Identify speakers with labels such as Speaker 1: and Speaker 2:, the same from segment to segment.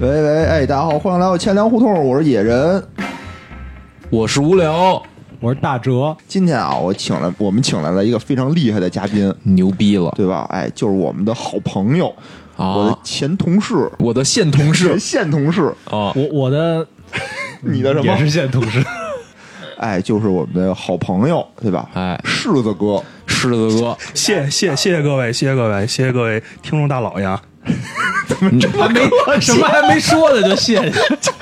Speaker 1: 喂喂，哎，大家好，欢迎来到千粮胡同，我是野人。
Speaker 2: 我是无聊，
Speaker 3: 我是大哲，
Speaker 1: 今天啊，我请了我们请来了一个非常厉害的嘉宾，
Speaker 2: 牛逼了
Speaker 1: 对吧？哎，就是我们的好朋友，我的
Speaker 2: 啊！
Speaker 1: 前同事，
Speaker 2: 我的现同事
Speaker 1: 现同事，
Speaker 2: 啊，
Speaker 3: 我我的
Speaker 1: 你的什
Speaker 3: 也
Speaker 1: 么？
Speaker 3: 是现同 事，
Speaker 1: 哎，就是我们的好朋友，对吧？
Speaker 2: 哎
Speaker 1: 柿子哥，
Speaker 2: 狮子哥，
Speaker 4: 谢谢谢谢各位，谢谢各位，谢谢各位听众大佬呀！
Speaker 3: 还没什么还没说呢就谢谢，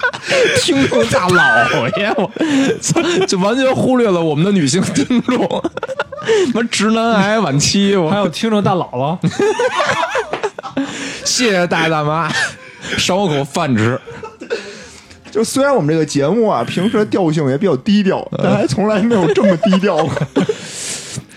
Speaker 2: 听众大老爷，我操， 就完全忽略了我们的女性听众，什么直男癌晚期，我
Speaker 3: 还有听众大姥 姥，
Speaker 2: 谢谢大爷大 妈，赏我口饭吃。
Speaker 1: 就虽然我们这个节目啊，平时的调性也比较低调，但还从来没有这么低调过。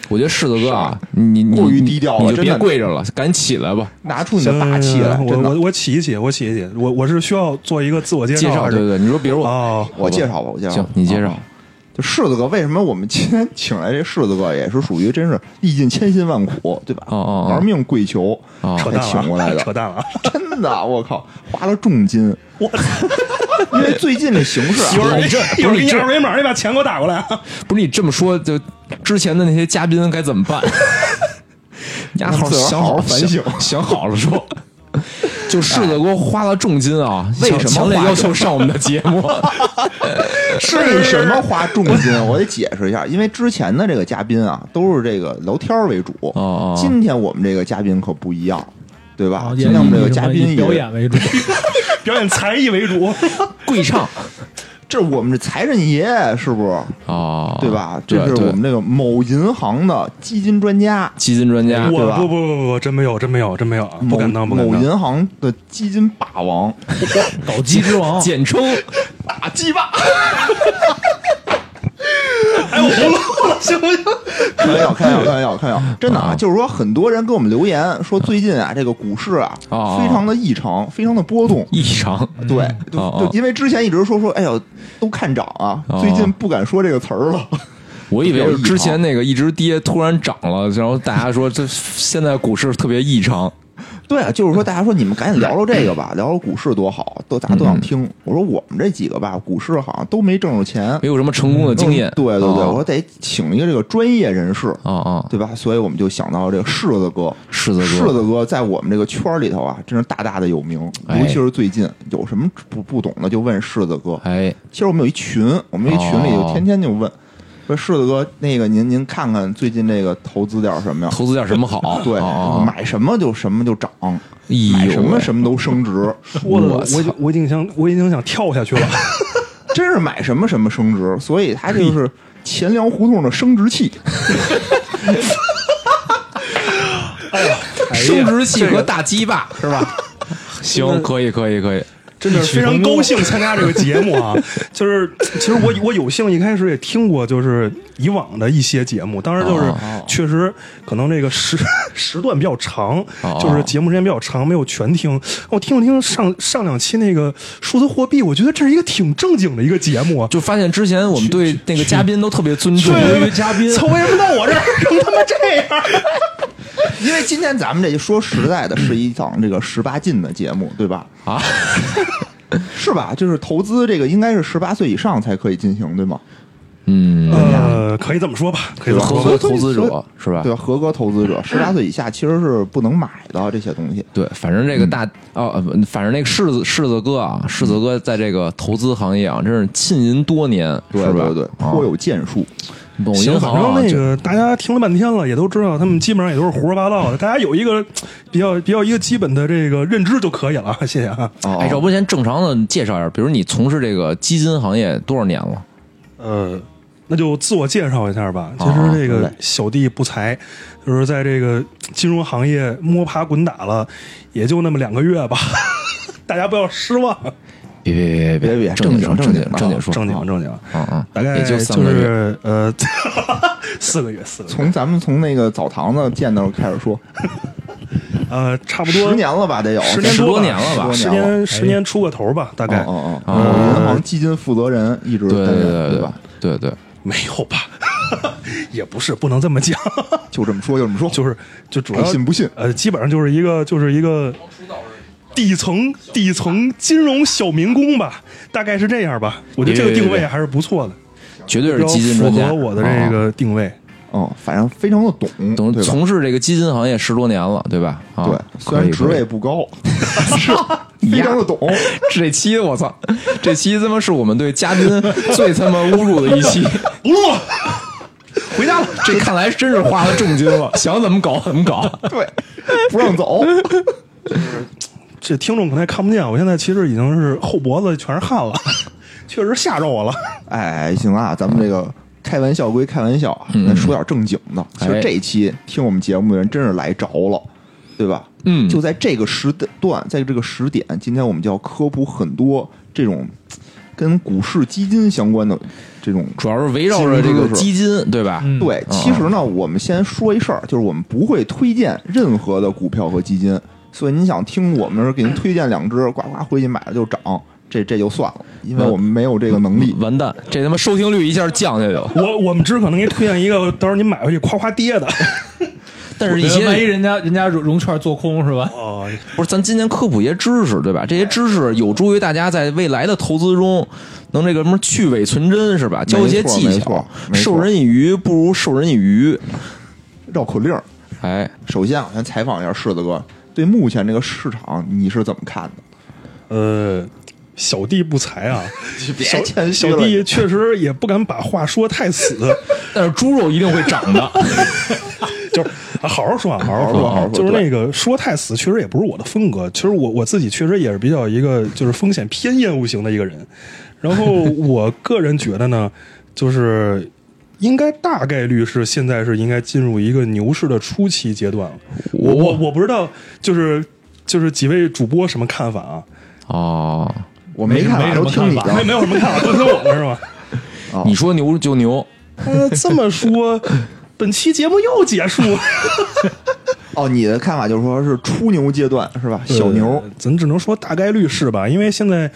Speaker 2: 我觉得柿子哥啊，你你
Speaker 1: 过于低调了
Speaker 2: 你就
Speaker 1: 真
Speaker 2: 别
Speaker 1: 的
Speaker 2: 跪着了，赶紧起来吧。
Speaker 1: 拿出你的霸气来，真
Speaker 4: 行嗯行行我
Speaker 1: 的
Speaker 4: 我。我起一起，我起一起，我我是需要做一个自我介
Speaker 2: 介
Speaker 4: 还
Speaker 2: 绍，
Speaker 4: 是
Speaker 2: 对对对，你说比如我，
Speaker 4: 哦，
Speaker 1: 我介绍吧，我介绍吧。
Speaker 2: 行，哦你介绍
Speaker 1: 啊。就柿子哥，为什么我们今天请来这柿子哥，也是属于真是历尽千辛万苦，对吧？
Speaker 2: 哦哦哦
Speaker 1: 玩命跪求
Speaker 2: 哦
Speaker 4: 扯
Speaker 1: 才
Speaker 4: 淡
Speaker 1: 请过来
Speaker 4: 了，扯
Speaker 1: 的，
Speaker 4: 淡了，
Speaker 1: 真的，啊我靠，花了重金。我， 因为最近这形势
Speaker 4: 一会
Speaker 1: 啊，
Speaker 4: 儿
Speaker 2: 你这
Speaker 4: 一会
Speaker 2: 不
Speaker 4: 儿
Speaker 2: 是
Speaker 4: 给
Speaker 2: 你
Speaker 4: 你
Speaker 2: 这
Speaker 4: 二维码，你把钱给我打过来啊。
Speaker 2: 不是你这么说，就之前的那些嘉宾该怎么办？ 你好好
Speaker 1: 自个儿好
Speaker 2: 想
Speaker 1: 好
Speaker 2: 了
Speaker 1: 反省
Speaker 2: 想想好 了说。就柿子哥花了重金啊，
Speaker 1: 为
Speaker 2: 强
Speaker 1: 什么
Speaker 2: 强烈
Speaker 1: 花
Speaker 2: 要求上我们的节目？
Speaker 1: 是为什么花重金？我得解释一下，因为之前的这个嘉宾啊，都是这个聊天为主。
Speaker 2: 哦哦
Speaker 1: 今天我们这个嘉宾可不一样，对吧？
Speaker 3: 啊
Speaker 4: 哦
Speaker 3: 也
Speaker 1: 今天我们这个
Speaker 3: 以
Speaker 1: 嘉
Speaker 3: 以
Speaker 1: 宾也
Speaker 3: 表，演 为主，
Speaker 4: 表演才艺为主，
Speaker 2: 跪 唱
Speaker 1: 这是我们这财神爷是不是？
Speaker 2: 啊，
Speaker 1: 对吧？
Speaker 2: 对
Speaker 1: 这是
Speaker 2: 对
Speaker 1: 我们这个某银行的基金专家，
Speaker 2: 基金专家，
Speaker 1: 对
Speaker 4: 我
Speaker 1: 吧
Speaker 4: 不不不不不，真没有，真没有，真没有，啊不
Speaker 1: 某
Speaker 4: 敢当，不敢
Speaker 1: 某
Speaker 4: 当。
Speaker 1: 银行的基金霸王，
Speaker 3: 搞基之 王，
Speaker 2: 简称
Speaker 1: 大鸡巴，
Speaker 4: 哎，我不录了，行不行？
Speaker 1: 开玩笑，开 玩笑，开玩笑，开玩笑，真的啊，
Speaker 2: 啊
Speaker 1: 就是说很多人给我们留言说，最近啊这个股市啊
Speaker 2: 啊
Speaker 1: 非常的异常，非常的波动。
Speaker 2: 异常。
Speaker 1: 对，就
Speaker 2: 啊啊
Speaker 1: 就因为之前一直说说，哎呦，都看涨啊
Speaker 2: 啊，
Speaker 1: 最近不敢说这个词儿了。
Speaker 2: 我以为是之前
Speaker 1: 比
Speaker 2: 那个一直跌，突然涨了，然后大家说这现在股市特别异常。
Speaker 1: 对啊，就是说大家说你们赶紧聊聊这个 吧，聊聊股市多好，都大家都想听。嗯我说我们这几个吧，股市好像都没挣着钱，
Speaker 2: 没有什么成功的经验
Speaker 1: 嗯。对对对，
Speaker 2: 啊
Speaker 1: 我说得请一个这个专业人士，
Speaker 2: 啊啊，
Speaker 1: 对吧？所以我们就想到这个柿子哥，
Speaker 2: 柿子哥
Speaker 1: 柿子哥在我们这个圈儿里头啊，真是大大的有名，
Speaker 2: 哎
Speaker 1: 尤其是最近有什么不不懂的就问柿子哥。
Speaker 2: 哎，
Speaker 1: 其实我们有一群，我们有一群里
Speaker 2: 哦
Speaker 1: 就天天就问，说柿子哥，那个您您看看最近这个投资点什么呀？
Speaker 2: 投资点什么好？
Speaker 1: 对，
Speaker 2: 啊，啊
Speaker 1: 买什么就什么就涨，
Speaker 2: 哎
Speaker 1: 买
Speaker 2: 呦
Speaker 1: 什么
Speaker 2: 喂
Speaker 1: 什么都升 值，
Speaker 4: 我
Speaker 2: 我
Speaker 4: 我
Speaker 2: 操
Speaker 4: 已经我已经想我已经想跳下 去了，
Speaker 1: 真是买什么什么升值，所以他
Speaker 2: 哎
Speaker 1: 就是钱粮胡同的升值 器。
Speaker 2: 生殖器和大鸡巴是吧？ 行，可以，可以，可以。
Speaker 4: 真的是非常
Speaker 2: 啊
Speaker 4: 高兴参加这个节目 啊！就是其实我我有幸一开始也听过，就是以往的一些节目，当时就是
Speaker 2: 哦
Speaker 4: 确实可能这个时 时段比较长
Speaker 2: 哦，
Speaker 4: 就是节目时间比较长，没有全听。我听了听上上两期那个数字货币，我觉得这是一个挺正经的一个节目啊。
Speaker 2: 就发现之前我们对那个嘉宾都特别尊重，
Speaker 3: 对于嘉宾
Speaker 4: 操，为什么到我这儿 成他妈这样？
Speaker 1: 因为今天咱们这说实在的，是一档这个十八禁的节目，对吧？
Speaker 2: 啊，
Speaker 1: 是吧？就是投资这个应该是十八岁以上才可以进行，对吗？
Speaker 2: 嗯，
Speaker 4: 呃，可以这么说吧，可以这么
Speaker 2: 合
Speaker 4: 说吧。
Speaker 2: 格投资者是吧
Speaker 1: 对？吧，合格投资者十八岁以下其实是不能买的这些东西。
Speaker 2: 对，反正这个大哦，呃不反正那个柿子柿子哥啊，柿子哥在这个投资行业啊，真是浸淫多年，
Speaker 1: 对
Speaker 2: 是吧？
Speaker 1: 对对，
Speaker 2: 啊
Speaker 1: 颇有建树。
Speaker 2: 某
Speaker 4: 行，
Speaker 2: 银
Speaker 4: 反
Speaker 2: 行啊
Speaker 4: 正那
Speaker 2: 这
Speaker 4: 个大家听了半天了，也都知道他们基本上也都是胡说八道的。大家有一个比较比较一个基本的这个认知就可以了，谢谢啊。
Speaker 1: 哦
Speaker 2: 哎，要不先正常的介绍一下，比如你从事这个基金行业多少年了？
Speaker 1: 嗯
Speaker 4: 呃，那就自我介绍一下吧。其实
Speaker 2: 啊
Speaker 4: 这
Speaker 1: 好
Speaker 4: 个
Speaker 1: 嘞
Speaker 4: 小弟不才，就是在这个金融行业摸爬滚打了，也就那么两个月吧。 大家不要失望，
Speaker 2: 别别别
Speaker 1: 别别
Speaker 2: 正经说
Speaker 1: 正经正
Speaker 2: 正经
Speaker 1: 经
Speaker 2: 正经说
Speaker 4: 正经正经，
Speaker 2: 嗯嗯，
Speaker 4: 大概
Speaker 2: 也就三
Speaker 4: 就
Speaker 2: 个月，
Speaker 4: 是呃四个月四个月，
Speaker 1: 从咱们从那个澡堂子见到开始说，
Speaker 4: 呃差不多
Speaker 1: 十年了吧，得有
Speaker 2: 十
Speaker 4: 十年
Speaker 2: 多
Speaker 4: 多
Speaker 2: 年了吧哎
Speaker 1: 吧
Speaker 4: 十年十年出个头吧，大概
Speaker 1: 哦哦哦，
Speaker 2: 哦
Speaker 1: 呃银行基金负责人一直
Speaker 2: 对
Speaker 1: 担
Speaker 2: 对
Speaker 1: 任
Speaker 2: 对
Speaker 1: 对
Speaker 2: 对
Speaker 1: 吧？
Speaker 2: 对对，
Speaker 4: 没有吧？ 也不是，不能这么讲，
Speaker 1: 就这么说，就这么说，
Speaker 4: 就是就主要
Speaker 1: 你信不信
Speaker 4: 呃，基本上就是一个就是一个底层底层金融小民工吧，大概是这样吧。我觉得这个定位还是不错的，
Speaker 2: 绝对是
Speaker 4: 比较
Speaker 2: 基金
Speaker 4: 符
Speaker 2: 专家，
Speaker 4: 合我的这
Speaker 2: 啊
Speaker 4: 个定位。
Speaker 1: 嗯，反正非常的懂，
Speaker 2: 懂
Speaker 1: 对吧？
Speaker 2: 从事这个基金行业十多年了，对吧？啊，
Speaker 1: 对，虽
Speaker 2: 可以
Speaker 1: 然职
Speaker 2: 可以
Speaker 1: 位不 高，是非常的懂。
Speaker 2: 这期我操，这期他妈是我们对嘉 宾最他妈侮辱的一期，
Speaker 4: 不录了，回家了。
Speaker 2: 这看来真是花了重金了， 想怎么搞怎么搞。
Speaker 1: 对，不让 走。
Speaker 4: 这听众可能也看不见，我现在其实已经是后脖子全是汗了， 确实吓着我了。
Speaker 1: 哎，行啊，咱们这个开玩笑归开玩笑啊，咱说点正经的。其实这一期听我们节目的人真是来着了，对吧？
Speaker 2: 嗯
Speaker 1: 就在这个时段，在这个时点，今天我们就要科普很多这种嘖跟股市基金相关的这种。
Speaker 2: 主要是围绕着这个基金，对吧？
Speaker 3: 嗯
Speaker 1: 对，其实呢，我们先说一事儿，就是我们不会推荐任何的股票和基金，所以您想听我们给您推荐两只，呱呱回去买了就涨，这这就算了，因为我们没有这个能力。
Speaker 2: 完蛋，这他妈收听率一下降下去了。
Speaker 4: 我我们只可能给你推荐一个，到时候你买回去夸夸跌的。
Speaker 2: 但是一
Speaker 3: 觉得万一
Speaker 2: 些
Speaker 3: 人家人家融融券做空是吧？
Speaker 4: 哦，
Speaker 2: 不是咱今天科普一些知识，对吧？这些知识有助于大家在未来的投资中能这个什么去伪存真，是吧？教一些
Speaker 1: 没错
Speaker 2: 技
Speaker 1: 没
Speaker 2: 巧
Speaker 1: 错，没错
Speaker 2: 授人以鱼不如授人以渔。
Speaker 1: 绕口令儿，
Speaker 2: 哎，
Speaker 1: 首先，我先采访一下柿子哥，对目前这个市场你是怎么看的？
Speaker 4: 呃，小弟不才啊，
Speaker 1: 别
Speaker 4: 小
Speaker 1: 谦虚
Speaker 4: 小
Speaker 1: 了
Speaker 4: 弟确实也不敢把话说太 死，
Speaker 2: 但是猪肉一定会涨的。
Speaker 4: 就是啊好好说啊，好
Speaker 1: 好
Speaker 4: 好
Speaker 1: 好说好
Speaker 4: 啊
Speaker 1: 好，说
Speaker 4: 就是那个说太死，确实也不是我的风格。其实我我自己确实也是比较一个就是风险偏厌恶型的一个人。然 后我个人觉得呢，就是应该大概率是现在是应该进入一个牛市的初期阶段了。我我我不知道，就是就是几位主播什么看法啊？
Speaker 2: 哦，
Speaker 1: 我没看
Speaker 3: 没
Speaker 1: 啊，
Speaker 3: 什
Speaker 1: 都
Speaker 3: 么
Speaker 1: 听你
Speaker 3: 看法
Speaker 4: 没
Speaker 1: 的。
Speaker 4: 没有什么看法，都是我们 是吧？
Speaker 1: 哦
Speaker 2: 你说牛就牛，
Speaker 4: 呃，这么说，本期节目又结束。
Speaker 1: 哦，你的看法就是说是初牛阶段是吧？小牛嗯
Speaker 4: 呃，咱只能说大概率是吧？因为现在，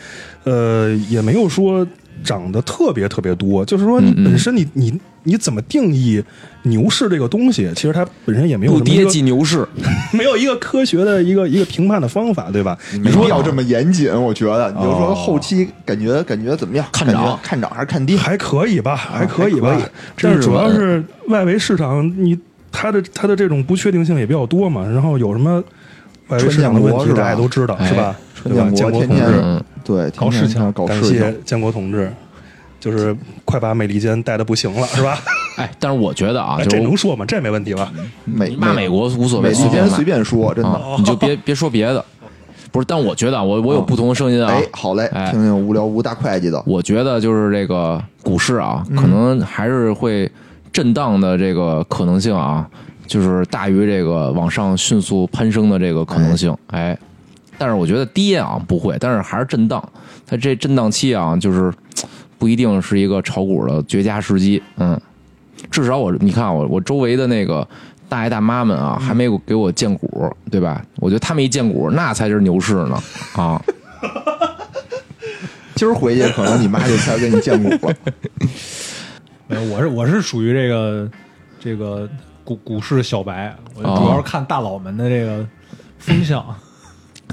Speaker 4: 呃，也没有说涨得特别特别多，就是说
Speaker 1: 嗯
Speaker 4: 你本身你你你怎么定义牛市这个东西？其实它本身也没有
Speaker 2: 不
Speaker 4: 什么
Speaker 2: 跌
Speaker 4: 一
Speaker 2: 即
Speaker 4: 个
Speaker 2: 牛市。
Speaker 4: 没有一个科学的一个一个评判的方法，对吧？
Speaker 1: 没必要这么严谨，我觉得。你就说后期感觉感觉怎么样？
Speaker 2: 看
Speaker 1: 感
Speaker 2: 涨
Speaker 1: 觉看涨还是看跌？
Speaker 4: 还可以吧，还可以吧，
Speaker 1: 还可以
Speaker 4: 但
Speaker 2: 真
Speaker 4: 是
Speaker 2: 是
Speaker 4: 主
Speaker 2: 吧
Speaker 4: 要是外围市场你它的它的这种不确定性也比较多嘛，然后有什么外围市场的问
Speaker 1: 春建国
Speaker 4: 题
Speaker 1: 是吧
Speaker 4: 大家也都知道
Speaker 2: 哎
Speaker 4: 是吧？对
Speaker 1: 春
Speaker 4: 吧？
Speaker 1: 建
Speaker 4: 建
Speaker 1: 国
Speaker 4: 国
Speaker 1: 天
Speaker 4: 同志。
Speaker 1: 天对
Speaker 3: 搞事情
Speaker 1: 搞
Speaker 4: 感
Speaker 1: 事
Speaker 4: 谢
Speaker 1: 情，
Speaker 4: 建国同志，就是快把美利坚带的不行了，是吧？
Speaker 2: 哎，但是我觉得啊，
Speaker 4: 哎
Speaker 2: 就
Speaker 4: 这
Speaker 2: 是
Speaker 4: 能说吗？这没问题吧？
Speaker 1: 美
Speaker 2: 你骂美国无所
Speaker 1: 美
Speaker 2: 谓，
Speaker 1: 利
Speaker 2: 随
Speaker 1: 坚
Speaker 2: 便
Speaker 1: 随便说，真
Speaker 2: 骂
Speaker 1: 的。
Speaker 2: 啊，你就别别说别的，不是。但我觉得啊，我我有不同的声音啊
Speaker 1: 哎，。好嘞，
Speaker 2: 哎
Speaker 1: 听听无聊无大会计的。
Speaker 2: 我觉得就是这个股市啊，可能还是会震荡的这个可能性啊，就是大于这个往上迅速攀升的这个可能性。哎，但是我觉得跌啊不会，但是还是震荡。它这震荡期啊，就是不一定是一个炒股的绝佳时机。嗯，至少我你看啊我我周围的那个大爷大妈们啊，还没有给我荐股，对吧？我觉得他们一荐股，那才是牛市呢啊！
Speaker 1: 今儿回去可能你妈就开始跟你见股了。
Speaker 3: 没有，我是我是属于这个这个股股市小白，我
Speaker 2: 哦
Speaker 3: 就主要是看大佬们的这个风向。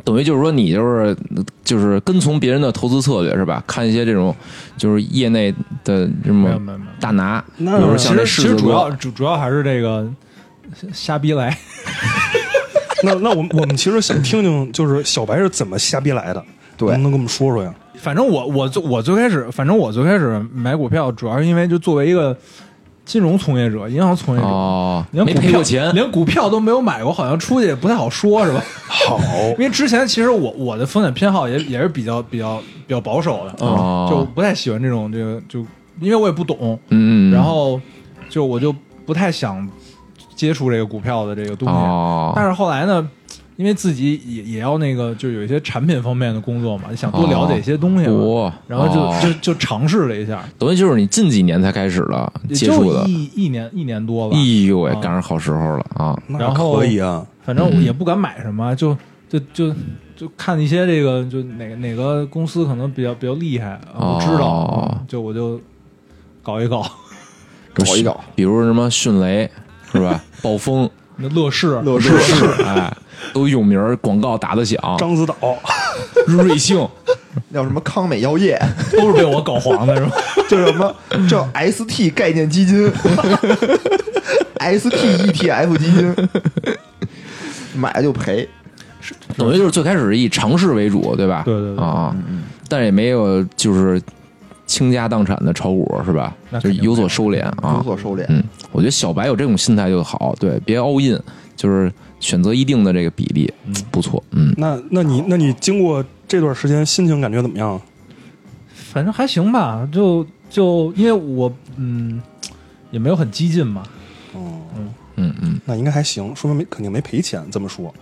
Speaker 2: 等于就是说，你就是就是跟从别人的投资策略是吧？看一些这种就是业内的什
Speaker 3: 没
Speaker 2: 么
Speaker 3: 有没有没有。
Speaker 2: 大拿，比
Speaker 4: 那
Speaker 2: 如说
Speaker 3: 其
Speaker 2: 像那狮
Speaker 3: 实其
Speaker 2: 子
Speaker 3: 实主要
Speaker 2: 哥，
Speaker 3: 主主要还是这个瞎逼来，
Speaker 4: 那那我们我们其实想听听，就是小白是怎么瞎逼来的，
Speaker 1: 对
Speaker 4: 能不能跟我们说说呀？
Speaker 3: 反正我我最我最开始，反正我最开始买股票，主要是因为就作为一个金融从业者、银行从业者，
Speaker 2: 哦，
Speaker 3: 连
Speaker 2: 没
Speaker 3: 股
Speaker 2: 赔
Speaker 3: 票
Speaker 2: 过钱，
Speaker 3: 连股票都没有买过，好像出去也不太好说，是吧？
Speaker 4: 好，
Speaker 3: 因为之前其实我我的风险偏好也也是比较比较比较保守的，
Speaker 2: 哦
Speaker 3: 就不太喜欢这种这个就因为我也不懂，
Speaker 2: 嗯，嗯嗯
Speaker 3: 然后就我就不太想接触这个股票的这个东西。但
Speaker 2: 哦，
Speaker 3: 是后来呢，因为自己也也要那个，就有一些产品方面的工作嘛，想多了解一些东西嘛，
Speaker 2: 哦
Speaker 3: 然后就、
Speaker 2: 哦
Speaker 3: 就就尝试了一下，
Speaker 2: 等于就是你近几年才开始的
Speaker 3: 也
Speaker 2: 接
Speaker 3: 就
Speaker 2: 触的，
Speaker 3: 一一年一年多吧
Speaker 2: 哎，呦喂，
Speaker 3: 啊
Speaker 2: 赶上好时候了啊！
Speaker 4: 那
Speaker 3: 然后
Speaker 4: 可以啊，
Speaker 3: 反
Speaker 2: 嗯
Speaker 3: 正我也不敢买什么，就就就就看一些这个，就哪个哪个公司可能比较比较厉害，啊，
Speaker 2: 哦
Speaker 3: 我知道，嗯就我就搞一搞。
Speaker 1: 搞一搞，
Speaker 2: 比如什么迅雷是吧？暴风，
Speaker 3: 那乐视，
Speaker 1: 乐视
Speaker 2: 哎，都有名儿，广告打得响，
Speaker 4: 獐子岛，
Speaker 2: 瑞幸
Speaker 1: 叫什么康美药业，
Speaker 3: 都是被我搞黄的，是吧？
Speaker 1: 叫什么叫 ST 概念基 金，ST ETF 基金，买就赔。
Speaker 2: 等于就是最开始是以尝试为主，对吧？
Speaker 3: 对对
Speaker 2: 啊
Speaker 3: 对
Speaker 2: 啊，但是也没有就是倾家荡产的炒股，是吧？
Speaker 3: 那
Speaker 2: 就
Speaker 3: 肯定
Speaker 2: 有所收敛啊，
Speaker 1: 有所收敛。
Speaker 2: 嗯，我觉得小白有这种心态就好，对，别 all in，就是选择一定的这个比例，不错，嗯，
Speaker 4: 那那你那你经过这段时间心情感觉怎么样？
Speaker 3: 反正还行吧，就就因为我嗯也没有很激进嘛，
Speaker 4: 哦，
Speaker 2: 嗯嗯，
Speaker 4: 那应该还行，说明没肯定没赔钱。这么说，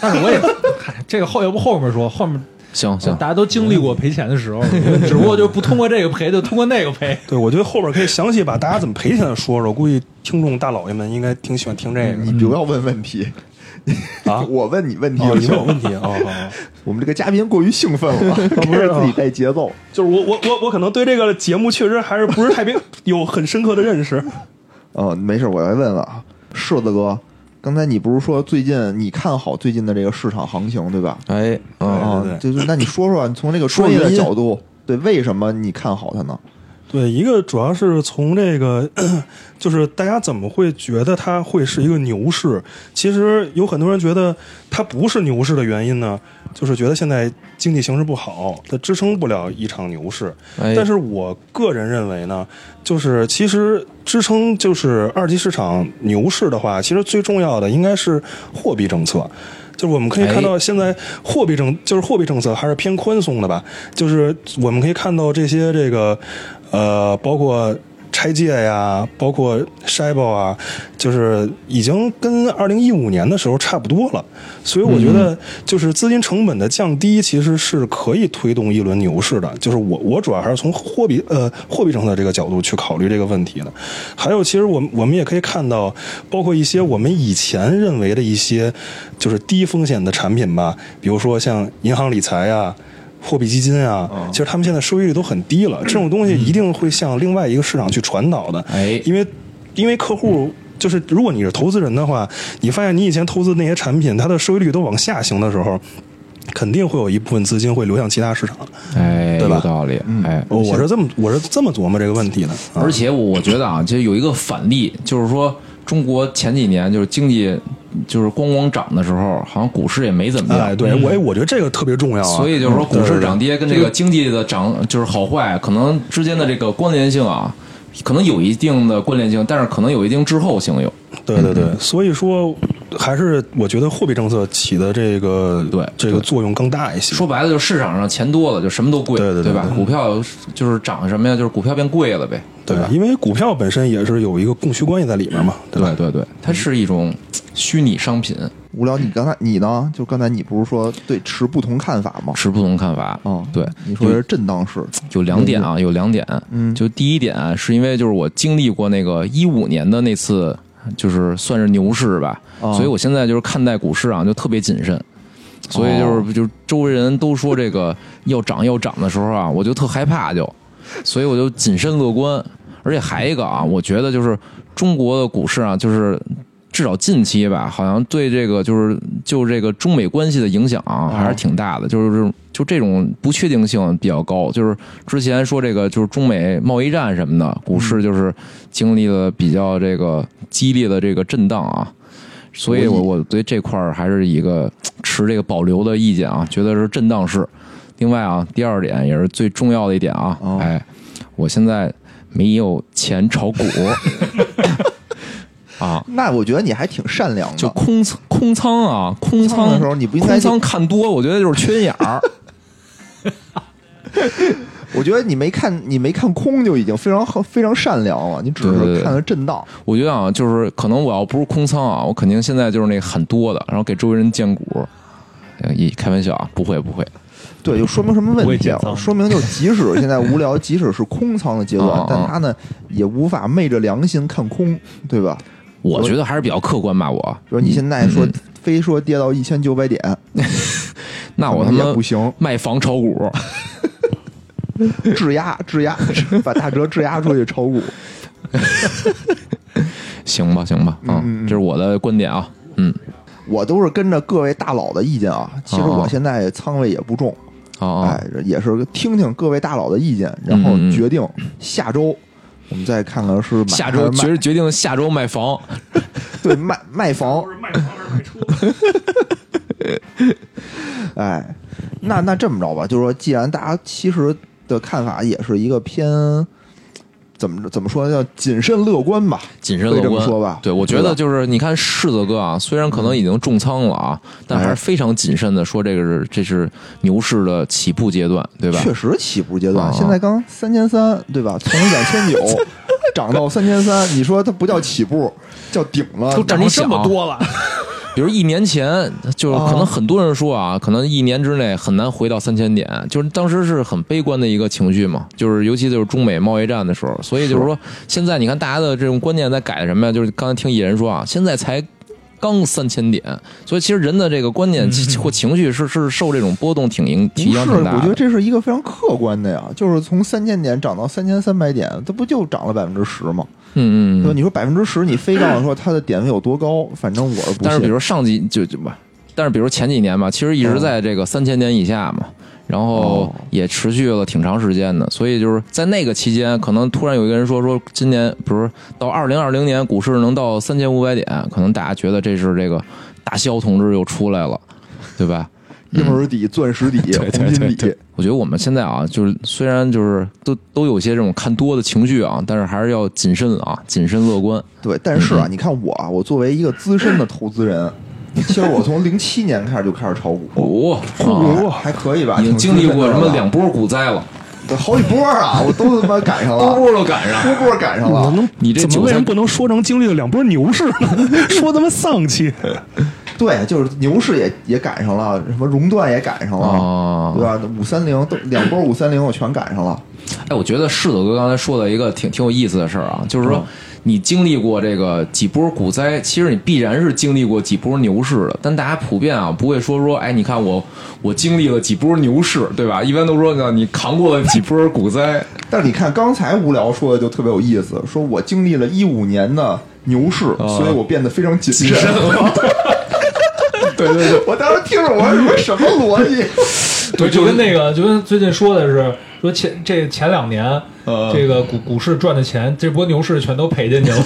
Speaker 3: 但是我也嗨这个后要不后面说，后面
Speaker 2: 行行，
Speaker 3: 大家都经历过赔钱的时候，只不过就不通过这个赔，就通过那个赔。
Speaker 4: 对我觉得后边可以详细把大家怎么赔钱的说说，估计听众大老爷们应该挺喜欢听这
Speaker 1: 你不要问问题。
Speaker 4: 个啊
Speaker 1: 我问你问题
Speaker 4: 哦，
Speaker 1: 就
Speaker 4: 你
Speaker 1: 行
Speaker 4: 们有。问题啊？哦好好
Speaker 1: 我们这个嘉宾过于兴奋 了，开始
Speaker 4: 啊
Speaker 1: 自己带节奏。
Speaker 4: 就是我我我我可能对这个节目确实还是不是太 明有很深刻的认识。
Speaker 1: 哦，没事，我来问问啊，柿子哥，刚才你不是说最近你看好最近的这个市场行情对吧？
Speaker 2: 哎，嗯，
Speaker 1: 啊，
Speaker 4: 对对
Speaker 1: 就是那你说说，你从这个
Speaker 4: 说
Speaker 1: 专业的
Speaker 4: 原因
Speaker 1: 角度，对，为什么你看好它呢？
Speaker 4: 对，一个主要是从这个，就是大家怎么会觉得它会是一个牛市？其实有很多人觉得它不是牛市的原因呢，就是觉得现在经济形势不好，它支撑不了一场牛市。
Speaker 2: 哎
Speaker 4: 但是我个人认为呢，就是其实支撑就是二级市场牛市的话，其实最重要的应该是货币政策。就是我们可以看到，现在货币政就是货币政策还是偏宽松的吧。就是我们可以看到这些这个，呃，包括拆借呀，包括筛包啊，就是已经跟二零一五年的时候差不多了。所以我觉得，就是资金成本的降低，其实是可以推动一轮牛市的。就是我我主要还是从货币呃货币政策这个角度去考虑这个问题的。还有，其实我们我们也可以看到，包括一些我们以前认为的一些就是低风险的产品吧，比如说像银行理财啊。货币基金啊，其实他们现在收益率都很低了。这种东西一定会向另外一个市场去传导的，
Speaker 2: 哎
Speaker 4: 因为因为客户就是如果你是投资人的话，你发现你以前投资那些产品，它的收益率都往下行的时候，肯定会有一部分资金会流向其他市场。
Speaker 2: 哎，
Speaker 4: 对吧
Speaker 2: 有道理，哎，
Speaker 4: 哦我我是这么我是这么琢磨这个问题的。啊
Speaker 2: 而且我我觉得啊，就有一个反例，就是说中国前几年就是经济就是咣咣涨的时候，好像股市也没怎么样，
Speaker 4: 哎，对我哎，我觉得这个特别重要啊。
Speaker 2: 啊嗯所以就是说，股市涨
Speaker 4: 低，
Speaker 2: 跌跟这个经济的涨就是好坏，可能之间的这个关联性啊，可能有一定的关联性，但是可能有一定滞后性有。
Speaker 4: 对对对，
Speaker 2: 嗯
Speaker 4: 对所以说还是我觉得货币政策起的这个
Speaker 2: 对
Speaker 4: 这个作用更大一些。
Speaker 2: 说白了，就是市场上钱多了，就什么都贵，
Speaker 4: 对对对
Speaker 2: 吧？股票就是涨什么呀，就是股票变贵了呗，
Speaker 4: 对
Speaker 2: 吧？，
Speaker 4: 因为股票本身也是有一个供需关系在里面嘛，对吧？
Speaker 2: 对对对，它是一种虚拟商品，
Speaker 1: 无聊，你刚才你呢？就刚才你不是说对持不同看法吗？
Speaker 2: 持不同看法。
Speaker 1: 哦
Speaker 2: 对，
Speaker 1: 你说是震荡市，
Speaker 2: 有两点啊，有两点。
Speaker 1: 嗯
Speaker 2: 就第一点啊、是因为就是我经历过那个一五年的那次，就是算是牛市吧，
Speaker 1: 哦
Speaker 2: 所以我现在就是看待股市啊就特别谨慎。所以就是、
Speaker 1: 哦
Speaker 2: 就是周围人都说这个要涨要涨的时候啊，我就特害怕就，所以我就谨慎乐观。而且还一个啊，我觉得就是中国的股市啊，就是至少近期吧，好像对这个就是就这个中美关系的影响啊，还是挺大的。就是这种就这种不确定性比较高。就是之前说这个就是中美贸易战什么的，股市就是经历了比较这个激烈的这个震荡啊。所以我我对这块儿还是一个持这个保留的意见啊，觉得是震荡市。另外啊，第二点也是最重要的一点啊，
Speaker 1: 哦
Speaker 2: 哎，我现在没有钱炒股啊，
Speaker 1: 那我觉得你还挺善良的。
Speaker 2: 就空仓空仓啊，空
Speaker 1: 啊空
Speaker 2: 仓
Speaker 1: 仓的时候你不应该
Speaker 2: 空仓看多，我觉得就是缺心眼 儿。
Speaker 1: 我觉得你没看你没看空就已经非常好非常善良了，你只
Speaker 2: 对对
Speaker 1: 是
Speaker 2: 对
Speaker 1: 看了震荡。
Speaker 2: 我觉得啊，就是可能我要不是空仓啊，我肯定现在就是那个很多的，然后给周围人荐股。呃一开玩笑啊，不会不会，
Speaker 1: 对，就说明什么
Speaker 3: 不
Speaker 1: 问
Speaker 3: 会
Speaker 1: 题
Speaker 3: 建
Speaker 1: 啊？
Speaker 3: 仓
Speaker 1: 说明就即使现在无聊，即使是空仓的阶
Speaker 2: 嗯
Speaker 1: 段
Speaker 2: 嗯，
Speaker 1: 但他呢也无法昧着良心看空，对吧？
Speaker 2: 我觉得还是比较客观吧。我嗯
Speaker 1: 比如你现在说非说跌到一千九百点，
Speaker 2: 那我
Speaker 1: 可
Speaker 2: 他
Speaker 1: 能
Speaker 2: 妈
Speaker 1: 也不行，
Speaker 2: 卖房炒股，
Speaker 1: 质押质押，把大折质押出去炒股。
Speaker 2: 行吧行吧，
Speaker 1: 嗯嗯嗯
Speaker 2: 这是我的观点啊。嗯，
Speaker 1: 我都是跟着各位大佬的意见啊。其实
Speaker 2: 哦
Speaker 1: 我现在仓位也不重，
Speaker 2: 哦哦
Speaker 1: 哎，也是听听各位大佬的意见，然后
Speaker 2: 嗯嗯
Speaker 1: 决定下周我们再看看是买
Speaker 2: 下
Speaker 1: 还
Speaker 2: 周
Speaker 1: 是卖
Speaker 2: 决决定下周卖房，
Speaker 1: 对 卖卖房
Speaker 5: 不，是卖房还是卖车？
Speaker 1: 哎，那那这么着吧，就是说，既然大家其实的看法也是一个偏怎么怎么说呢，叫谨慎乐观吧，
Speaker 2: 谨慎
Speaker 1: 可以
Speaker 2: 乐
Speaker 1: 这么
Speaker 2: 观。
Speaker 1: 说吧
Speaker 2: 对，我觉
Speaker 1: 对吧
Speaker 2: 得就是你看柿子哥啊，虽然可能已经重仓了
Speaker 1: 哎
Speaker 2: 啊，但还是非常谨慎的说这个是这是牛市的起步阶段，对吧？
Speaker 1: 确实起步阶段，
Speaker 2: 啊
Speaker 1: 现在刚三千三，对吧？从两千九 涨到三千三，你说它不叫起步，叫顶了。
Speaker 2: 都但
Speaker 3: 涨
Speaker 2: 你
Speaker 3: 这
Speaker 2: 想
Speaker 3: 么多了，
Speaker 2: 比如一年前，就是可能很多人说
Speaker 1: 哦
Speaker 2: 啊，可能一年之内很难回到三千点，就是当时是很悲观的一个情绪嘛，就是尤其就是中美贸易战的时候，所以就是说现在你看大家的这种观念在改什么呀？就是刚才听野人说啊，现在才。刚三千点，所以其实人的这个观念其或情绪是是受这种波动挺影
Speaker 1: 嗯不
Speaker 2: 挺
Speaker 1: 是，
Speaker 2: 影响挺大的。
Speaker 1: 我觉得这是一个非常客观的呀，就是从三千点涨到三千三百点，它不就涨了百分之十吗？
Speaker 2: 嗯嗯
Speaker 1: 对吧？
Speaker 2: 嗯。
Speaker 1: 你说百分之十，你非告诉说它的点位有多 高，反正我是不信。嗯
Speaker 2: 但是比如上几就就不，但是比如前几年吧，其实一直在这个三千点以下嘛，然后
Speaker 1: 哦
Speaker 2: 也持续了挺长时间的，所以就是在那个期间，可能突然有一个人说说今年不是到二零二零年股市能到三千五百点，可能大家觉得这是这个大萧同志又出来了，对吧？嗯
Speaker 1: 婴儿嗯底、钻 石底、红金底，
Speaker 2: 我觉得我们现在啊，就是虽然就是都都有些这种看多的情绪啊，但是还是要谨慎啊，谨慎乐观。
Speaker 1: 对，但是啊，
Speaker 2: 嗯
Speaker 1: 你看我啊，我作为一个资深的投资 人，其实我从零七年开始就开始炒股，
Speaker 2: 哦，
Speaker 1: 啊还可以吧？
Speaker 2: 已经
Speaker 1: 挺
Speaker 2: 经
Speaker 1: 资
Speaker 2: 历
Speaker 1: 深
Speaker 2: 过
Speaker 1: 的
Speaker 2: 什么
Speaker 1: 了
Speaker 2: 两波股灾了，
Speaker 1: 对好几波啊，我都他妈赶 上
Speaker 2: 波
Speaker 1: 了，
Speaker 2: 波都赶上。
Speaker 1: 波波赶上
Speaker 4: 我
Speaker 1: 了。
Speaker 4: 能
Speaker 2: 你这
Speaker 4: 啊怎么
Speaker 2: 韭菜
Speaker 4: 为什么不能说成经历了两波牛市呢？ 说他妈丧气，
Speaker 1: 对，就是牛市也也赶上了，什么熔断也赶上了，
Speaker 2: 哦
Speaker 1: 对吧？五三零都两波五三零我全赶上了。
Speaker 2: 哎，我觉得柿子哥刚才说的一个挺挺有意思的事儿啊，就是说你经历过这个几波股灾，其实你必然是经历过几波牛市的，但大家普遍啊不会说说，哎，你看我我经历了几波牛市，对吧？一般都说呢，你扛过了几波股灾，
Speaker 1: 但是你看刚才无聊说的就特别有意思，说我经历了一五年的牛市，
Speaker 2: 哦
Speaker 1: 所以我变得非常谨慎。
Speaker 2: 对对对
Speaker 1: 我当时听着我说你们什么逻 辑？
Speaker 3: 对，就跟那个，就跟最近说的是，说前这前两年，这个股股市赚的钱，这波牛市全都赔进去了。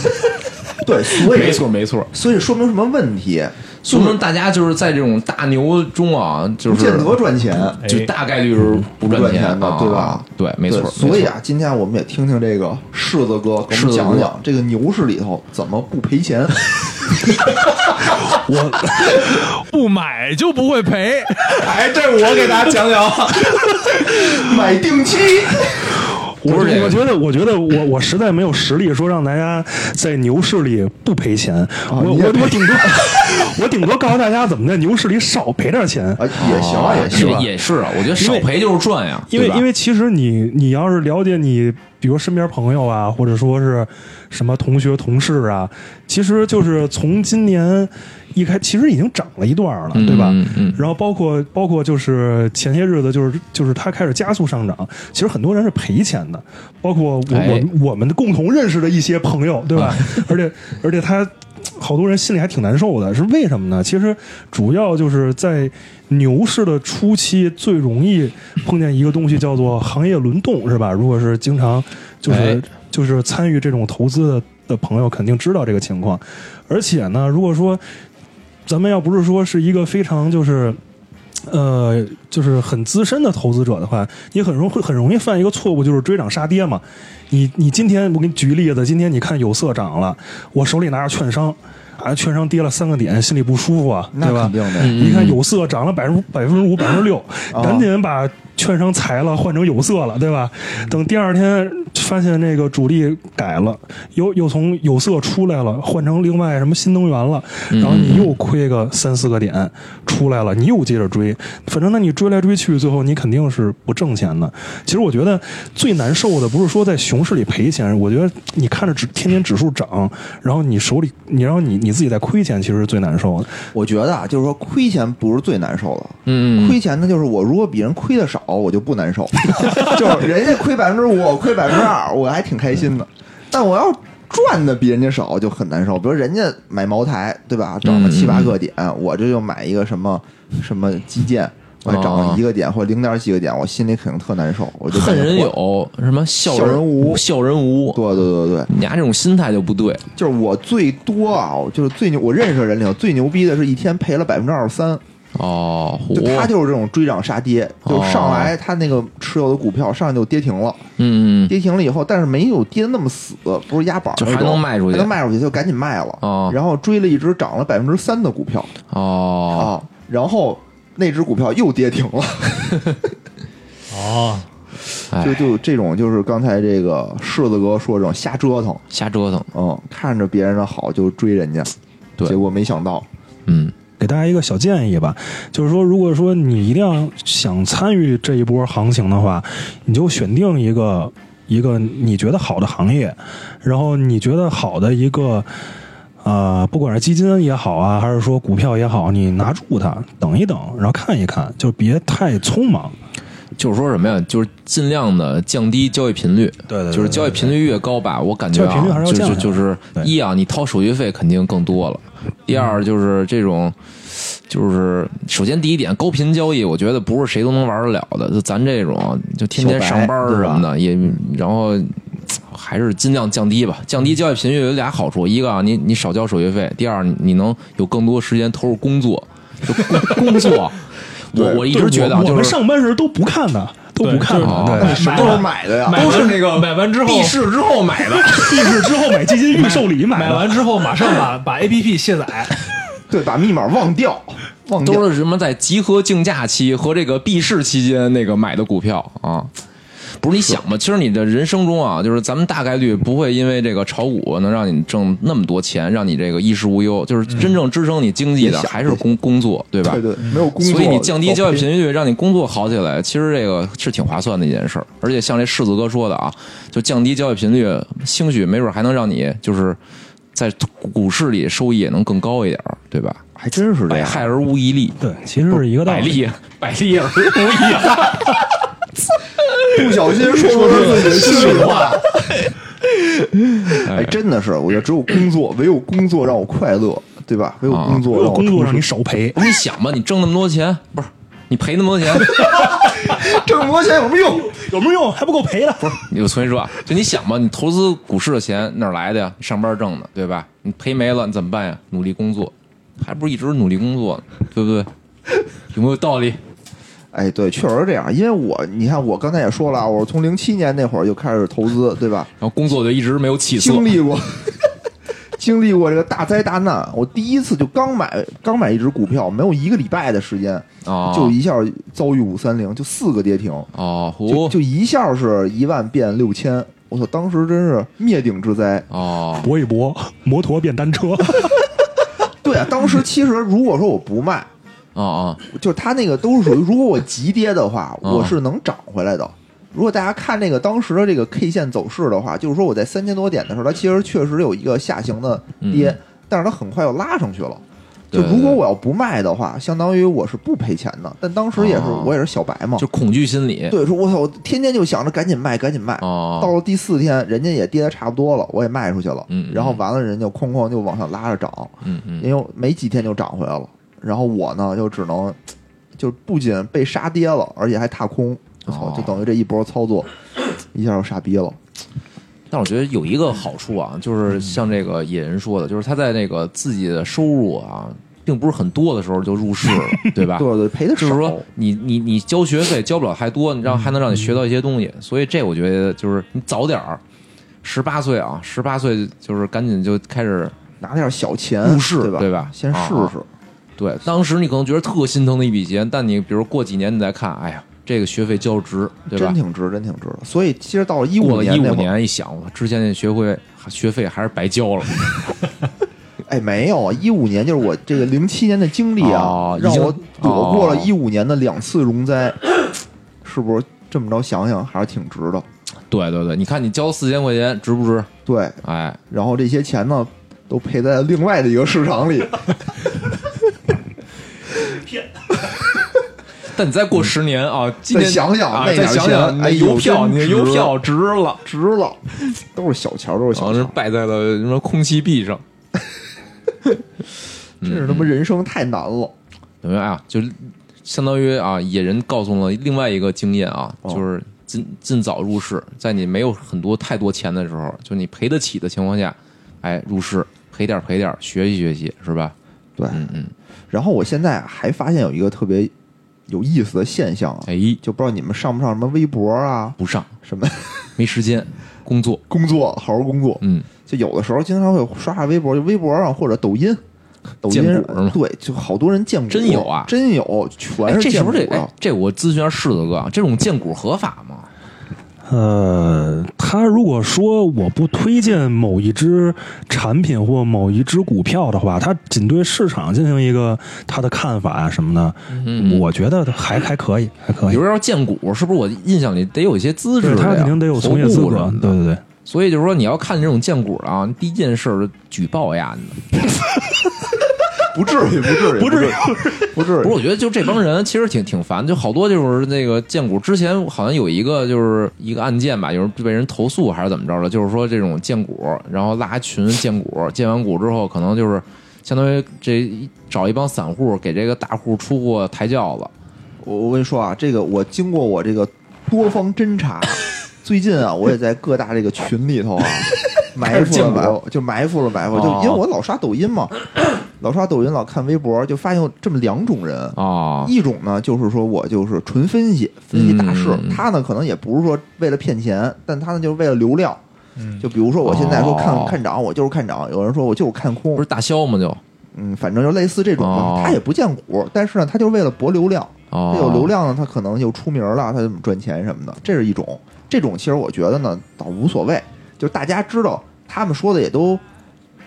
Speaker 1: 对，所以
Speaker 2: 没错没错。
Speaker 1: 所以说明什么问题？
Speaker 2: 说明大家就是在这种大牛中啊，就
Speaker 1: 不见
Speaker 2: 是
Speaker 1: 得赚钱，
Speaker 2: 就大概率是不赚
Speaker 1: 不赚钱的
Speaker 2: 啊
Speaker 1: 对吧？
Speaker 2: 对，没错
Speaker 1: 对。所以
Speaker 2: 没错
Speaker 1: 啊，今天我们也听听这个柿子哥给我
Speaker 2: 柿
Speaker 1: 们
Speaker 2: 子
Speaker 1: 讲
Speaker 2: 哥
Speaker 1: 讲这个牛市里头怎么不赔 钱。
Speaker 3: 不买就不会赔。
Speaker 1: 啊
Speaker 2: 哎，这我给大家讲啊讲。
Speaker 1: 买定期，
Speaker 4: 我
Speaker 2: 不是这个
Speaker 4: 我觉得，我觉得我我实在没有实力说让大家在牛市里不赔钱。
Speaker 2: 啊
Speaker 4: 我
Speaker 1: 你也
Speaker 4: 我
Speaker 1: 赔
Speaker 4: 我顶多 我顶多告诉大家怎么在牛市里少赔点钱。
Speaker 1: 啊，也行啊，也行啊。
Speaker 2: 也是啊，我觉得少赔就是赚呀，
Speaker 4: 因为
Speaker 2: 对吧
Speaker 4: 因为其实你你要是了解你，比如身边朋友啊，或者说是什么同学同事啊，其实就是从今年一开，其实已经涨了一段了，
Speaker 2: 嗯
Speaker 4: 对吧？
Speaker 2: 嗯嗯
Speaker 4: 然后包括包括就是前些日子就是就是它开始加速上涨，其实很多人是赔钱的，包括我、
Speaker 2: 哎啊
Speaker 4: 我们我们共同认识的一些朋友，对吧？而且而且他好多人心里还挺难受的，是为什么呢？其实主要就是在牛市的初期最容易碰见一个东西叫做行业轮动，是吧？如果是经常就是、
Speaker 2: 哎
Speaker 4: 就是参与这种投资的的朋友肯定知道这个情况，而且呢，如果说咱们要不是说是一个非常就是。呃，就是很资深的投资者的话，你很容会很容易犯一个错误，就是追涨杀跌嘛。你你今天我给你举个例子，今天你看有色涨了，我手里拿着券商，啊，券商跌了三个点，心里不舒服啊，
Speaker 1: 那
Speaker 4: 对吧
Speaker 1: 肯？定的，
Speaker 2: 嗯哦
Speaker 4: 你看有色涨了百分百分之五、百分之六，赶紧把券商裁了，换成有色了，对吧？等第二天发现那个主力改了，又又从有色出来了，换成另外什么新能源了，
Speaker 2: 嗯
Speaker 4: 然后你又亏个三四个点出来了，你又接着追，反正那你追来追去，最后你肯定是不挣钱的。其实我觉得最难受的不是说在熊市里赔钱，我觉得你看着指天天指数涨，然后你手里你然后你你自己在亏钱，其实是最难受的。
Speaker 1: 我觉得啊，就是说亏钱不是最难受的。
Speaker 2: 嗯嗯
Speaker 1: 亏钱的就是我，如果比人亏的少，我就不难 受，就是人家亏百分之五，我亏百分之二，我还挺开心的。但我要赚的比人家少就很难受。比如人家买茅台，对吧？涨
Speaker 2: 嗯
Speaker 1: 了七八个点，我这就买一个什么什么基建，我
Speaker 2: 哦
Speaker 1: 还涨了一个点或零点几个点，我心里肯定特难受。我就感
Speaker 2: 恨
Speaker 1: 觉
Speaker 2: 人
Speaker 1: 活
Speaker 2: 有什么笑
Speaker 1: 笑人无
Speaker 2: 笑人无。
Speaker 1: 对对对对，
Speaker 2: 你俩这种心态就不对，
Speaker 1: 就是我最多啊，我就是最牛，我认识的人里头最牛逼的是一天赔了百分之二十三，
Speaker 2: 哦，
Speaker 1: 就他
Speaker 2: 我
Speaker 1: 就是这种追涨杀跌，就上来他那个持有的股票上来就跌停了，
Speaker 2: 嗯嗯
Speaker 1: 跌停了以后，但是没有跌得那么死，不是压板儿
Speaker 2: 就还
Speaker 1: 那种
Speaker 2: 能卖出去
Speaker 1: 还能卖出去就赶紧卖了，
Speaker 2: 哦
Speaker 1: 然后追了一只涨了百分之三的股票
Speaker 2: 哦，
Speaker 1: 啊，然后那只股票又跌停了，
Speaker 3: 哦，
Speaker 2: 哎
Speaker 1: 就就这种就是刚才这个柿子哥说这种瞎折腾，
Speaker 2: 瞎折腾，
Speaker 1: 嗯，看着别人的好就追人家，
Speaker 2: 对
Speaker 1: 结果没想到，
Speaker 2: 嗯
Speaker 4: 给大家一个小建议吧，就是说，如果说你一定要想参与这一波行情的话，你就选定一个一个你觉得好的行业，然后你觉得好的一个。呃，不管是基金也好啊，还是说股票也好，你拿住它，等一等，然后看一看，就别太匆忙。
Speaker 2: 就是说什么呀？就是尽量的降低交易频率。
Speaker 4: 对对对
Speaker 2: 就是交易频率越高吧，我感觉
Speaker 4: 交易频率还
Speaker 2: 啊，
Speaker 4: 是
Speaker 2: 就就
Speaker 4: 要降下来
Speaker 2: 就是
Speaker 4: 对嗯
Speaker 2: 一啊，你掏手续费肯定更多了。第二就是这种，就是首先第一点，高频交易，我觉得不是谁都能玩得了的。就咱这种，就天天
Speaker 1: 小白
Speaker 2: 上班儿
Speaker 1: 对吧
Speaker 2: 什么的，也然后嘖还是尽量降低吧。降低交易频率有俩好处：一个啊，你你少交手续费；第二，你你能有更多时间投入工作，就工工 作。我
Speaker 1: 对
Speaker 2: 我一直觉得啊
Speaker 4: 我
Speaker 2: 就
Speaker 4: 们
Speaker 2: 是
Speaker 4: 上班时都不看的，都不看
Speaker 3: 对
Speaker 4: 的，
Speaker 2: 就是
Speaker 4: 对，
Speaker 1: 什么时候买的呀？
Speaker 3: 买完买完之后，
Speaker 2: 市之后买的。
Speaker 4: 闭市之后买基金预售礼买
Speaker 3: 买
Speaker 4: 的，
Speaker 3: 完之后马上把把 A P P 卸载，
Speaker 1: 对，把密码忘掉，忘掉。
Speaker 2: 都是什么在集合竞价期和这个闭市期间那个买的股票啊。不是你想吧？其实你的人生中啊，就是咱们大概率不会因为这个炒股能让你挣那么多钱，让你这个衣食无忧。就是真正支撑你经济的
Speaker 1: 别想
Speaker 2: 还是工工作，嗯对吧？
Speaker 1: 对对，没有工作，
Speaker 2: 所以你降低交易频
Speaker 1: 率，
Speaker 2: 率，让你工作好起来，其实这个是挺划算的一件事儿。而且像这柿子哥说的啊，就降低交易频率，兴许没准还能让你就是在股市里收益也能更高一点儿，对吧？
Speaker 1: 还真是这
Speaker 2: 百
Speaker 1: 样。
Speaker 2: 害而无一利。
Speaker 4: 对，其实是一个道
Speaker 2: 百
Speaker 4: 理。
Speaker 2: 利百利而无一害。
Speaker 1: 不小心说出了自己的心里话。哎，真的是，我觉得只有工作，唯有工作让我快乐，对吧？唯有工作让我
Speaker 4: 工
Speaker 1: 充
Speaker 4: 作
Speaker 1: 实
Speaker 4: 让你少赔，
Speaker 2: 你想吧，你挣那么多钱，不是你赔那么多 钱，
Speaker 1: 挣魔钱有什么用？
Speaker 4: 有没有用？还不够赔的。
Speaker 2: 你我重新说啊，就你想吧，你投资股市的钱哪儿来的呀？你上班挣的，对吧？你赔没了，你怎么办呀？努力工作，还不是一直努力工作呢，对不对？有没有道理？
Speaker 1: 哎，对，确实是这样。因为我，你看，我刚才也说了啊，我从零七年那会儿就开始投资，对吧？
Speaker 2: 然后工作就一直没有起 色，
Speaker 1: 经历过， 经历过这个大灾大难。我第一次就刚买，刚买一只股票，没有一个礼拜的时间，
Speaker 2: 哦
Speaker 1: 就一下遭遇五三零，就四个跌停。
Speaker 2: 哦，
Speaker 1: 就
Speaker 2: 胡
Speaker 1: 就一下是一万变六千，我操，当时真是灭顶之 灾。
Speaker 2: 哦，
Speaker 4: 搏一搏，摩托变单车。
Speaker 1: 对啊，当时其实如果说我不卖，
Speaker 2: 哦哦，
Speaker 1: 就是它那个都是属于，如果我急跌的话，
Speaker 2: 嗯
Speaker 1: 我是能涨回来的。如果大家看那个当时的这个 K 线走势的话，就是说我在三千多点的时候，它其实确实有一个下行的跌，但是它很快又拉上去了。就
Speaker 2: 嗯对
Speaker 1: 如果我要不卖的话，相当于我是不赔钱的。但当时也是、
Speaker 2: 哦
Speaker 1: 我也是小白嘛，
Speaker 2: 就恐惧心理，
Speaker 1: 对，说我操，我天天就想着赶紧卖，赶紧卖。
Speaker 2: 哦
Speaker 1: 到了第四天，人家也跌的差不多了，我也卖出去了。
Speaker 2: 嗯嗯
Speaker 1: 然后完了，人家哐哐就往上拉着涨，
Speaker 2: 嗯嗯，
Speaker 1: 因为没几天就涨回来了。然后我呢，就只能就不仅被杀跌了，而且还踏空。我操
Speaker 2: 哦，
Speaker 1: 就等于这一波操作一下就傻逼了。
Speaker 2: 但我觉得有一个好处啊，就是像这个野人说的，就是他在那个自己的收入啊，并不是很多的时候就入市了，对 吧？
Speaker 1: 对对，赔的 少。
Speaker 2: 就是说你你你交学费交不了太多，然后还能让你学到一些东西，所以这我觉得就是你早点儿，十八岁啊，十八岁就是赶紧就开始
Speaker 1: 拿点小钱
Speaker 2: 入市
Speaker 1: 对吧？
Speaker 2: 对吧
Speaker 1: 先试
Speaker 2: 啊
Speaker 1: 试。
Speaker 2: 对，当时你可能觉得特心疼的一笔钱，但你比如过几年你再看，哎呀，这个学费交值，对吧
Speaker 1: 真？挺值，真挺值的。所以其实到了一
Speaker 2: 过
Speaker 1: 五
Speaker 2: 了一
Speaker 1: 那
Speaker 2: 五
Speaker 1: 会儿，
Speaker 2: 年一想，我之前那学会学费还是白交了，
Speaker 1: 哎，没有啊，一五年就是我这个零七年的经历啊，
Speaker 2: 哦
Speaker 1: 让我
Speaker 2: 已经
Speaker 1: 躲过了
Speaker 2: 哦
Speaker 1: 一五年的两次融灾， 是不是？这么着想想还是挺值的。
Speaker 2: 对对对，你看你交四千块钱值不值？
Speaker 1: 对，
Speaker 2: 哎，
Speaker 1: 然后这些钱呢，都赔在另外的一个市场里。
Speaker 2: 但你再过十年啊，今
Speaker 1: 再
Speaker 2: 年
Speaker 1: 想想
Speaker 2: 啊，
Speaker 1: 那
Speaker 2: 再
Speaker 1: 点
Speaker 2: 想
Speaker 1: 钱
Speaker 2: 想你
Speaker 1: 哎
Speaker 2: 的
Speaker 1: 呦
Speaker 2: 邮票，
Speaker 1: 真
Speaker 2: 你的
Speaker 1: 值
Speaker 2: 邮票值了，
Speaker 1: 值了， 都是小钱儿，都是
Speaker 2: 然
Speaker 1: 小
Speaker 2: 后是
Speaker 1: 钱儿，
Speaker 2: 败在了什么空气壁上。嗯
Speaker 1: 真是他妈人生太难了。
Speaker 2: 怎么样啊？就相当于啊，野人告诉了另外一个经验啊，
Speaker 1: 哦
Speaker 2: 就是尽尽早入市，在你没有很多太多钱的时候，就你赔得起的情况下，哎，入市赔点儿赔点儿，学习学习是吧？
Speaker 1: 对，
Speaker 2: 嗯嗯，
Speaker 1: 然后我现在还发现有一个特别有意思的现象啊，
Speaker 2: 哎，
Speaker 1: 就不知道你们上不上什么微博啊，
Speaker 2: 不上
Speaker 1: 什么
Speaker 2: 没时间，工作，
Speaker 1: 工作，好好工作。
Speaker 2: 嗯，
Speaker 1: 就有的时候经常会刷刷微博，就微博上或者抖音，抖音
Speaker 2: 见股是吗
Speaker 1: 对，就好多人见股，
Speaker 2: 真有啊
Speaker 1: 真有，
Speaker 2: 哎
Speaker 1: 全，
Speaker 2: 这
Speaker 1: 是
Speaker 2: 是
Speaker 1: 见
Speaker 2: 不
Speaker 1: 股
Speaker 2: 是得哎
Speaker 1: 啊，
Speaker 2: 这我咨询下柿子哥啊，这种荐股合法吗？
Speaker 4: 呃，他如果说我不推荐某一只产品或某一只股票的话，他仅对市场进行一个他的看法啊什么的，
Speaker 2: 嗯
Speaker 4: 我觉得还还可以，还可
Speaker 2: 比
Speaker 4: 以
Speaker 2: 如。要荐股，是不是我印象里得有一些资质
Speaker 4: 哎对
Speaker 2: 的呀？
Speaker 4: 他肯定得有从业资
Speaker 2: 投顾什
Speaker 4: 格
Speaker 2: 么，的
Speaker 4: 对对对，
Speaker 2: 所以就是说，你要看这种荐股的啊，第一件事儿举报呀，你
Speaker 1: 不至于，不 至于，不至于，不至
Speaker 2: 不是，
Speaker 1: 于。
Speaker 2: 我觉得就这帮人其实挺挺烦，就好多就是那个荐股之前好像有一个就是一个案件吧，有人被人投诉还是怎么着的，就是说这种荐股，然后拉群荐股，荐完股之后可能就是相当于这一找一帮散户给这个大户出货抬轿子，
Speaker 1: 我我跟你说啊，这个我经过我这个多方侦查，最近啊，我也在各大这个群里头啊，埋伏了埋伏，就埋伏了埋伏，就
Speaker 2: 哦
Speaker 1: 因为我老刷抖音嘛，老刷抖音，老看微博，就发现有这么两种人
Speaker 2: 啊，
Speaker 1: 一种呢，就是说我就是纯分析，分析大势。
Speaker 2: 嗯
Speaker 1: 他呢，可能也不是说为了骗钱，但他呢就是为了流量。
Speaker 3: 嗯
Speaker 1: 就比如说我现在说看、
Speaker 2: 哦
Speaker 1: 看涨，我就是看涨；有人说我就是看
Speaker 2: 不
Speaker 1: 空
Speaker 2: 是，大销吗就？
Speaker 1: 嗯，反正就类似这种吧。
Speaker 2: 哦
Speaker 1: 他也不见股，但是呢，他就是为了博流量。
Speaker 2: 哦，
Speaker 1: 他有流量呢，他可能就出名了，他怎么赚钱什么的，这是一种。这种其实我觉得呢，倒无所谓，就大家知道他们说的也都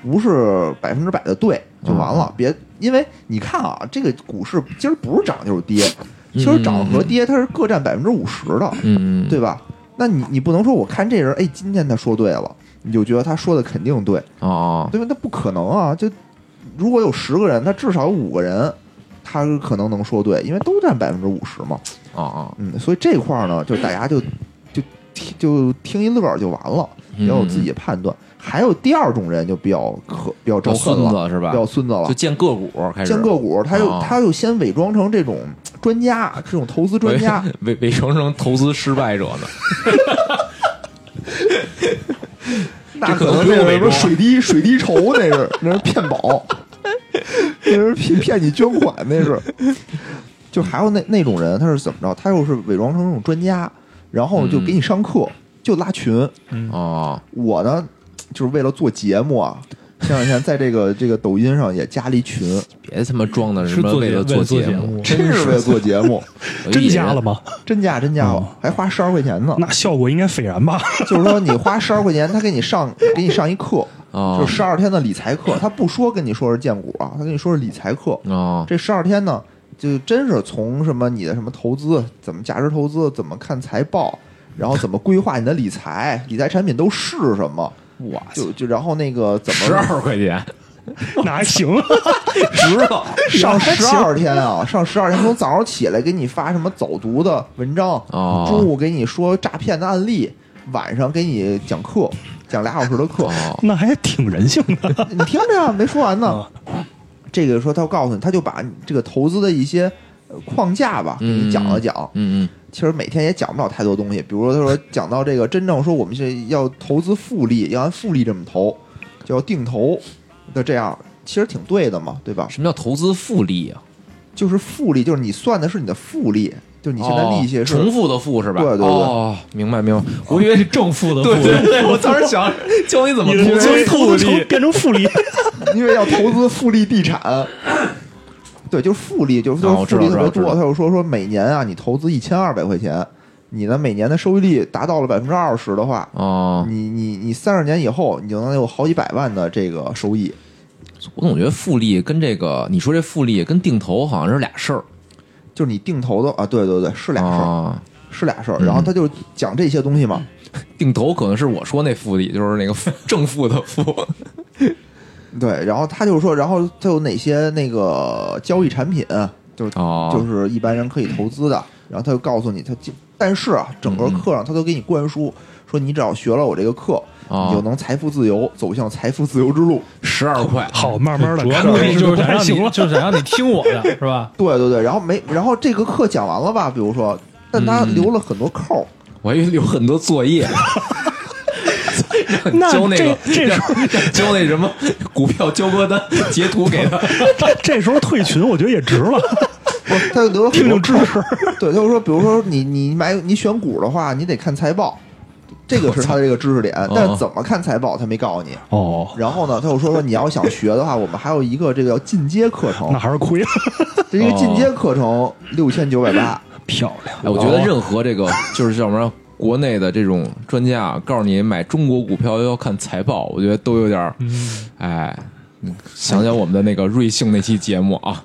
Speaker 1: 不是百分之百的对就完
Speaker 2: 嗯
Speaker 1: 了，别因为你看啊，这个股市今儿不是涨就是跌，其
Speaker 2: 嗯
Speaker 1: 实涨和跌它是各占百分之五十的，
Speaker 2: 嗯，嗯，
Speaker 1: 对吧？那你你不能说我看这人，哎，今天他说对了，你就觉得他说的肯定对，
Speaker 2: 哦，
Speaker 1: 对吧？那不可能啊！就如果有十个人，他至少有五个人，他可能能说对，因为都占百分之五十嘛。
Speaker 2: 哦哦，
Speaker 1: 嗯，所以这块儿呢，就大家就就听就听一乐儿就完了，
Speaker 2: 嗯
Speaker 1: 要有自己判断。还有第二种人就比较可比较招
Speaker 2: 叫
Speaker 1: 恨
Speaker 2: 嗯孙
Speaker 1: 了，
Speaker 2: 子是吧
Speaker 1: 比？较孙子了
Speaker 2: 就。见个股开始，
Speaker 1: 见个股，他又
Speaker 2: 哦
Speaker 1: 他又先伪装成这种专家，这种投资专 家，
Speaker 2: 伪伪伪装成投资失败者呢。
Speaker 1: 那可
Speaker 2: 可能
Speaker 1: 能
Speaker 2: 不用
Speaker 1: 那
Speaker 2: 伪
Speaker 1: 是什
Speaker 2: 装
Speaker 1: 么水滴水滴筹，那是那是骗保，那是骗骗你捐款，那是。就还有那那种人，他是怎么着？他又是伪装成那种专家，然后就给
Speaker 2: 嗯
Speaker 1: 你上课，就拉群，
Speaker 2: 哦，
Speaker 1: 我呢，就是为了做节目啊，前两天在这个这个抖音上也加了一群，
Speaker 2: 别他妈装的什
Speaker 3: 是
Speaker 2: 么
Speaker 3: 做
Speaker 2: 为了
Speaker 3: 做
Speaker 2: 节哎
Speaker 3: 目，
Speaker 1: 真是为了做节目，
Speaker 4: 真加了吗？
Speaker 1: 真加真加
Speaker 2: 嗯
Speaker 4: 哦，
Speaker 1: 还花十二块钱呢。
Speaker 4: 那效果应该斐然吧？
Speaker 1: 就是说，你花十二块钱，他给你上给你上一课，
Speaker 2: 哦
Speaker 1: 就十二天的理财课，他不说跟你说是荐股啊，他跟你说是理财课。
Speaker 2: 哦，
Speaker 1: 这十二天呢，就真是从什么你的什么投资，怎么价值投资，怎么看财报，然后怎么规划你的理财，理财产品都是什么，
Speaker 2: 哇
Speaker 1: 就就然后那个怎么
Speaker 2: 十二块钱，
Speaker 4: 那还行，
Speaker 2: 值 了。
Speaker 1: 上十二天啊，上十二天，从早上起来给你发什么走读的文章，
Speaker 2: 哦
Speaker 1: 中午给你说诈骗的案例，晚上给你讲课，讲俩小时的课，
Speaker 2: 哦，
Speaker 4: 那还挺人性的。
Speaker 1: 你听着啊，没说完呢。这个说他告诉你，他就把这个投资的一些呃框架吧，给你讲了讲。
Speaker 2: 嗯
Speaker 1: 其实每天也讲不了太多东西，比如说他说讲到这个真正说我们是要投资复利，要按复利这么投，就要定投的这样，其实挺对的嘛，对吧
Speaker 2: 嗯，？什么叫投资复利啊？
Speaker 1: 就是复利，就是你算的是你的复利，就是你现在利息
Speaker 2: 哦
Speaker 1: 是、
Speaker 2: 重复的复是吧？
Speaker 1: 对对对
Speaker 2: 哦，明白明白。
Speaker 3: 我以为是正负的负，
Speaker 2: 对，我当时想教你怎么
Speaker 4: 你
Speaker 2: 投资
Speaker 4: 的
Speaker 2: 复
Speaker 4: 投资成
Speaker 2: 利。
Speaker 4: 变成复利，
Speaker 1: 因为要投资复利地产。对，就是复利，就是
Speaker 2: 啊
Speaker 1: 就
Speaker 2: 我
Speaker 1: 是
Speaker 2: 知
Speaker 1: 复
Speaker 2: 道
Speaker 1: 利特别
Speaker 2: 知道知
Speaker 1: 多。
Speaker 2: 道
Speaker 1: 他就说说每年啊，你投资一千二百块钱，你呢每年的收益率达到了百分之二十的话，
Speaker 2: 哦，
Speaker 1: 你你你三十年以后，你就能有好几百万的这个收益。
Speaker 2: 我总觉得复利跟这个你说这复利跟定投好像是俩事儿，
Speaker 1: 就是你定投的啊，对对对，是俩事儿，
Speaker 2: 啊，
Speaker 1: 是俩事儿。然后他就讲这些东西嘛，
Speaker 2: 定投可能是我说那复利，就是那个 负正负的负。嗯
Speaker 1: 对。然后他就说，然后他有哪些那个交易产品，就是
Speaker 4: 啊
Speaker 2: 哦
Speaker 1: 就是一般人可以投资的。然后他就告诉你，他就但是啊，整个课上他都给你灌输说，你只要学了我这个课，
Speaker 2: 哦
Speaker 4: 啊
Speaker 1: 你就能财富自由，走向财富自由之路。
Speaker 2: 十二块，
Speaker 4: 好，慢慢 的
Speaker 3: 主要
Speaker 4: 看
Speaker 3: 目的就是想让
Speaker 4: 行
Speaker 3: 你，
Speaker 4: 了，
Speaker 3: 就是想让你听我的，是 吧？
Speaker 1: 对对对，然后没，然后这个课讲完了吧？比如说，但他留了很多扣儿，
Speaker 2: 我还以为留很多作业。让你
Speaker 4: 那
Speaker 2: 交那个，
Speaker 4: 这这
Speaker 2: 让让 交那什么股票交割单，截图给他。
Speaker 4: 这 这时候退群，我觉得也值了，
Speaker 1: 不是，他就留了很
Speaker 4: 嗯听
Speaker 1: 多
Speaker 4: 听
Speaker 1: 扣
Speaker 4: 知
Speaker 1: 儿。
Speaker 4: 识。
Speaker 1: 对，他就说，比如说你你买你选股的话，你得看财报，这个是他的这个知识 点，
Speaker 4: 嗯
Speaker 1: 但是怎么看财报他没告诉你。
Speaker 4: 哦，
Speaker 1: 然后呢，他又说说你要想学的话，我们还有一个这个叫进阶课程
Speaker 4: 那，还是亏了，
Speaker 1: 这一个
Speaker 2: 哦
Speaker 1: 进阶课程六千九百 八，
Speaker 4: 漂亮。
Speaker 2: 哎，我觉得任何这个就是叫什么国内的这种专家啊告诉你买中国股票要看财报，我觉得都有点儿，哎，嗯想想我们的那个瑞幸那期节目啊，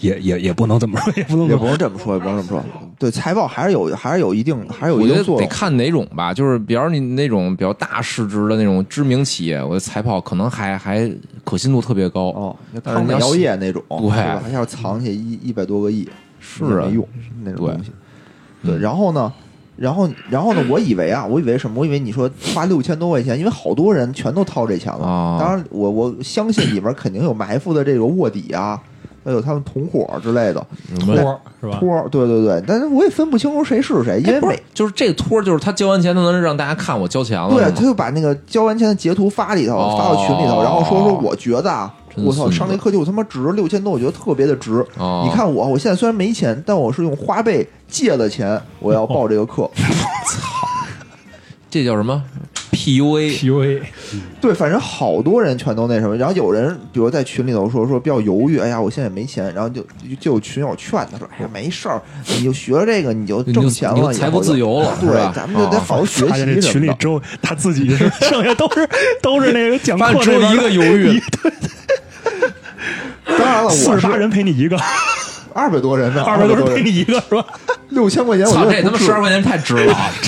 Speaker 4: 也也也不能这么说，也 不能
Speaker 1: 也
Speaker 4: 这么
Speaker 1: 不是这么说，也不是这么说。对，财报还是有，还是有一定，还是有
Speaker 2: 我
Speaker 1: 一
Speaker 2: 觉
Speaker 1: 定
Speaker 2: 得
Speaker 1: 作
Speaker 2: 得
Speaker 1: 用。
Speaker 2: 看哪种吧，就是比方说你那种比较大市值的那种知名企业，我的财报可能还还可信度特别高。
Speaker 1: 哦，那
Speaker 2: 但是
Speaker 1: 康
Speaker 2: 你
Speaker 1: 美
Speaker 2: 要
Speaker 1: 药
Speaker 2: 写
Speaker 1: 业那种，
Speaker 2: 对
Speaker 1: 是吧？要藏起一一百多个亿，
Speaker 2: 是
Speaker 1: 也
Speaker 2: 啊
Speaker 1: 没用那种
Speaker 2: 对嗯
Speaker 1: 东西。对，然后呢，然后然后呢，我以为啊，我以为什么？我以为你说花六千多块钱，因为好多人全都掏这钱了。
Speaker 2: 啊
Speaker 1: 当然我，我相信里面肯定有埋伏的这个卧底啊，还有他们同伙之类的
Speaker 2: 什么
Speaker 3: 托儿是吧？
Speaker 1: 托儿。对对对，但是我也分不清楚谁是谁，因为
Speaker 2: 哎不
Speaker 1: 每
Speaker 2: 是，就是这托儿，就是他交完钱，他能让大家看我交钱了，
Speaker 1: 对，他
Speaker 2: 是吗
Speaker 1: 就把那个交完钱的截图发里头，
Speaker 2: 嗯哦
Speaker 1: 发到群里头，然后说说我觉得啊，
Speaker 2: 真
Speaker 1: 我操，
Speaker 2: 孙子
Speaker 1: 上那课就他妈值六千多，我觉得特别的值。
Speaker 2: 哦
Speaker 1: 你看我，我现在虽然没钱，但我是用花呗借的钱，我要报这个
Speaker 2: 哦
Speaker 1: 课。
Speaker 2: 这叫什么 PUA？
Speaker 3: PUA
Speaker 1: 对，反正好多人全都那什么，然后有人比如在群里头说说比较犹豫，哎呀，我现在没钱，然后就就就有群友劝他说，哎呀，没事儿，你就学这个你就
Speaker 2: 你就
Speaker 1: 挣钱
Speaker 2: 你
Speaker 1: 了，
Speaker 2: 就财富自由了是吧
Speaker 1: 对，咱们就得
Speaker 2: 哦
Speaker 1: 好好学
Speaker 4: 发现这
Speaker 1: 习什
Speaker 4: 群
Speaker 1: 么
Speaker 4: 里
Speaker 1: 的。
Speaker 4: 只有他自己是，剩下都是 都是那个讲
Speaker 2: 发
Speaker 4: 课
Speaker 2: 现只有一个犹 豫，
Speaker 1: 当然了，
Speaker 4: 四
Speaker 1: 我
Speaker 4: 十
Speaker 1: 是
Speaker 4: 八人陪你 一个，
Speaker 1: 二百多人呢，
Speaker 4: 二
Speaker 1: 百
Speaker 4: 百多人
Speaker 1: 人
Speaker 4: 陪，你一个是吧？
Speaker 1: 六千块钱，我觉
Speaker 2: 操，
Speaker 1: 得
Speaker 2: 这他妈
Speaker 1: 不
Speaker 2: 十
Speaker 1: 是
Speaker 2: 二块 钱太值了啊！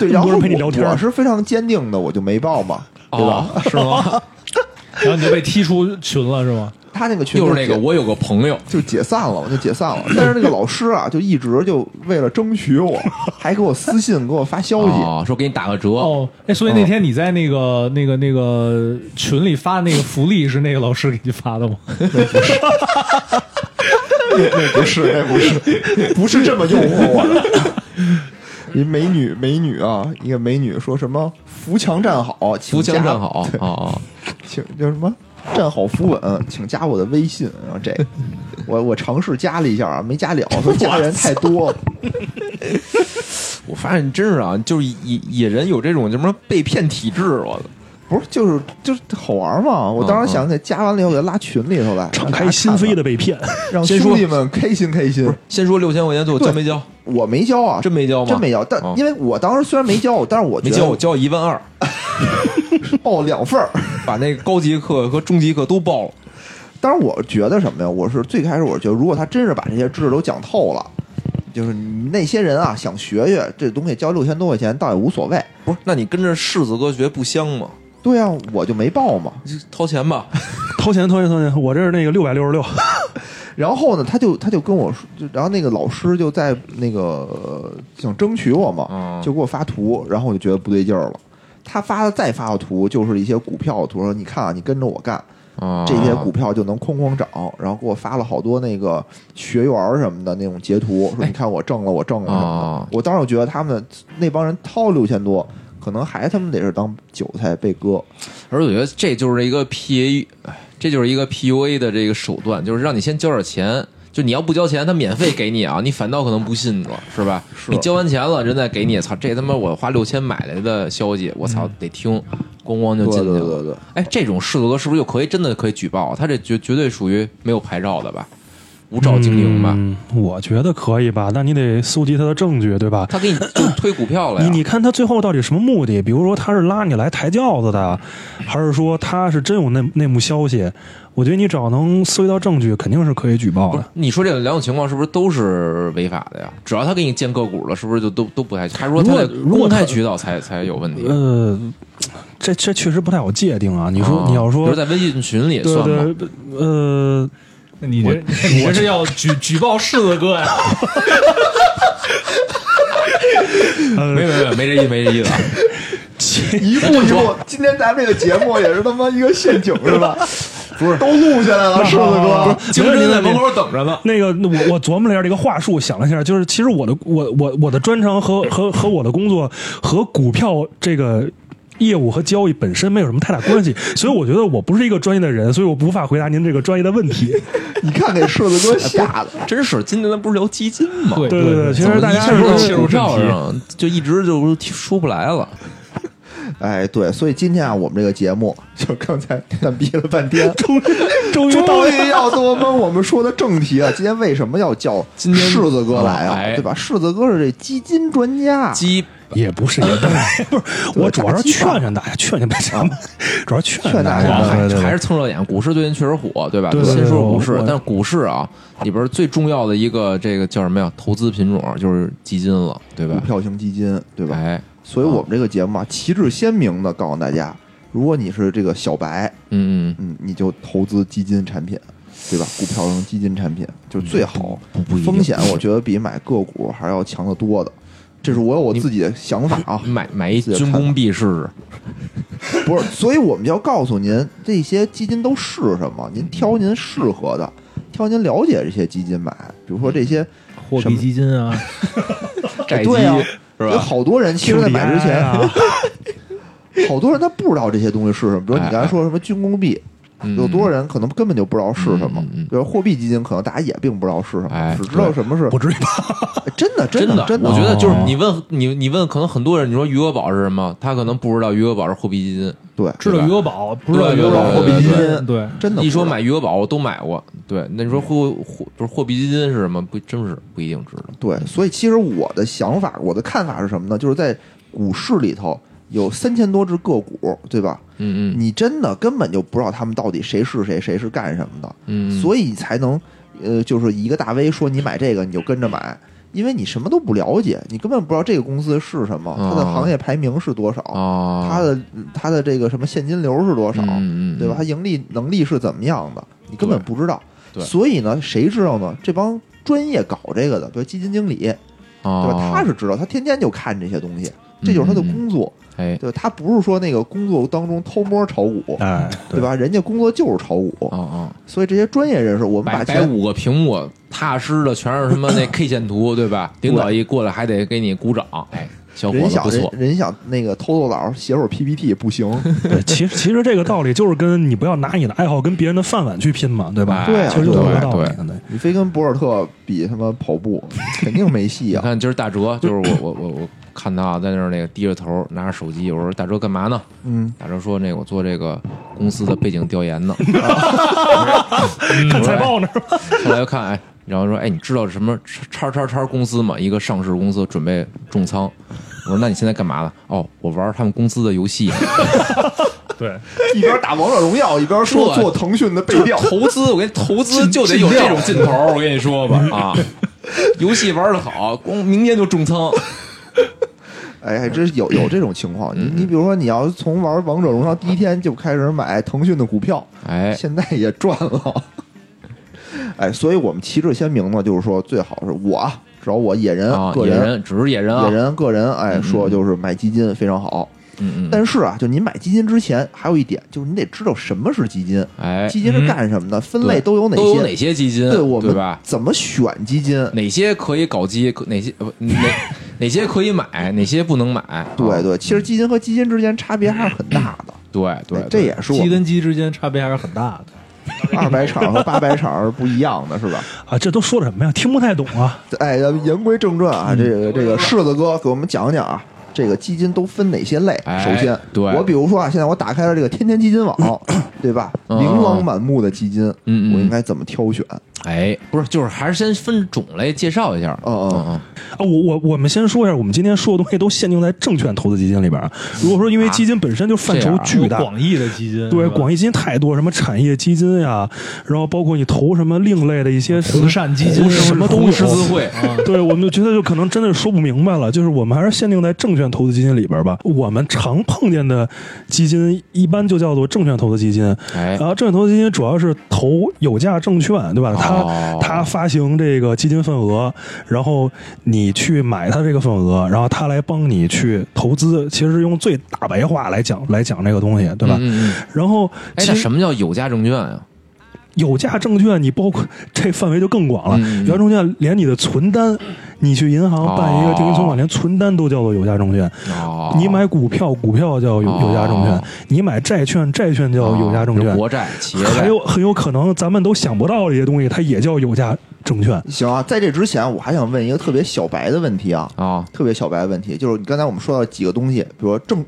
Speaker 1: 对，
Speaker 4: 更
Speaker 1: 然后
Speaker 4: 多人陪你
Speaker 1: 我
Speaker 4: 聊天儿
Speaker 1: 我是非常坚定的，我就没报嘛，对吧？
Speaker 2: 哦，是吗？
Speaker 3: 然后你就被踢出群了是吗？
Speaker 1: 他那个群
Speaker 2: 又
Speaker 1: 就是
Speaker 2: 那个，
Speaker 1: 解
Speaker 2: 我有个朋友，
Speaker 1: 就解散了，就解散了。但是那个老师啊，就一直就为了争取我，还给我私信，给我发消息。
Speaker 2: 哦，说给你打个折，
Speaker 3: 哦，哎，所以那天你在那个那个那个群里发那个福利是那个老师给你发的吗？
Speaker 1: 那不是，那不是，不是这么诱惑我的。 一美女，美女啊，一个美女说什么“扶墙站好，请
Speaker 2: 扶墙
Speaker 1: 加
Speaker 2: 站好
Speaker 1: 对，
Speaker 2: 哦
Speaker 1: 请叫什么“站好扶稳”，请加我的微信。然后这个，我我尝试加了一下啊，没加了，说加人太多了。
Speaker 2: 我发现真是啊，就是野野人有这种什么被骗体质，我
Speaker 1: 不是，就是就是好玩嘛！我当时想给加完了以后给他拉群里
Speaker 2: 嗯
Speaker 1: 头来，
Speaker 4: 敞开心扉的被骗，
Speaker 1: 让
Speaker 2: 先
Speaker 1: 兄
Speaker 2: 说
Speaker 1: 弟们开心开心。
Speaker 2: 先说六千块钱最后交没交？
Speaker 1: 我没交啊，
Speaker 2: 真没交吗
Speaker 1: 真没交。但
Speaker 2: 哦
Speaker 1: 因为我当时虽然没交，但是我
Speaker 2: 没
Speaker 1: 觉
Speaker 2: 交，我
Speaker 1: 得
Speaker 2: 交了一万二，
Speaker 1: 报了两份 儿。
Speaker 2: 把那个高级课和中级课都报了。
Speaker 1: 当然，我觉得什么呀？我是最开始我觉得，如果他真是把这些知识都讲透了，就是那些人啊想学学这东西，交六千多块钱倒也无所谓。
Speaker 2: 不是，那你跟着世子哥学不香吗？
Speaker 1: 对啊，我就没报嘛。
Speaker 2: 你就掏钱吧，
Speaker 4: 掏钱掏钱掏钱，我这是那个六百六十六，
Speaker 1: 然后呢，他就他就跟我说，就然后那个老师就在那个呃想争取我嘛
Speaker 2: 嗯，
Speaker 1: 就给我发图，然后我就觉得不对劲儿了。他发的再发的图就是一些股票的图，说你看啊，你跟着我干，
Speaker 2: 啊
Speaker 1: 这些股票就能哐哐涨。然后给我发了好多那个学员儿什么的那种截图，说你看我挣了，我挣了什么
Speaker 2: 哦
Speaker 1: 的。我当时觉得他们那帮人掏六千多，可能还他们得是当韭菜被割。
Speaker 2: 而且我觉得这就是一个 P A，这就是一个 P U A 的这个手段，就是让你先交点钱。就你要不交钱，他免费给你啊，你反倒可能不信了，是吧？你交完钱了，人再给你，操，这他妈我花六千买来的消息，我操，得听，咣咣就
Speaker 1: 对
Speaker 2: 进去
Speaker 1: 对
Speaker 2: 了。
Speaker 1: 对对，
Speaker 2: 哎，这种世哥是不是就可以真的可以举报啊？他这绝绝对属于没有牌照的吧，无照经营吧？
Speaker 4: 嗯？我觉得可以吧，那你得搜集他的证据，对吧？
Speaker 2: 他给你就推股票了
Speaker 4: 你
Speaker 2: 呀？
Speaker 4: 你看他最后到底什么目的？比如说他是拉你来抬轿子的，
Speaker 2: 嗯
Speaker 4: 还是说他是真有内内幕消息？我觉得你只要能搜集到证据，肯定是可以举报
Speaker 2: 不是
Speaker 4: 的。，
Speaker 2: 你说这两种情况是不是都是违法的呀？只要他给你建个股了，是不是就都都不太？还是说他在
Speaker 4: 如果如果
Speaker 2: 公
Speaker 4: 他
Speaker 2: 开渠道才才有问题？
Speaker 4: 呃，这这确实不太好界定啊。你
Speaker 2: 你
Speaker 4: 说、你要
Speaker 2: 比
Speaker 4: 说
Speaker 2: 如在微信群里
Speaker 4: 对
Speaker 2: 算吗？
Speaker 4: 对呃，
Speaker 3: 那你这你这是要举举报柿子哥呀？
Speaker 2: 没没没没这意没这意思啊。
Speaker 1: 一步一步，今天咱们这个节目也是他妈一个陷阱是吧？不是，都录下来了，
Speaker 4: 呃
Speaker 1: 柿子哥。
Speaker 2: 京真在门口等着呢。
Speaker 4: 那个，我我琢磨了一下这个话术，想了一下，就是其实我的我我我的专长和和和我的工作和股票这个业务和交易本身没有什么太大关系，所以我觉得我不是一个专业的人，所以我无法回答您这个专业的问题。
Speaker 1: 你看给柿子哥吓的，
Speaker 2: 真是，今天咱不是聊基金吗？
Speaker 3: 对
Speaker 4: 对对对，其
Speaker 2: 怎么
Speaker 4: 实大
Speaker 2: 一
Speaker 4: 家
Speaker 2: 下就
Speaker 4: 就是
Speaker 2: 切入票上，啊就一直就说不来了。
Speaker 1: 哎，对，所以今天啊，我们这个节目就刚才蛋逼了半 天，终
Speaker 4: 终于到
Speaker 1: 终于要他妈我们说的正题啊！今天为什么要叫
Speaker 2: 今天
Speaker 1: 柿子哥来
Speaker 2: 哎
Speaker 1: 啊？对吧？柿子哥是这基金专家，
Speaker 2: 基
Speaker 4: 也不是也不是，不是，我主要是劝劝大家，劝劝大家嘛， 主要劝劝
Speaker 1: 劝大
Speaker 4: 家
Speaker 1: 家
Speaker 4: 对对对对
Speaker 2: 还是蹭热点，股市最近确实火，对吧？
Speaker 4: 对对对
Speaker 2: 先说说股
Speaker 4: 我
Speaker 2: 市
Speaker 4: 我，
Speaker 2: 但是股市啊里边最重要的一个这个叫什么呀？投资品种啊就是基金了，对
Speaker 1: 股
Speaker 2: 吧？
Speaker 1: 票型基金，对吧？
Speaker 2: 哎，
Speaker 1: 所以我们这个节目啊，旗帜鲜明的告诉大家，如果你是这个小白，
Speaker 2: 嗯
Speaker 1: 嗯，你就投资基金产品，对吧？股票型基金产品就是最好，
Speaker 2: 嗯，不不一定
Speaker 1: 风险我觉得比买个股还要强得多的。这是我有我自己的想法啊，
Speaker 2: 买买一军工币试试，
Speaker 1: 不是，所以我们要告诉您这些基金都是什么，您挑您适合的，挑您了解这些基金买，比如说这些
Speaker 3: 货
Speaker 1: 什
Speaker 3: 币
Speaker 1: 么
Speaker 3: 基金啊，
Speaker 2: 嗯债基
Speaker 1: 对啊
Speaker 2: 是
Speaker 1: 有
Speaker 2: 吧？
Speaker 1: 好多人其实在买之前，
Speaker 4: 啊，
Speaker 1: 好多人他不知道这些东西是什么，比如你刚才说什么军工币，
Speaker 2: 哎嗯
Speaker 1: 有多少人可能根本就不知道是什么
Speaker 2: 嗯嗯嗯，
Speaker 1: 比如货币基金可能大家也并不知道是什
Speaker 2: 哎
Speaker 1: 么，只知道什么是哎
Speaker 4: 不至于吧？
Speaker 1: 真的真
Speaker 2: 的
Speaker 1: 的真
Speaker 2: 我觉得就是
Speaker 4: 哦
Speaker 2: 你问你你问，可能很多人你说余额宝是什么，他可能不知道余额宝是货币基金。
Speaker 1: 对，
Speaker 3: 知道余额宝，不知道
Speaker 2: 对
Speaker 3: 余
Speaker 2: 对
Speaker 3: 额宝
Speaker 2: 对
Speaker 3: 货币
Speaker 2: 对
Speaker 3: 基
Speaker 1: 对
Speaker 3: 金，对，
Speaker 1: 真的
Speaker 2: 一说
Speaker 1: 不知道
Speaker 2: 买余额宝，我都买过。对，那你说货货不是货币基金是什么？不，真是不一定知道。
Speaker 1: 对，所以其实我的想法，我的看法是什么呢？就是在股市里头有三千多只个股，对吧？
Speaker 2: 嗯嗯
Speaker 1: 你真的根本就不知道他们到底谁是谁，谁是干什么的，
Speaker 2: 嗯，
Speaker 1: 所以才能，呃，就是一个大 V 说你买这个你就跟着买，因为你什么都不了解，你根本不知道这个公司是什么，它的行业排名是多少，
Speaker 2: 啊，
Speaker 1: 它的它的这个什么现金流是多少，
Speaker 2: 嗯嗯嗯
Speaker 1: 对吧？它盈利能力是怎么样的，你根本不知道。
Speaker 2: 对对
Speaker 1: 所以呢，谁知道呢？这帮专业搞这个的，比如基金经理，对
Speaker 2: 对
Speaker 1: 吧？他是知道，他天天就看这些东西，
Speaker 2: 嗯
Speaker 1: 这就是他的工作，
Speaker 2: 哎
Speaker 1: 对吧？他不是说那个工作当中偷摸炒股，
Speaker 4: 哎，
Speaker 1: 对吧？人家工作就是炒股，
Speaker 2: 哦哦，
Speaker 1: 所以这些专业人士，我们把
Speaker 2: 摆摆
Speaker 1: 钱
Speaker 2: 五个屏幕，踏实的全是什么那 K 线图，对吧？领导一过来还得给你鼓掌，哎，小伙
Speaker 1: 人
Speaker 2: 子
Speaker 1: 想
Speaker 2: 不
Speaker 1: 人
Speaker 2: 错，
Speaker 1: 人想那个偷偷懒儿写会儿 PPT 不行，
Speaker 4: 对，其实其实这个道理就是跟你不要拿你的爱好跟别人的饭碗去拼嘛，对吧？
Speaker 2: 哎对啊
Speaker 4: 其实就
Speaker 1: 对
Speaker 4: 这个道理。
Speaker 2: 对
Speaker 4: 对
Speaker 1: 你非跟博尔特比他妈跑步，肯定没戏
Speaker 2: 你
Speaker 1: 啊！
Speaker 2: 看今儿大哲，就是我我我我看他啊，在那儿那个低着头拿着手机，我说大哲干嘛呢？
Speaker 1: 嗯，
Speaker 2: 大哲说那个我做这个公司的背景调研呢，嗯
Speaker 4: 看财报呢，
Speaker 2: 后来又看哎。然后说，哎，你知道什么叉叉叉公司吗？一个上市公司准备重仓。我说，那你现在干嘛呢？哦，我玩他们公司的游戏。
Speaker 3: 对，
Speaker 1: 一边打王者荣耀，一边说
Speaker 2: 这
Speaker 1: 做腾讯的背调，
Speaker 2: 投资，我跟你投资就得有这种劲头儿，我跟你说吧啊，游戏玩的好，光明年就重仓，
Speaker 1: 哎，还真是有有这种情况。你你比如说，你要从玩王者荣耀第一天就开始买腾讯的股票，
Speaker 2: 哎，
Speaker 1: 现在也赚了。 哎，所以我们旗帜鲜明呢，就是说最好是我啊，只要我野人、
Speaker 2: 啊，
Speaker 1: 个
Speaker 2: 野
Speaker 1: 人、
Speaker 2: 人只是野人啊，
Speaker 1: 野人个人，哎，说就是买基金非常好。
Speaker 2: 嗯嗯，
Speaker 1: 但是啊，就你买基金之前，还有一点就是你得知道什么是基金，
Speaker 2: 哎，
Speaker 1: 基金是干什么的，分类
Speaker 2: 对
Speaker 1: 都有哪
Speaker 2: 都有哪
Speaker 1: 些？
Speaker 2: 些基金，
Speaker 1: 对我
Speaker 2: 对
Speaker 1: 们
Speaker 2: 吧？啊
Speaker 1: 怎么选基金？
Speaker 2: 哪些可以搞基，可哪些呃不哪哪些可以买，哪些不能买？
Speaker 1: 对
Speaker 2: 啊
Speaker 1: 对，其实基金和基金之间差别还是很大的。哎
Speaker 2: 对对，
Speaker 1: 这也是我
Speaker 3: 基
Speaker 1: 们
Speaker 3: 跟基之间差别还是很大的。
Speaker 1: 二百场和八百场是不一样的，是吧？
Speaker 4: 啊，这都说的什么呀？听不太懂啊。
Speaker 1: 哎，咱们言归正传
Speaker 2: 嗯
Speaker 1: 啊，这个这个柿子哥给我们讲讲啊，这个基金都分哪些类？
Speaker 2: 哎
Speaker 1: 首先，
Speaker 2: 对
Speaker 1: 我比如说啊，现在我打开了这个天天基金网，对吧？
Speaker 2: 嗯
Speaker 1: 琳琅满目的基金，
Speaker 2: 嗯嗯
Speaker 1: 我应该怎么挑选？
Speaker 2: 哎，不是，就是还是先分种类介绍一下，
Speaker 1: 嗯嗯
Speaker 2: 嗯
Speaker 4: 啊，我我我们先说一下，我们今天说的东西都限定在证券投资基金里边儿。啊如果说因为基金本身就范
Speaker 2: 这
Speaker 4: 畴
Speaker 2: 样啊
Speaker 4: 巨大，
Speaker 3: 有广义的基金，
Speaker 4: 对
Speaker 3: 是吧
Speaker 4: 广义基金太多，什么产业基金呀，然后包括你投什么另类的一些
Speaker 3: 慈善基金
Speaker 4: 什么
Speaker 2: 嗯，
Speaker 4: 都
Speaker 2: 红十字
Speaker 4: 有。
Speaker 2: 会，
Speaker 1: 嗯
Speaker 4: 对，我们就觉得就可能真的是说不明白了，就是我们还是限定在证券券投资基金里边吧，我们常碰见的基金一般就叫做证券投资基金，
Speaker 2: 哎
Speaker 4: 然，后证券投资基金主要是投有价证券，对吧？它、
Speaker 2: 哦
Speaker 4: 它发行这个基金份额，然后你去买它这个份额，然后它来帮你去投资。其实用最大白话来讲来讲这个东西，对吧？
Speaker 2: 嗯嗯嗯
Speaker 4: 然后
Speaker 2: 哎，
Speaker 4: 其
Speaker 2: 那
Speaker 4: 实
Speaker 2: 什么叫有价证券啊呀？
Speaker 4: 有价证券，你包括这范围就更广了。
Speaker 2: 嗯嗯嗯
Speaker 4: 有价证券连你的存单，你去银行办一个定期存
Speaker 2: 哦
Speaker 4: 款，连存单都叫做有价证券。
Speaker 2: 哦，
Speaker 4: 你买股票，股票叫有有价证券
Speaker 2: 哦；
Speaker 4: 你买债券，债券叫
Speaker 2: 哦
Speaker 4: 有价证
Speaker 2: 比如
Speaker 4: 券。
Speaker 2: 国债、企业
Speaker 4: 还
Speaker 2: 债，
Speaker 4: 有很有可能咱们都想不到这些东西，它也叫有价证券。
Speaker 1: 行啊，在这之前，我还想问一个特别小白的问题啊，
Speaker 2: 啊，
Speaker 1: 特别小白的问题，就是你刚才我们说到几个东西，比如说证、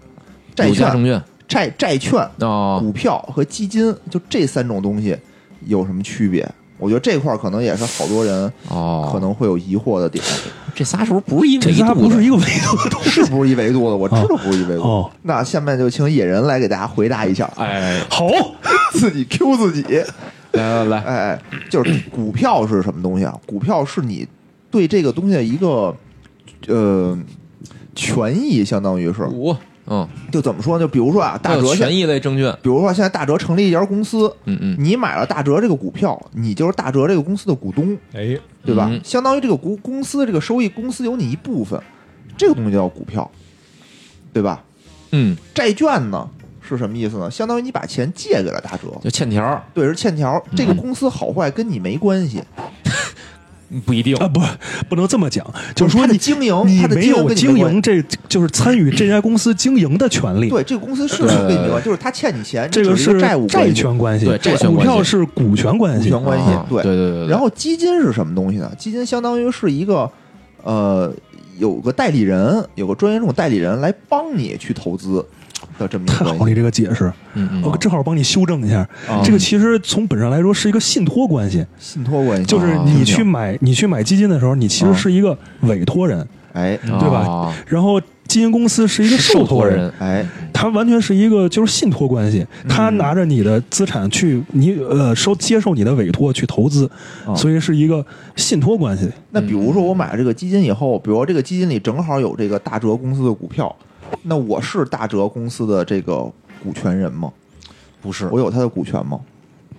Speaker 1: 债
Speaker 2: 有
Speaker 1: 券
Speaker 2: 价证、券
Speaker 1: 债债券、
Speaker 2: 啊，
Speaker 1: 股票和基金，就这三种东西有什么区别？我觉得这块儿可能也是好多人
Speaker 2: 哦，
Speaker 1: 可能会有疑惑的点，
Speaker 2: 这仨是不是不是一
Speaker 4: 这
Speaker 2: 维
Speaker 4: 仨
Speaker 2: 度
Speaker 4: 不
Speaker 2: 的
Speaker 4: 是？一个维度的东西。
Speaker 1: 是 不是一维度的？我知道不是一维度。
Speaker 4: 哦
Speaker 1: 那下面就请野人来给大家回答一下，啊
Speaker 2: 哎，
Speaker 4: 好，
Speaker 1: 自己 Q 自己。
Speaker 2: 来来来，
Speaker 1: 哎哎，就是股票是什么东西啊？股票是你对这个东西的一个呃权益，相当于是
Speaker 2: 五，嗯，
Speaker 1: 就怎么说呢？就比如说啊，大
Speaker 2: 还有
Speaker 1: 哲现
Speaker 2: 呃权，益类证券，
Speaker 1: 比如说现在大哲成立一家公司，
Speaker 2: 嗯嗯，
Speaker 1: 你买了大哲这个股票，你就是大哲这个公司的股东，
Speaker 3: 哎，
Speaker 1: 对吧？
Speaker 2: 嗯
Speaker 1: 相当于这个股公司的这个收益，公司有你一部分，这个东西叫股票，对吧？
Speaker 2: 嗯，
Speaker 1: 债券呢是什么意思呢？相当于你把钱借给了大哲，
Speaker 2: 就欠条儿
Speaker 1: 对，是欠条。
Speaker 4: 嗯
Speaker 1: 这个公司好坏跟你没关系，
Speaker 2: 不一定
Speaker 4: 啊， 不，不能这么讲，就是说
Speaker 1: 它的
Speaker 4: 你
Speaker 1: 经营，
Speaker 4: 你
Speaker 1: 它的
Speaker 4: 没
Speaker 1: 经营
Speaker 4: 有
Speaker 1: 跟你
Speaker 4: 经
Speaker 1: 没关系。
Speaker 4: 营这，就是参与这家公司经营的权利。
Speaker 1: 对，这个公司是不是跟你没关系，就是他欠你钱，
Speaker 4: 这
Speaker 1: 个
Speaker 4: 个
Speaker 1: 是一
Speaker 4: 是
Speaker 1: 债务关
Speaker 4: 债
Speaker 1: 系
Speaker 4: 权关系，
Speaker 2: 对债权
Speaker 4: 股
Speaker 2: 关
Speaker 4: 票
Speaker 2: 系
Speaker 4: 是股权关
Speaker 1: 股
Speaker 4: 系
Speaker 1: 权。关系
Speaker 2: 啊。对对对对，
Speaker 1: 然后基金是什么东西呢？基金相当于是一个呃，有个代理人，有个专业这种代理人来帮你去投资的这么一
Speaker 4: 太
Speaker 1: 个
Speaker 4: 好
Speaker 1: 关系。
Speaker 4: 了，你这个解释，
Speaker 2: 嗯嗯，
Speaker 4: 我正好帮你修正一下。
Speaker 1: 啊
Speaker 4: 这个其实从本上来说是一个信托关系，
Speaker 1: 信托关系
Speaker 4: 就是
Speaker 2: 啊
Speaker 4: 你去买你去买基金的时候，你其实是一个委托
Speaker 2: 嗯
Speaker 4: 人，
Speaker 1: 哎
Speaker 4: 对吧
Speaker 2: 哦
Speaker 4: 然后基金公司是一个
Speaker 2: 受
Speaker 4: 受托人，
Speaker 2: 人，嗯
Speaker 1: 哎
Speaker 4: 他完全是一个就是信托关系，他拿着你的资产去你呃收接受你的委托去投资，
Speaker 2: 嗯
Speaker 1: 哦
Speaker 4: 所以是一个信托关系。
Speaker 1: 那比如说我买了这个基金以后，比如说这个基金里正好有这个大哲公司的股票，那我是大哲公司的这个股权人吗？
Speaker 2: 不是
Speaker 1: 我有他的股权吗？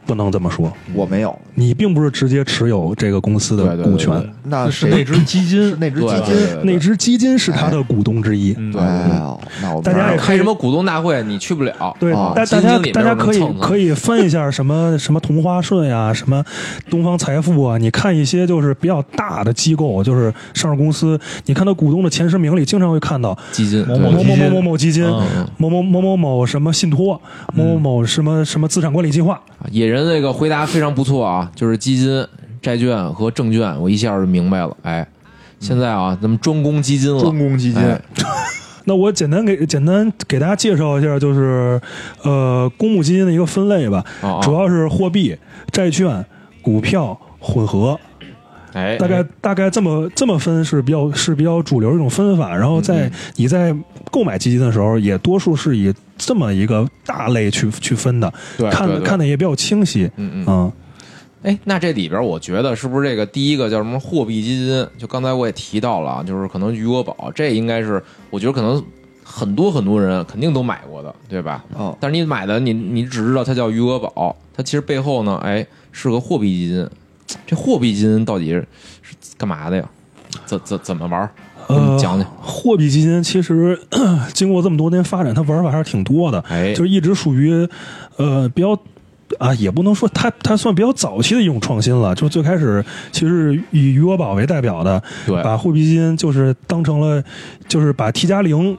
Speaker 4: 不能这么说，
Speaker 1: 我没有。
Speaker 4: 你并不是直接持有这个公司的
Speaker 2: 对对对
Speaker 4: 股权，
Speaker 2: 对
Speaker 1: 那
Speaker 3: 哎
Speaker 1: 谁
Speaker 3: 是那只基
Speaker 1: 是
Speaker 3: 金，
Speaker 1: 那只
Speaker 2: 对
Speaker 1: 基
Speaker 2: 对对
Speaker 1: 金？
Speaker 2: 对
Speaker 4: 那只基金是他的股东之一。
Speaker 3: 嗯，
Speaker 1: 哎呦，那我
Speaker 4: 大家
Speaker 1: 明白
Speaker 4: 也
Speaker 1: 了
Speaker 2: 开什么股东大会你去不了，
Speaker 4: 对，
Speaker 1: 哦
Speaker 4: 大
Speaker 2: 基
Speaker 4: 大
Speaker 2: 金
Speaker 4: 家
Speaker 2: 里面
Speaker 4: 大家可以
Speaker 2: 有人蹭的啊
Speaker 4: 可以翻一下什么什么同花顺呀、什么东方财富啊，你看一些就是比较大的机构，就是上市公司，你看到股东的前十名里，经常会看到
Speaker 2: 基金，
Speaker 3: 某
Speaker 2: 对
Speaker 4: 某
Speaker 3: 基
Speaker 4: 某
Speaker 3: 金
Speaker 4: 某某某基金、
Speaker 3: 嗯
Speaker 2: 嗯
Speaker 4: 某某某某某什么信托、某某某什么什么资产管理计划，
Speaker 2: 啊野人那个回答非常不错啊，就是基金、债券和证券，我一下就明白了。哎，现在啊，咱们专攻基金了，
Speaker 1: 中公基金
Speaker 2: 哎
Speaker 4: 那我简单给简单给大家介绍一下，就是呃，公募基金的一个分类吧，
Speaker 2: 哦哦
Speaker 4: 主要是货币、债券、股票混合，
Speaker 2: 哎，
Speaker 4: 大概大概这么这么分是比较是比较主流一种分法。然后
Speaker 2: 嗯
Speaker 4: 在你在购买基金的时候，也多数是以这么一个大类去去分的，
Speaker 2: 对
Speaker 4: 看
Speaker 2: 对
Speaker 4: 的
Speaker 2: 对
Speaker 4: 看的也比较清晰。
Speaker 2: 嗯嗯，
Speaker 4: 嗯，
Speaker 2: 哎，那这里边我觉得是不是这个第一个叫什么货币基金？就刚才我也提到了啊，就是可能余额宝，这应该是我觉得可能很多很多人肯定都买过的，对吧？
Speaker 1: 哦，
Speaker 2: 但是你买的你你只知道它叫余额宝，它其实背后呢，哎，是个货币基金。这货币基金到底是是干嘛的呀？怎怎怎么玩儿？给我
Speaker 4: 呃
Speaker 2: 们讲讲。
Speaker 4: 货币基金其实 经过这么多年发展，它玩法还是挺多的。
Speaker 2: 哎，
Speaker 4: 呃就是一直属于呃比较啊，也不能说它它算比较早期的一种创新了。就是最开始其实以余额宝为代表的，
Speaker 2: 对
Speaker 4: 把货币基金就是当成了就是把 T 加零。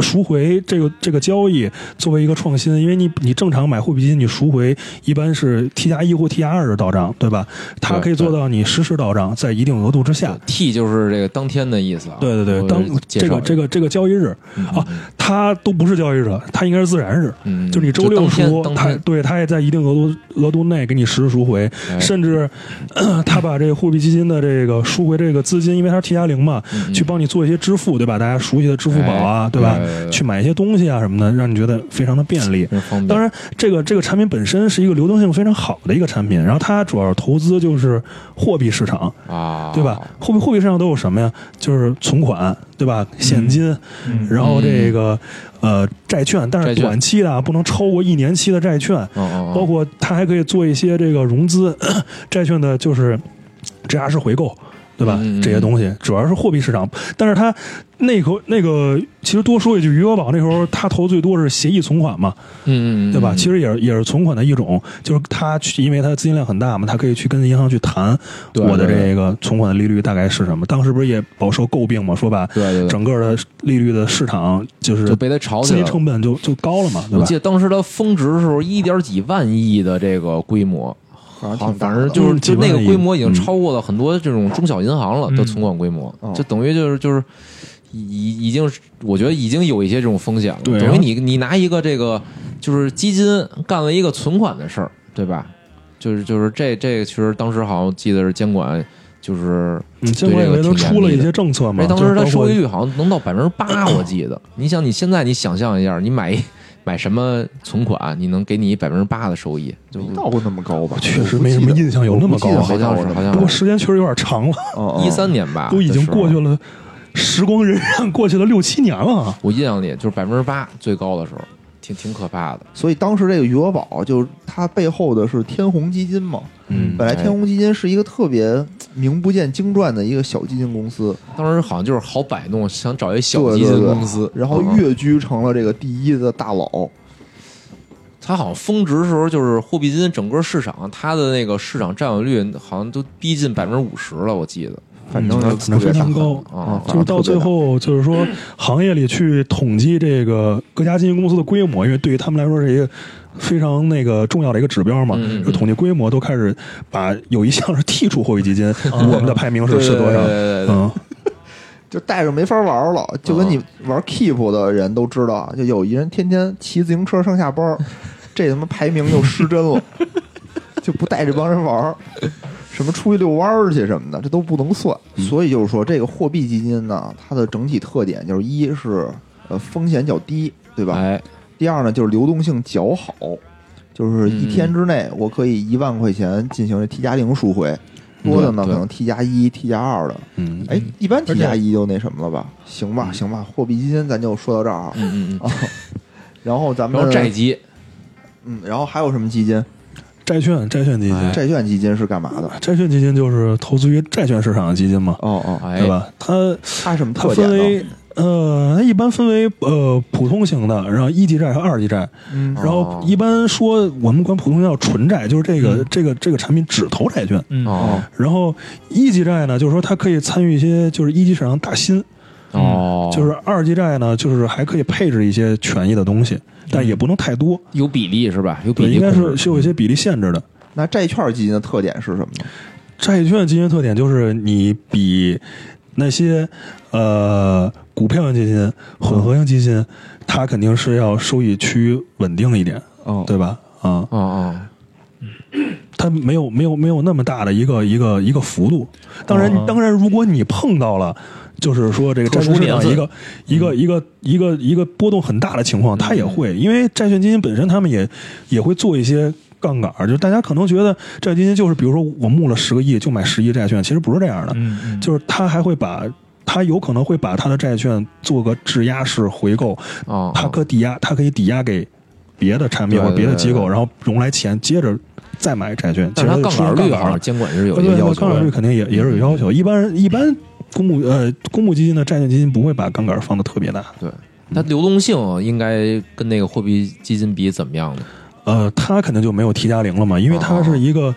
Speaker 4: 赎回这个这个交易作为一个创新，因为你你正常买货币基金，你赎回一般是 T 加一或 T 加二的到账，对吧？它
Speaker 2: 对
Speaker 4: 可以做
Speaker 2: 对
Speaker 4: 到你实时到账，在一定额度之下。
Speaker 2: T 就是这个当天的意思啊。
Speaker 4: 对对
Speaker 2: 我
Speaker 4: 对，当
Speaker 2: 介
Speaker 4: 这
Speaker 2: 绍
Speaker 4: 个这个这个交易日
Speaker 2: 嗯
Speaker 4: 啊，它都不是交易日，它应该是自然日。
Speaker 2: 嗯，
Speaker 4: 就是你周六
Speaker 2: 当天
Speaker 4: 赎，
Speaker 2: 当
Speaker 4: 他
Speaker 2: 天
Speaker 4: 对他也在一定额度额度内给你实时赎回，
Speaker 2: 哎
Speaker 4: 甚至 咳他把这个货币基金的这个赎回这个资金，因为它是 T 加零嘛，
Speaker 2: 嗯嗯
Speaker 4: 去帮你做一些支付，对吧？大家熟悉的支付宝啊，
Speaker 2: 哎嗯
Speaker 4: 对吧？
Speaker 2: 对对
Speaker 4: 去买一些东西啊什么的，让你觉得非常的便利。
Speaker 2: 非常方便
Speaker 4: 当然，这个这个产品本身是一个流动性非常好的一个产品，然后它主要投资就是货币市场，
Speaker 2: 啊，
Speaker 4: 对吧？货币货币市场都有什么呀？就是存款，对吧？现金，然后这个呃债券，但
Speaker 2: 嗯债
Speaker 4: 是
Speaker 2: 券
Speaker 4: 短期的啊，不能超过一年期的债券，
Speaker 2: 嗯？嗯嗯，
Speaker 4: 包括它还可以做一些这个融资 债券的，就是质押式回购，对吧？
Speaker 2: 嗯嗯嗯
Speaker 4: 这些东西主要是货币市场，但是它那口那个其实多说一句，余额宝那时候它投最多是协议存款嘛，
Speaker 2: 嗯嗯嗯，
Speaker 4: 对吧？其实也是也是存款的一种，就是它去，因为它的资金量很大嘛，它可以去跟银行去谈
Speaker 2: 对
Speaker 4: 我的
Speaker 2: 对对
Speaker 4: 这个存款的利率大概是什么。当时不是也饱受诟病嘛，说把
Speaker 2: 对对对
Speaker 4: 整个的利率的市场就是
Speaker 2: 就被他炒
Speaker 4: 资
Speaker 2: 起来
Speaker 4: 金
Speaker 2: 了。
Speaker 4: 成本就就高了嘛，对
Speaker 2: 我
Speaker 4: 吧
Speaker 2: 记？得当时它峰值的时候一点几万亿的这个规模，好
Speaker 1: 像
Speaker 2: 像
Speaker 1: 挺大
Speaker 2: 反
Speaker 1: 的
Speaker 2: 正就是
Speaker 4: 嗯
Speaker 2: 就
Speaker 4: 几
Speaker 2: 那
Speaker 4: 万
Speaker 2: 个
Speaker 4: 亿
Speaker 2: 规模已经超过了很多这种中小银行了
Speaker 3: 嗯
Speaker 2: 的存款规模
Speaker 1: 哦，
Speaker 2: 就等于就是就是已已经是我觉得已经有一些这种风险了，
Speaker 4: 对
Speaker 2: 等
Speaker 4: 然
Speaker 2: 于
Speaker 4: 后
Speaker 2: 你你拿一个这个就是基金干了一个存款的事儿，对吧？就是就是这这个，其实当时好像记得是监管，就是
Speaker 4: 嗯，监
Speaker 2: 对
Speaker 4: 管
Speaker 2: 这
Speaker 4: 也
Speaker 2: 个
Speaker 4: 为都
Speaker 2: 挺
Speaker 4: 出
Speaker 2: 严
Speaker 4: 了
Speaker 2: 厉
Speaker 4: 一
Speaker 2: 的
Speaker 4: 些政策嘛，
Speaker 2: 哎，当
Speaker 4: 就
Speaker 2: 时
Speaker 4: 是
Speaker 2: 它
Speaker 4: 包
Speaker 2: 收
Speaker 4: 括
Speaker 2: 益率好像能到百分之八，我记得。你想，你现在你想象一下，你买买什么存款，你能给你百分之八的收益？就
Speaker 1: 没到过那么高吧？
Speaker 4: 确实没什么印象有那么高
Speaker 1: 我不记得
Speaker 2: 好像是好像
Speaker 4: 不过
Speaker 2: 是
Speaker 4: 时间确实有点长了，
Speaker 1: 嗯嗯
Speaker 2: 一三年吧，
Speaker 4: 都已经过去
Speaker 2: 了。
Speaker 4: 了，时光荏苒过去了六七年了啊。
Speaker 2: 我印象里就是百分之八最高的时候，挺挺可怕的。
Speaker 1: 所以当时这个余额宝就是它背后的是天弘基金嘛。
Speaker 4: 嗯
Speaker 1: 本来
Speaker 2: 哎
Speaker 1: 天弘基金是一个特别名不见经传的一个小基金公司，
Speaker 2: 当时好像就是好摆弄，想找一小
Speaker 1: 对
Speaker 2: 基
Speaker 1: 对
Speaker 2: 金
Speaker 1: 对
Speaker 2: 公司，
Speaker 1: 然后
Speaker 2: 嗯
Speaker 1: 跃居成了这个第一的大佬。
Speaker 2: 它好像峰值的时候，就是货币基金整个市场，它的那个市场占有率好像都逼近百分之五十了，我记得
Speaker 1: 反正
Speaker 4: 嗯
Speaker 1: 就特别
Speaker 4: 非
Speaker 1: 大
Speaker 4: 常高
Speaker 2: 啊
Speaker 1: 啊，
Speaker 4: 就是到最后，就是说行业里去统计这个各家基金公司的规模，因为对于他们来说是一个非常那个重要的一个指标嘛
Speaker 2: 嗯嗯嗯，
Speaker 4: 就统计规模都开始把有一项是剔除货币基金，我们的排名是是多少
Speaker 2: 嗯对对？对对对
Speaker 4: 嗯，
Speaker 1: 就带着没法玩了，就跟你
Speaker 2: 嗯
Speaker 1: 玩 Keep 的人都知道，就有一人天天骑自行车上下班 儿，这他妈排名就失真了， 就不带这帮人玩儿，什么出去遛弯儿去什么的，这都不能算。
Speaker 2: 嗯
Speaker 1: 所以就是说，这个货币基金呢，它的整体特点就是一是呃风险较低，对
Speaker 4: 嗯
Speaker 1: 吧？
Speaker 2: 哎，
Speaker 1: 第二呢就是流动性较好，就是一
Speaker 2: 嗯
Speaker 1: 天之内我可以一万块钱进行这 T 加零赎回，多的呢
Speaker 2: 嗯对对
Speaker 1: 可能 T 加一、T 加二的。
Speaker 4: 嗯，
Speaker 1: 哎，一般
Speaker 3: 而
Speaker 1: T
Speaker 3: 且
Speaker 1: 加一就那什么了吧？行吧，行吧，货币基金咱就说到这儿啊。
Speaker 2: 嗯嗯嗯嗯，
Speaker 1: 啊然后咱们
Speaker 2: 然后债基，
Speaker 1: 嗯，然后还有什么基金？
Speaker 4: 债券债券基金，
Speaker 2: 哎
Speaker 1: 债券基金是干嘛的？
Speaker 4: 债券基金就是投资于债券市场的基金嘛，
Speaker 1: 哦哦，
Speaker 2: 哎，
Speaker 4: 对吧？它
Speaker 1: 它什么
Speaker 4: 它
Speaker 1: 特
Speaker 4: 分
Speaker 1: 点呢？
Speaker 4: 为呃，它一般分为呃普通型的，然后一级债和二级债。
Speaker 1: 嗯
Speaker 4: 然后
Speaker 2: 哦
Speaker 4: 一般说我们管普通叫纯债，就是这
Speaker 2: 嗯
Speaker 4: 个、这个这个产品只投债券。
Speaker 3: 嗯
Speaker 2: 哦
Speaker 4: 然后一级债呢，就是说它可以参与一些就是一级市场大新，
Speaker 2: 哦，
Speaker 4: 嗯就是二级债呢，就是还可以配置一些权益的东西，但也不能太多。
Speaker 2: 有比例是吧？有比
Speaker 4: 对，
Speaker 2: 例
Speaker 4: 应该
Speaker 2: 控制嗯
Speaker 4: 是是有一些比例限制的。
Speaker 1: 那债券基金的特点是什么呢？
Speaker 4: 债券基金特点就是你比那些呃股票型基金、混合型基金，它肯定是要收益趋于稳定一点，
Speaker 1: 哦
Speaker 4: 对吧？
Speaker 2: 哦
Speaker 4: 啊、
Speaker 2: 哦，
Speaker 4: 它没有没有没有那么大的一个一个一个幅度。当然，
Speaker 3: 哦
Speaker 4: 当然，如果你碰到了。就是说，这个
Speaker 2: 特
Speaker 4: 债
Speaker 2: 殊
Speaker 4: 券市场
Speaker 2: 年
Speaker 4: 一
Speaker 2: 份
Speaker 3: 嗯
Speaker 4: 个一个一个一个一个波动很大的情况，它也会，因为债券基金本身他们也也会做一些杠杆儿，就是大家可能觉得债券基金就是，比如说我募了十个亿就买十亿债券，其实不是这样的，
Speaker 3: 嗯嗯，
Speaker 4: 就是他还会把。他有可能会把他的债券做个质押式回购，
Speaker 2: 哦，
Speaker 4: 他可抵押，他可以抵押给别的产品
Speaker 2: 对
Speaker 4: 或者别的机
Speaker 2: 对对
Speaker 4: 构，
Speaker 2: 对
Speaker 4: 然后融来钱，接着再买债券。
Speaker 2: 但是它
Speaker 4: 其实
Speaker 2: 杠
Speaker 4: 是
Speaker 2: 杆率
Speaker 4: 杠
Speaker 2: 好
Speaker 4: 杆
Speaker 2: 像监管是有一个
Speaker 4: 对对
Speaker 2: 要
Speaker 4: 对，
Speaker 2: 求
Speaker 4: 杠杆率
Speaker 2: 的，
Speaker 4: 肯定也也是有要求。一般一般公募呃公募基金的债券基金不会把杠杆放的特别大，
Speaker 2: 对。它流动性应该跟那个货币基金比怎么样呢？
Speaker 4: 呃，它肯定就没有 T 加零了嘛，因为它
Speaker 2: 哦
Speaker 4: 是一个。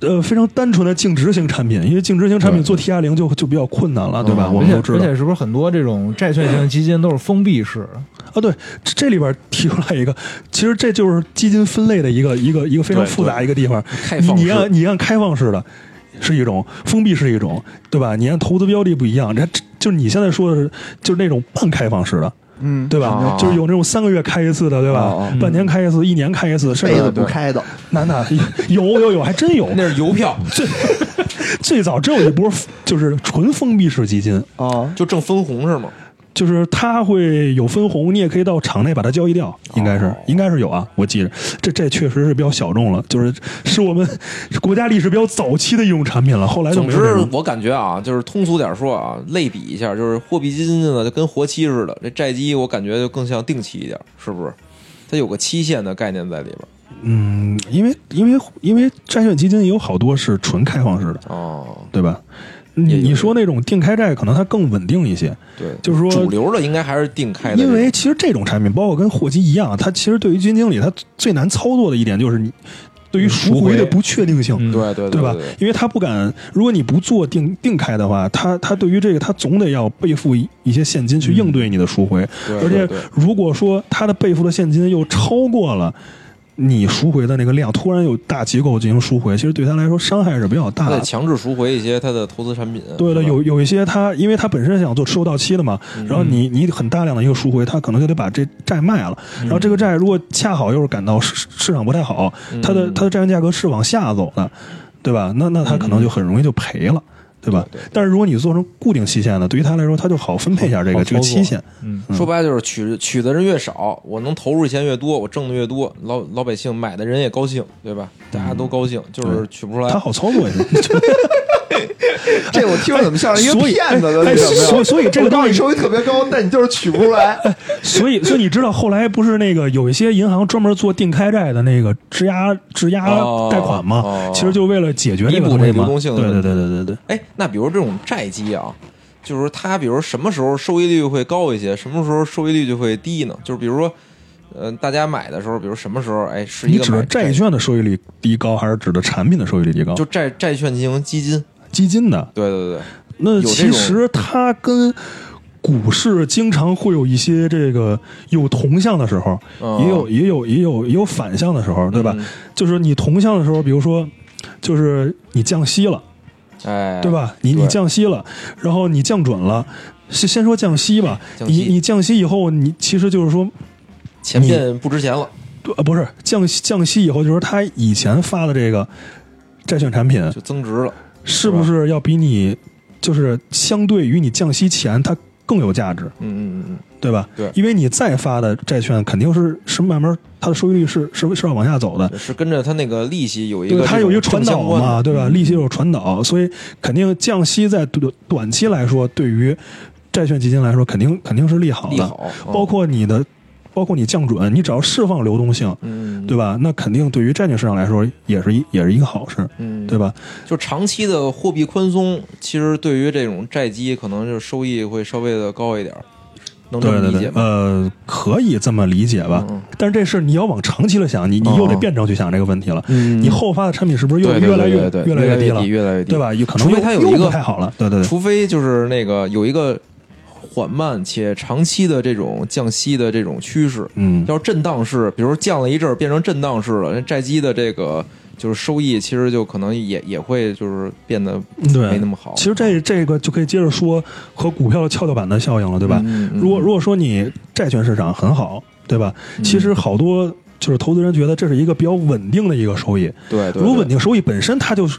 Speaker 4: 呃，非常单纯的净值型产品，因为净值型产品
Speaker 2: 对
Speaker 4: 做 T 加零就就比较困难了，对吧？
Speaker 2: 嗯
Speaker 4: 我
Speaker 3: 而
Speaker 4: 们
Speaker 3: 且
Speaker 4: 都知
Speaker 3: 而
Speaker 4: 道。
Speaker 3: 且是不是很多这种债券型基金都是封闭式的？
Speaker 4: 啊，对，这这里边提出来一个，其实这就是基金分类的一个一个一个非常
Speaker 2: 对
Speaker 4: 复杂一个地方。
Speaker 2: 开
Speaker 4: 你
Speaker 2: 放
Speaker 4: 你按
Speaker 2: 式
Speaker 4: 你按开放式的是一种，封闭是一种，对吧？你按投资标的不一样，这这就是你现在说的是就是那种半开放式的，
Speaker 1: 嗯，
Speaker 4: 对吧？
Speaker 2: 哦
Speaker 4: 就是有那种三个月开一次的，对吧？
Speaker 1: 哦
Speaker 4: 半年开一次，一年开一次，甚
Speaker 1: 杯子
Speaker 4: 至
Speaker 1: 不开的，
Speaker 4: 那那有有有，还真有。
Speaker 2: 那是邮票，
Speaker 4: 最 最早只有一波就是纯封闭式基金，
Speaker 1: 啊，
Speaker 2: 就挣分红是吗？
Speaker 4: 就是它会有分红，你也可以到场内把它交易掉，
Speaker 2: 哦
Speaker 4: 应该是、应该是有啊，我记着，这这确实是比较小众了，就是是我们 国家历史比较早期的一种产品了，后来就
Speaker 2: 总
Speaker 4: 没有这
Speaker 2: 之
Speaker 4: 种，
Speaker 2: 我感觉啊，就是通俗点说啊，类比一下，就是货币基金呢就跟活期似的，这债基我感觉就更像定期一点，是不是？它有个期限的概念在里边。
Speaker 4: 嗯，因为因为因为债券基金也有好多是纯开放式的，
Speaker 2: 哦，
Speaker 4: 对吧？你
Speaker 2: 也有
Speaker 4: 你说那种定开债，可能它更稳定一些，
Speaker 2: 对，
Speaker 4: 就是说
Speaker 2: 主流的应该还是定开的这种，
Speaker 4: 因为其实这种产品，包括跟货基一样，它其实对于基金经理，它最难操作的一点就是你对于赎回的不确定性，
Speaker 3: 嗯
Speaker 2: 对对
Speaker 4: 对吧
Speaker 2: 对对？
Speaker 4: 因为他不敢，如果你不做定定开的话，他他对于这个他总得要备付一一些现金去应对你的赎回，
Speaker 2: 对
Speaker 4: 而
Speaker 2: 嗯对
Speaker 4: 且
Speaker 2: 对
Speaker 4: 如果说他的备付的现金又超过了。你赎回的那个量突然有大机构进行赎回，其实对他来说伤害是比较大
Speaker 2: 他
Speaker 4: 的
Speaker 2: 得。强制赎回一些他的投资产品。
Speaker 4: 啊对的，
Speaker 2: 是吧嗯
Speaker 4: 有有一些他，因为他本身想做持有到期的嘛，然后你你很大量的一个赎回，他可能就得把这债卖了，
Speaker 2: 嗯
Speaker 4: 然后这个债如果恰好又是感到市市市场不太好，它的
Speaker 2: 嗯
Speaker 4: 它的债券价格是往下走的，对吧？那那他可能就很容易就赔了，对吧？
Speaker 2: 对对对
Speaker 4: 但是如果你做成固定期限的，对于他来说，他就好分配一下这
Speaker 3: 好
Speaker 4: 个
Speaker 3: 操
Speaker 4: 这个
Speaker 3: 作
Speaker 4: 期限，
Speaker 3: 嗯，
Speaker 2: 说白了就是取取的人越少，我能投入的钱越多，我挣的越多，老老百姓买的人也高兴，对吧？大家都高兴，就是取不出来
Speaker 4: 他。好操 作一些。
Speaker 1: 这我听着怎么像是一个
Speaker 4: 所以
Speaker 1: 骗子的那
Speaker 4: 哎哎
Speaker 1: 什么呀？
Speaker 4: 所以所以这个
Speaker 1: 我告诉
Speaker 4: 东
Speaker 1: 你
Speaker 4: 西哎
Speaker 1: 收益特别高，但你就是取不出来。
Speaker 4: 所以，所以你知道后来不是那个有一些银行专门做定开债的那个质押质押
Speaker 2: 哦
Speaker 4: 贷款吗？
Speaker 2: 哦
Speaker 4: 其实就为了解决这个
Speaker 2: 弥补这
Speaker 4: 东西
Speaker 2: 流
Speaker 4: 嘛。
Speaker 2: 动性的
Speaker 4: 对对
Speaker 2: 问题
Speaker 4: 对对对对。
Speaker 2: 哎，那比如这种债基啊，就是它，比如什么时候收益率会高一些，什么时候收益率就会低呢？就是比如说，呃，大家买的时候，比如什么时候，哎，是一
Speaker 4: 你
Speaker 2: 个
Speaker 4: 指
Speaker 2: 买
Speaker 4: 的债券的收益率低高，还是指的产品的收益率低高？
Speaker 2: 就债债券进行基金，
Speaker 4: 基金的。
Speaker 2: 对对对，
Speaker 4: 那
Speaker 2: 有这
Speaker 4: 其
Speaker 2: 种
Speaker 4: 实它跟股市经常会有一些这个有同向的时候，
Speaker 2: 嗯
Speaker 4: 也有也有也有也有反向的时候，对吧？
Speaker 2: 嗯
Speaker 4: 就是你同向的时候，比如说，就是你降息了，
Speaker 2: 哎，
Speaker 4: 对？吧？你你
Speaker 2: 对
Speaker 4: 降息了，然后你降准了。先先说降息吧，
Speaker 2: 降息
Speaker 4: 你你降息以后，你其实就是说，
Speaker 2: 钱变不值钱了，
Speaker 4: 对呃，不是降息降息以后，就是他以前发的这个债券产品，
Speaker 2: 就增值了。
Speaker 4: 是不是要比你就是相对于你降息前它更有价值，
Speaker 2: 嗯嗯嗯
Speaker 4: 对吧？
Speaker 2: 对
Speaker 4: 因为你再发的债券肯定是是慢慢它的收益率是是是要往下走的，
Speaker 2: 嗯，是跟着它那个利息有一
Speaker 4: 对，
Speaker 2: 个嗯
Speaker 4: 它
Speaker 2: 这
Speaker 4: 有一个
Speaker 2: 种
Speaker 4: 传
Speaker 2: 正
Speaker 4: 导
Speaker 2: 相关
Speaker 4: 嘛，
Speaker 2: 的
Speaker 4: 对吧？利息有传导，所以肯定降息在短短期来说，对于债券基金来说，肯定肯定是利好
Speaker 2: 利
Speaker 4: 的，
Speaker 2: 好，嗯
Speaker 4: 包括你的，包括你降准，你只要释放流动性，
Speaker 2: 嗯，
Speaker 4: 对吧？那肯定对于债券市场来说也是一也是一个好事，
Speaker 2: 嗯，
Speaker 4: 对吧？
Speaker 2: 就长期的货币宽松，其实对于这种债基，可能就是收益会稍微的高一点儿，能这
Speaker 4: 对
Speaker 2: 么
Speaker 4: 对
Speaker 2: 理
Speaker 4: 对
Speaker 2: 解，吗？
Speaker 4: 呃，可以这么理解吧。
Speaker 2: 嗯嗯
Speaker 4: 但是这事儿你要往长期了想，你你又得
Speaker 2: 哦
Speaker 4: 辩证去想这个问题了。
Speaker 2: 嗯
Speaker 4: 你后发的产品是不是又
Speaker 2: 对对
Speaker 4: 越来越
Speaker 2: 对对对
Speaker 4: 越来
Speaker 2: 越
Speaker 4: 低了？
Speaker 2: 越来越低，
Speaker 4: 对？吧？有可能
Speaker 2: 除非
Speaker 4: 又
Speaker 2: 它有
Speaker 4: 又
Speaker 2: 一个
Speaker 4: 不太好了。对对对，
Speaker 2: 除非就是那个有一个缓慢且长期的这种降息的这种趋势，
Speaker 4: 嗯，
Speaker 2: 要是震荡式，比如降了一阵儿变成震荡式了，那债基的这个就是收益，其实就可能也也会就是变得
Speaker 4: 对，
Speaker 2: 没那么好。
Speaker 4: 其实这这个就可以接着说和股票的跷跷板的效应了，对吧？
Speaker 2: 嗯嗯
Speaker 4: 如果如果说你债券市场很好，对吧？其实好多就是投资人觉得这是一个比较稳定的一个收益。
Speaker 2: 对对，
Speaker 4: 如果
Speaker 2: 对
Speaker 4: 稳定收益本身它就是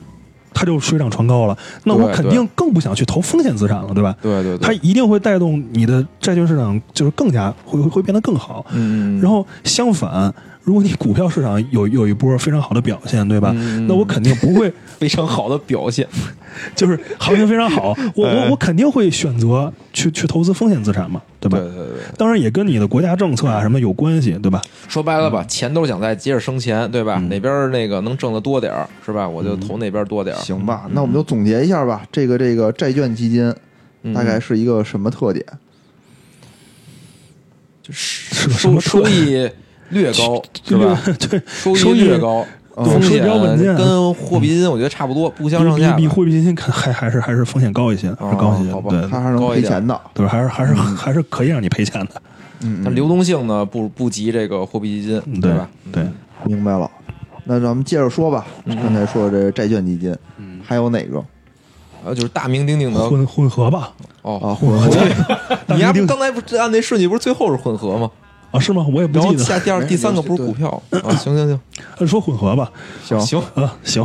Speaker 4: 它就水涨船高了，那我
Speaker 2: 对
Speaker 4: 肯
Speaker 2: 对
Speaker 4: 定更不想去投风险资产了，对吧？
Speaker 2: 对对对，
Speaker 4: 它一定会带动你的债券市场，就是更加会会会变得更好。
Speaker 2: 嗯，嗯嗯
Speaker 4: 然后相反，如果你股票市场有有一波非常好的表现，对吧？
Speaker 2: 嗯
Speaker 4: 那我肯定不会，
Speaker 2: 非常好的表现， 哎
Speaker 4: 就是行情非常好，我我我肯定会选择去去投资风险资产嘛，对吧？
Speaker 2: 对对对。
Speaker 4: 当然也跟你的国家政策啊什么有关系，对吧？
Speaker 2: 说白
Speaker 1: 嗯
Speaker 2: 了吧，钱都是想在接着生钱，对吧？
Speaker 4: 嗯
Speaker 2: 哪边儿那个能挣得多点儿，是吧？我就投哪边儿多点儿。
Speaker 1: 行吧，那我们就总结一下吧。这个这个债券基金
Speaker 2: 嗯
Speaker 1: 大概是一个什么特点？
Speaker 4: 是
Speaker 2: 就是
Speaker 4: 个什么
Speaker 2: 收收益略 高，是吧？？
Speaker 4: 对，
Speaker 2: 收
Speaker 4: 收益
Speaker 2: 益略高，
Speaker 1: 嗯
Speaker 2: 风
Speaker 4: 收益
Speaker 2: 险
Speaker 4: 比较稳健
Speaker 2: 跟货币基金我觉得差不多，不相上
Speaker 4: 比
Speaker 2: 下吧
Speaker 4: 比。货币基金肯还还是还是风险高一些，还是嗯高一些
Speaker 2: 哦好，吧
Speaker 4: 对
Speaker 1: 它还是能
Speaker 2: 高一
Speaker 1: 赔
Speaker 2: 点
Speaker 1: 钱的。
Speaker 4: 对，还是还是还是可以让你赔钱的，
Speaker 1: 嗯，
Speaker 2: 它
Speaker 1: 嗯
Speaker 2: 流动性呢不不及这个货币基金，
Speaker 4: 嗯对
Speaker 2: 吧？
Speaker 4: 对，
Speaker 1: 明白了。那咱们接着说吧，
Speaker 4: 嗯
Speaker 1: 刚才说的这债券基金，还有哪个
Speaker 2: 呃，就是大名鼎鼎的
Speaker 4: 混混合吧，
Speaker 2: 哦
Speaker 4: 嗯
Speaker 1: 啊？混合
Speaker 2: 你
Speaker 4: 大
Speaker 2: 丫
Speaker 4: 名
Speaker 2: 不
Speaker 4: 鼎
Speaker 2: 刚才不是按那顺序不是最后是混合吗？
Speaker 4: 啊，是吗？我也不
Speaker 5: 然
Speaker 4: 记
Speaker 5: 后
Speaker 4: 得。
Speaker 5: 下第二、第三个不是股票
Speaker 2: 哦
Speaker 5: 啊？行行行，
Speaker 4: 按 说混合吧，
Speaker 1: 行
Speaker 5: 行
Speaker 4: 啊，行，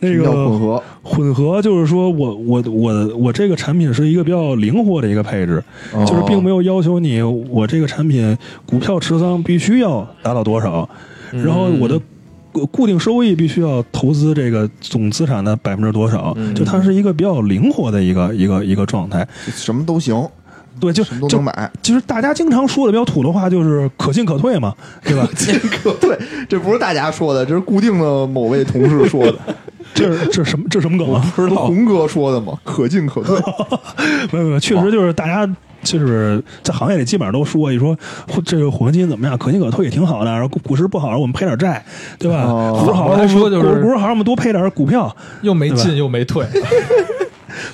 Speaker 4: 那
Speaker 1: 哦什么
Speaker 4: 个
Speaker 1: 叫混合，
Speaker 4: 混合就是说我我我我这个产品是一个比较灵活的一个配置，
Speaker 1: 哦
Speaker 4: 就是并没有要求你我这个产品股票持仓必须要达到多少，
Speaker 1: 嗯
Speaker 4: 然后我的固固定收益必须要投资这个总资产的百分之多少，
Speaker 1: 嗯
Speaker 4: 就它是一个比较灵活的一个一个一个状态。
Speaker 1: 就什么都行，
Speaker 4: 对，就
Speaker 1: 什么都
Speaker 4: 就
Speaker 1: 能买。
Speaker 4: 其实大家经常说的比较土的话就是可进可退嘛，对吧？
Speaker 1: 对，这不是大家说的，这是固定的某位同事说 的，
Speaker 4: 这是这是什么这是什么梗啊？
Speaker 1: 不是红哥说的吗？可进可退。
Speaker 4: 没有没有，确实就是大家就是在行业里基本上都说一说混这个混合基金怎么样，可进可退也挺好的。然后股股市不好，我们配点债，对吧？
Speaker 1: 哦
Speaker 4: 股好
Speaker 3: 反过来说就是
Speaker 4: 股股好，我们多配点股票。
Speaker 3: 又没
Speaker 4: 对吧
Speaker 3: 进又没退，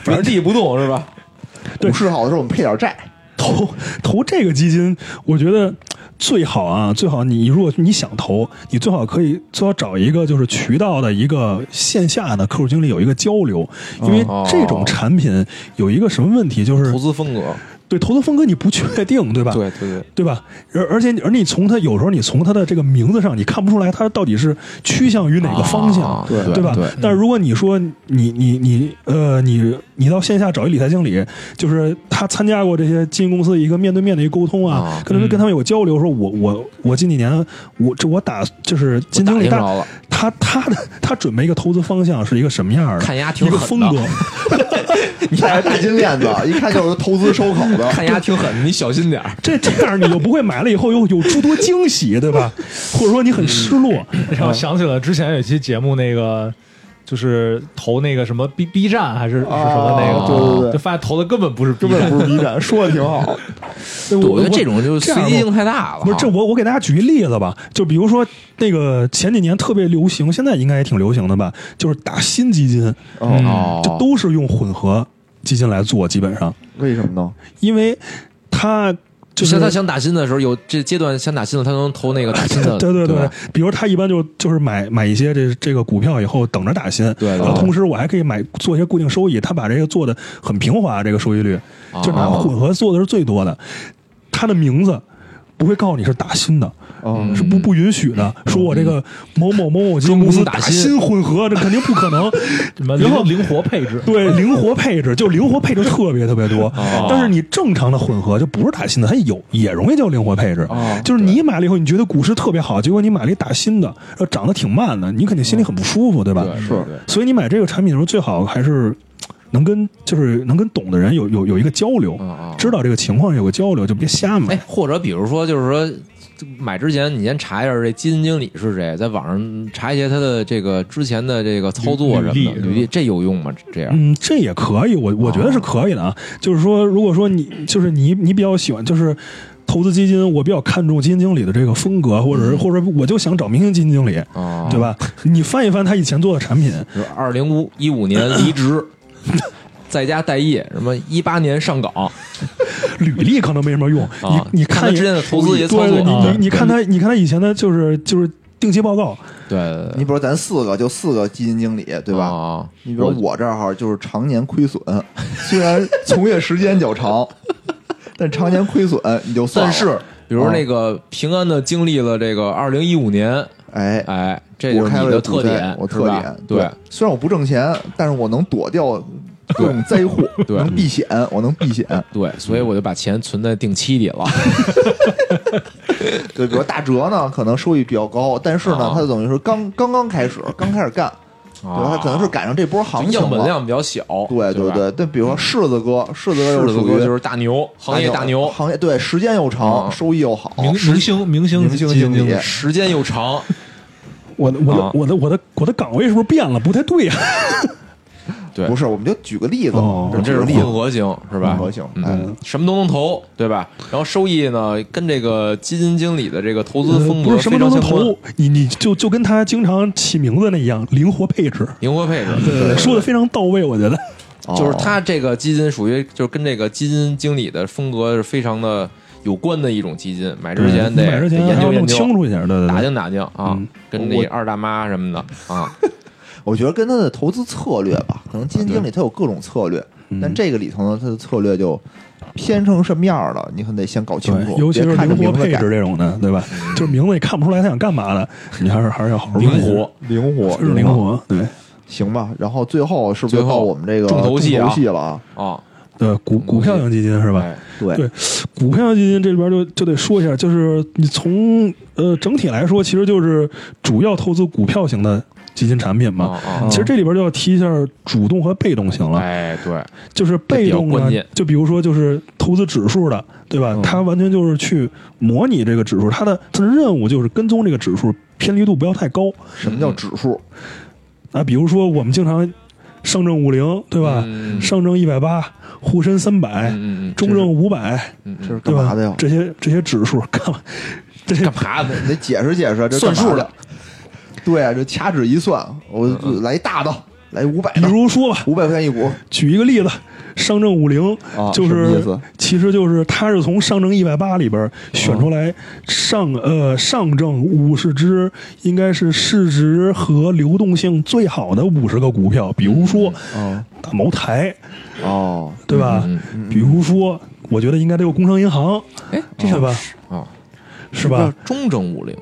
Speaker 5: 原地不动是吧？
Speaker 4: 对
Speaker 1: 股市好的时候我们配点债，
Speaker 4: 投投这个基金，我觉得最好啊，最好你如果你想投，你最好可以最好找一个就是渠道的一个线下的客户经理有一个交流，因为
Speaker 2: 哦
Speaker 4: 这种产品有一个什么问题，就是
Speaker 5: 投资风格，
Speaker 4: 对投资风格你不确定，对吧？
Speaker 5: 对对对，
Speaker 4: 对吧？而而且你而你从他有时候你从他的这个名字上，你看不出来他到底是趋向于哪个方向，
Speaker 2: 啊
Speaker 1: 对
Speaker 4: 对吧？
Speaker 2: 对，
Speaker 4: 但是如果你说你你你呃你你到线下找一理财经理，就是他参加过这些基金公司一个面对面的一个沟通啊
Speaker 2: 啊，
Speaker 4: 可能是跟他们有交流，说我我我近几年我这我打就是基金经理
Speaker 2: 我打听
Speaker 4: 他
Speaker 2: 着了
Speaker 4: 他他的他准备一个投资方向是一个什么样的，
Speaker 2: 看人家挺
Speaker 4: 一个
Speaker 2: 狠
Speaker 4: 风
Speaker 2: 的
Speaker 4: 格，
Speaker 1: 戴着大金链子，一看就是投资烧烤的。
Speaker 2: 看牙挺狠，你小心点儿。
Speaker 4: 这这样你就不会买了以后有有诸多惊喜，对吧？或者说你很失落，
Speaker 2: 嗯
Speaker 3: 然后想起了之前有一期节目那个。就是投那个什么 B B 站还是是什么那
Speaker 1: 啊
Speaker 3: 个，
Speaker 1: 对对
Speaker 3: 就
Speaker 1: 对，
Speaker 3: 发现投的根本不是 B
Speaker 1: 根本
Speaker 3: 站，
Speaker 1: 不是 B 站，说的挺好。
Speaker 4: 对
Speaker 2: 对，我觉得这种就随
Speaker 4: 这样吧
Speaker 2: 机性太大了。
Speaker 4: 不是这
Speaker 2: 哈
Speaker 4: 我我给大家举一例子吧，就比如说那个前几年特别流行，现在应该也挺流行的吧，就是打新基金，
Speaker 1: 哦，
Speaker 2: 哦，
Speaker 4: 就都是用混合基金来做，基本上，
Speaker 1: 为什么呢？
Speaker 4: 因为它就
Speaker 2: 就是像他想打新的时候，有这阶段想打新的，他能投那个打新的，
Speaker 4: 对 对
Speaker 2: 对
Speaker 4: 对，
Speaker 2: 吧，
Speaker 4: 比如他一般就就是买买一些这这个股票以后等着打新，
Speaker 1: 对对
Speaker 4: 然后同时我还可以买做一些固定收益，他把这个做的很平滑，这个收益率
Speaker 2: 哦
Speaker 4: 就拿混合做的是最多的，他的名字不会告诉你是打新的，
Speaker 2: 嗯
Speaker 1: 哦，
Speaker 4: 是不不允许的，说我这个某某某某基金
Speaker 2: 中
Speaker 4: 公司
Speaker 2: 公打
Speaker 4: 打
Speaker 2: 新
Speaker 4: 新混合，这肯定不可能，
Speaker 3: 什么
Speaker 4: 然后
Speaker 3: 灵灵活配置，
Speaker 4: 对，灵活配置就灵活配置特别特别多，
Speaker 2: 哦
Speaker 4: 但是你正常的混合就不是打新的，它有也容易叫灵活配置，
Speaker 2: 哦
Speaker 4: 就是你买了以后，你觉得股市特别好，结果你买了一打新的，然后涨得挺慢的，你肯定心里很不舒服，对吧？
Speaker 2: 嗯对
Speaker 1: 是
Speaker 4: 所以你买这个产品的时候，最好还是能跟就是能跟懂的人有有有一个交流
Speaker 2: 嗯嗯，
Speaker 4: 知道这个情况有个交流，就别瞎
Speaker 2: 哎
Speaker 4: 买。，
Speaker 2: 或者比如说，就是说买之前，你先查一下这基金经理是谁，在网上查一些他的这个之前的这个操作什么的
Speaker 3: 履历是吧
Speaker 2: 履历，这有用吗？这样
Speaker 4: 嗯，这也可以，我我觉得是可以的啊。
Speaker 2: 哦
Speaker 4: 就是说，如果说你就是你你比较喜欢就是投资基金，我比较看重基金经理的这个风格，或
Speaker 2: 嗯
Speaker 4: 者是或者我就想找明星基金经理，
Speaker 2: 啊，
Speaker 4: 对？吧？你翻一翻他以前做的产品，
Speaker 2: 二零一五年离 职，在家待业，什么一八年上岗，
Speaker 4: 履历可能没什么用，
Speaker 2: 啊
Speaker 4: 你你
Speaker 2: 看
Speaker 4: 看
Speaker 2: 他之前的投资一些操
Speaker 4: 对
Speaker 2: 作
Speaker 4: 对，你
Speaker 2: 啊
Speaker 4: 你你看他你看他以前的就是就是定期报告，
Speaker 2: 对对
Speaker 1: 你比如咱四个就四个基金经理，对吧？
Speaker 2: 啊，
Speaker 1: 你比如我这儿哈，就是常年亏损，虽然从业时间较长，但常年亏损你就算
Speaker 2: 但
Speaker 1: 了。嗯
Speaker 2: 是。比如那个平安的经历了这个二零一五年，
Speaker 1: 哎，
Speaker 2: 哎，这就
Speaker 1: 我
Speaker 2: 是
Speaker 1: 开
Speaker 2: 你
Speaker 1: 了个
Speaker 2: 的
Speaker 1: 股
Speaker 2: 特
Speaker 1: 灾
Speaker 2: 点，
Speaker 1: 我
Speaker 2: 是
Speaker 1: 特
Speaker 2: 吧
Speaker 1: 点
Speaker 2: 对，
Speaker 1: 虽然我不挣钱，但是我能躲掉各种灾祸，
Speaker 2: 对
Speaker 1: 能避险，我能 避险。
Speaker 2: 对，所以我就把钱存在定期里了。
Speaker 1: 嗯对，比如大哲呢，可能收益比较高，但是呢
Speaker 2: 啊，
Speaker 4: 哦
Speaker 1: 他等于是刚刚刚开始，刚开始干，对吧？他可能是赶上这波行
Speaker 2: 就
Speaker 1: 情
Speaker 2: 样本
Speaker 1: 了。
Speaker 2: 量比较小，
Speaker 1: 对
Speaker 2: 对
Speaker 1: 对
Speaker 2: 吧，
Speaker 1: 对，但比如说柿子哥，柿子哥又
Speaker 2: 是的
Speaker 1: 属
Speaker 2: 哥
Speaker 1: 于
Speaker 2: 就是大牛，行业大牛，
Speaker 1: 行业对时间又长，
Speaker 2: 啊
Speaker 1: 收益又好，
Speaker 3: 明明星明星
Speaker 1: 哦明星
Speaker 3: 基金
Speaker 1: 经
Speaker 3: 经
Speaker 1: 理
Speaker 3: 理
Speaker 2: 时间 又长，
Speaker 4: 我的我的、
Speaker 2: 啊
Speaker 4: 我的我的我的岗位是不是变了？不太对啊。
Speaker 2: 对
Speaker 1: 不是，我们就举个例子嘛
Speaker 4: 哦，
Speaker 2: 这
Speaker 1: 举
Speaker 2: 是
Speaker 1: 个例
Speaker 2: 混
Speaker 1: 子，
Speaker 2: 合型是吧？
Speaker 1: 混合型哎
Speaker 2: 嗯，什么都能投，对吧？然后收益呢，跟这个基金经理的这个投资风
Speaker 4: 不
Speaker 1: 呃
Speaker 2: 格
Speaker 4: 是什
Speaker 2: 非
Speaker 4: 么都
Speaker 2: 常
Speaker 4: 能
Speaker 2: 相关，
Speaker 4: 投，你你就就跟他经常起名字那一样，灵活配置，
Speaker 2: 灵活配置。
Speaker 4: 说的非常到位，我觉得。
Speaker 1: 哦
Speaker 2: 就是他这个基金属于就是跟这个基金经理的风格是非常的有关的一种基金，买之前得
Speaker 4: 买
Speaker 2: 得
Speaker 4: 之前
Speaker 2: 研
Speaker 4: 还要
Speaker 2: 究
Speaker 4: 弄
Speaker 2: 研
Speaker 4: 清
Speaker 2: 究，
Speaker 4: 楚一点，对对
Speaker 2: 打
Speaker 4: 对。
Speaker 2: 听打听啊
Speaker 4: 嗯，
Speaker 2: 跟那二大妈 什么的啊，啊
Speaker 1: 我觉得跟他的投资策略吧，可能基金经理他有各种策略，
Speaker 4: 嗯
Speaker 1: 但这个里头呢，它的策略就偏成什么样儿了，你可得先搞清楚
Speaker 4: 对，，尤其
Speaker 1: 别
Speaker 4: 是
Speaker 1: 看着
Speaker 4: 灵活
Speaker 1: 名字
Speaker 4: 配
Speaker 1: 改
Speaker 4: 置这种的， 对吧？就是名字也看不出来他想干嘛的，你还是还是要好好
Speaker 2: 灵
Speaker 4: 看一下
Speaker 2: 活，
Speaker 1: 灵活，
Speaker 4: 就是灵活。对，
Speaker 1: 行吧。然后最后是不是
Speaker 2: 最后
Speaker 1: 到我们这个
Speaker 2: 重头戏啊
Speaker 1: 了啊？
Speaker 2: 啊，
Speaker 4: 对，股股票型基金是吧？
Speaker 2: 哎
Speaker 1: 对
Speaker 4: 对股票基金这里边就就得说一下，就是你从呃整体来说，其实就是主要投资股票型的基金产品
Speaker 2: 啊
Speaker 4: 嘛。
Speaker 2: 啊，
Speaker 4: 其实这里边就要提一下主动和被动型了，
Speaker 2: 哎，对，
Speaker 4: 就是被
Speaker 2: 这
Speaker 4: 动
Speaker 2: 比较关
Speaker 4: 呢
Speaker 2: 键，
Speaker 4: 就比如说就是投资指数的，对吧
Speaker 2: 嗯？
Speaker 4: 它完全就是去模拟这个指数，它的它的任务就是跟踪这个指数，偏离度不要太高
Speaker 1: 什么叫嗯
Speaker 4: 嗯
Speaker 1: 指数？
Speaker 4: 啊。比如说我们经常上证五零，对吧？
Speaker 2: 嗯
Speaker 4: 上证一百八，沪深三百，
Speaker 2: 嗯嗯嗯
Speaker 4: 中证五百，
Speaker 2: 嗯
Speaker 1: 这
Speaker 2: 嗯
Speaker 1: 是
Speaker 4: 对
Speaker 1: 干
Speaker 4: 吧
Speaker 1: 嘛的呀？？
Speaker 4: 这些这些指数干嘛？这些
Speaker 2: 干嘛呢？
Speaker 1: 你得解释解释，这
Speaker 2: 算数
Speaker 1: 干嘛
Speaker 2: 的
Speaker 1: 的。对啊，这掐指一算，我就来一大的，来五百
Speaker 4: 比
Speaker 1: 的，
Speaker 4: 如说吧，
Speaker 1: 五百块钱一股
Speaker 4: 举一个例子，上证五零
Speaker 1: 啊，
Speaker 4: 就
Speaker 1: 什么意
Speaker 4: 是
Speaker 1: 思？
Speaker 4: 其实就是它是从上证一百八里边选出来上、呃上证五十只应该是市值和流动性最好的五十个股票，比如说
Speaker 1: 哦
Speaker 4: 大茅台，
Speaker 1: 哦，
Speaker 4: 对吧？
Speaker 2: 嗯
Speaker 4: 比如说，我觉得应该得有工商银行，
Speaker 2: 哎，
Speaker 4: 这是吧？
Speaker 2: 啊，
Speaker 4: 是吧？？
Speaker 2: 中证五零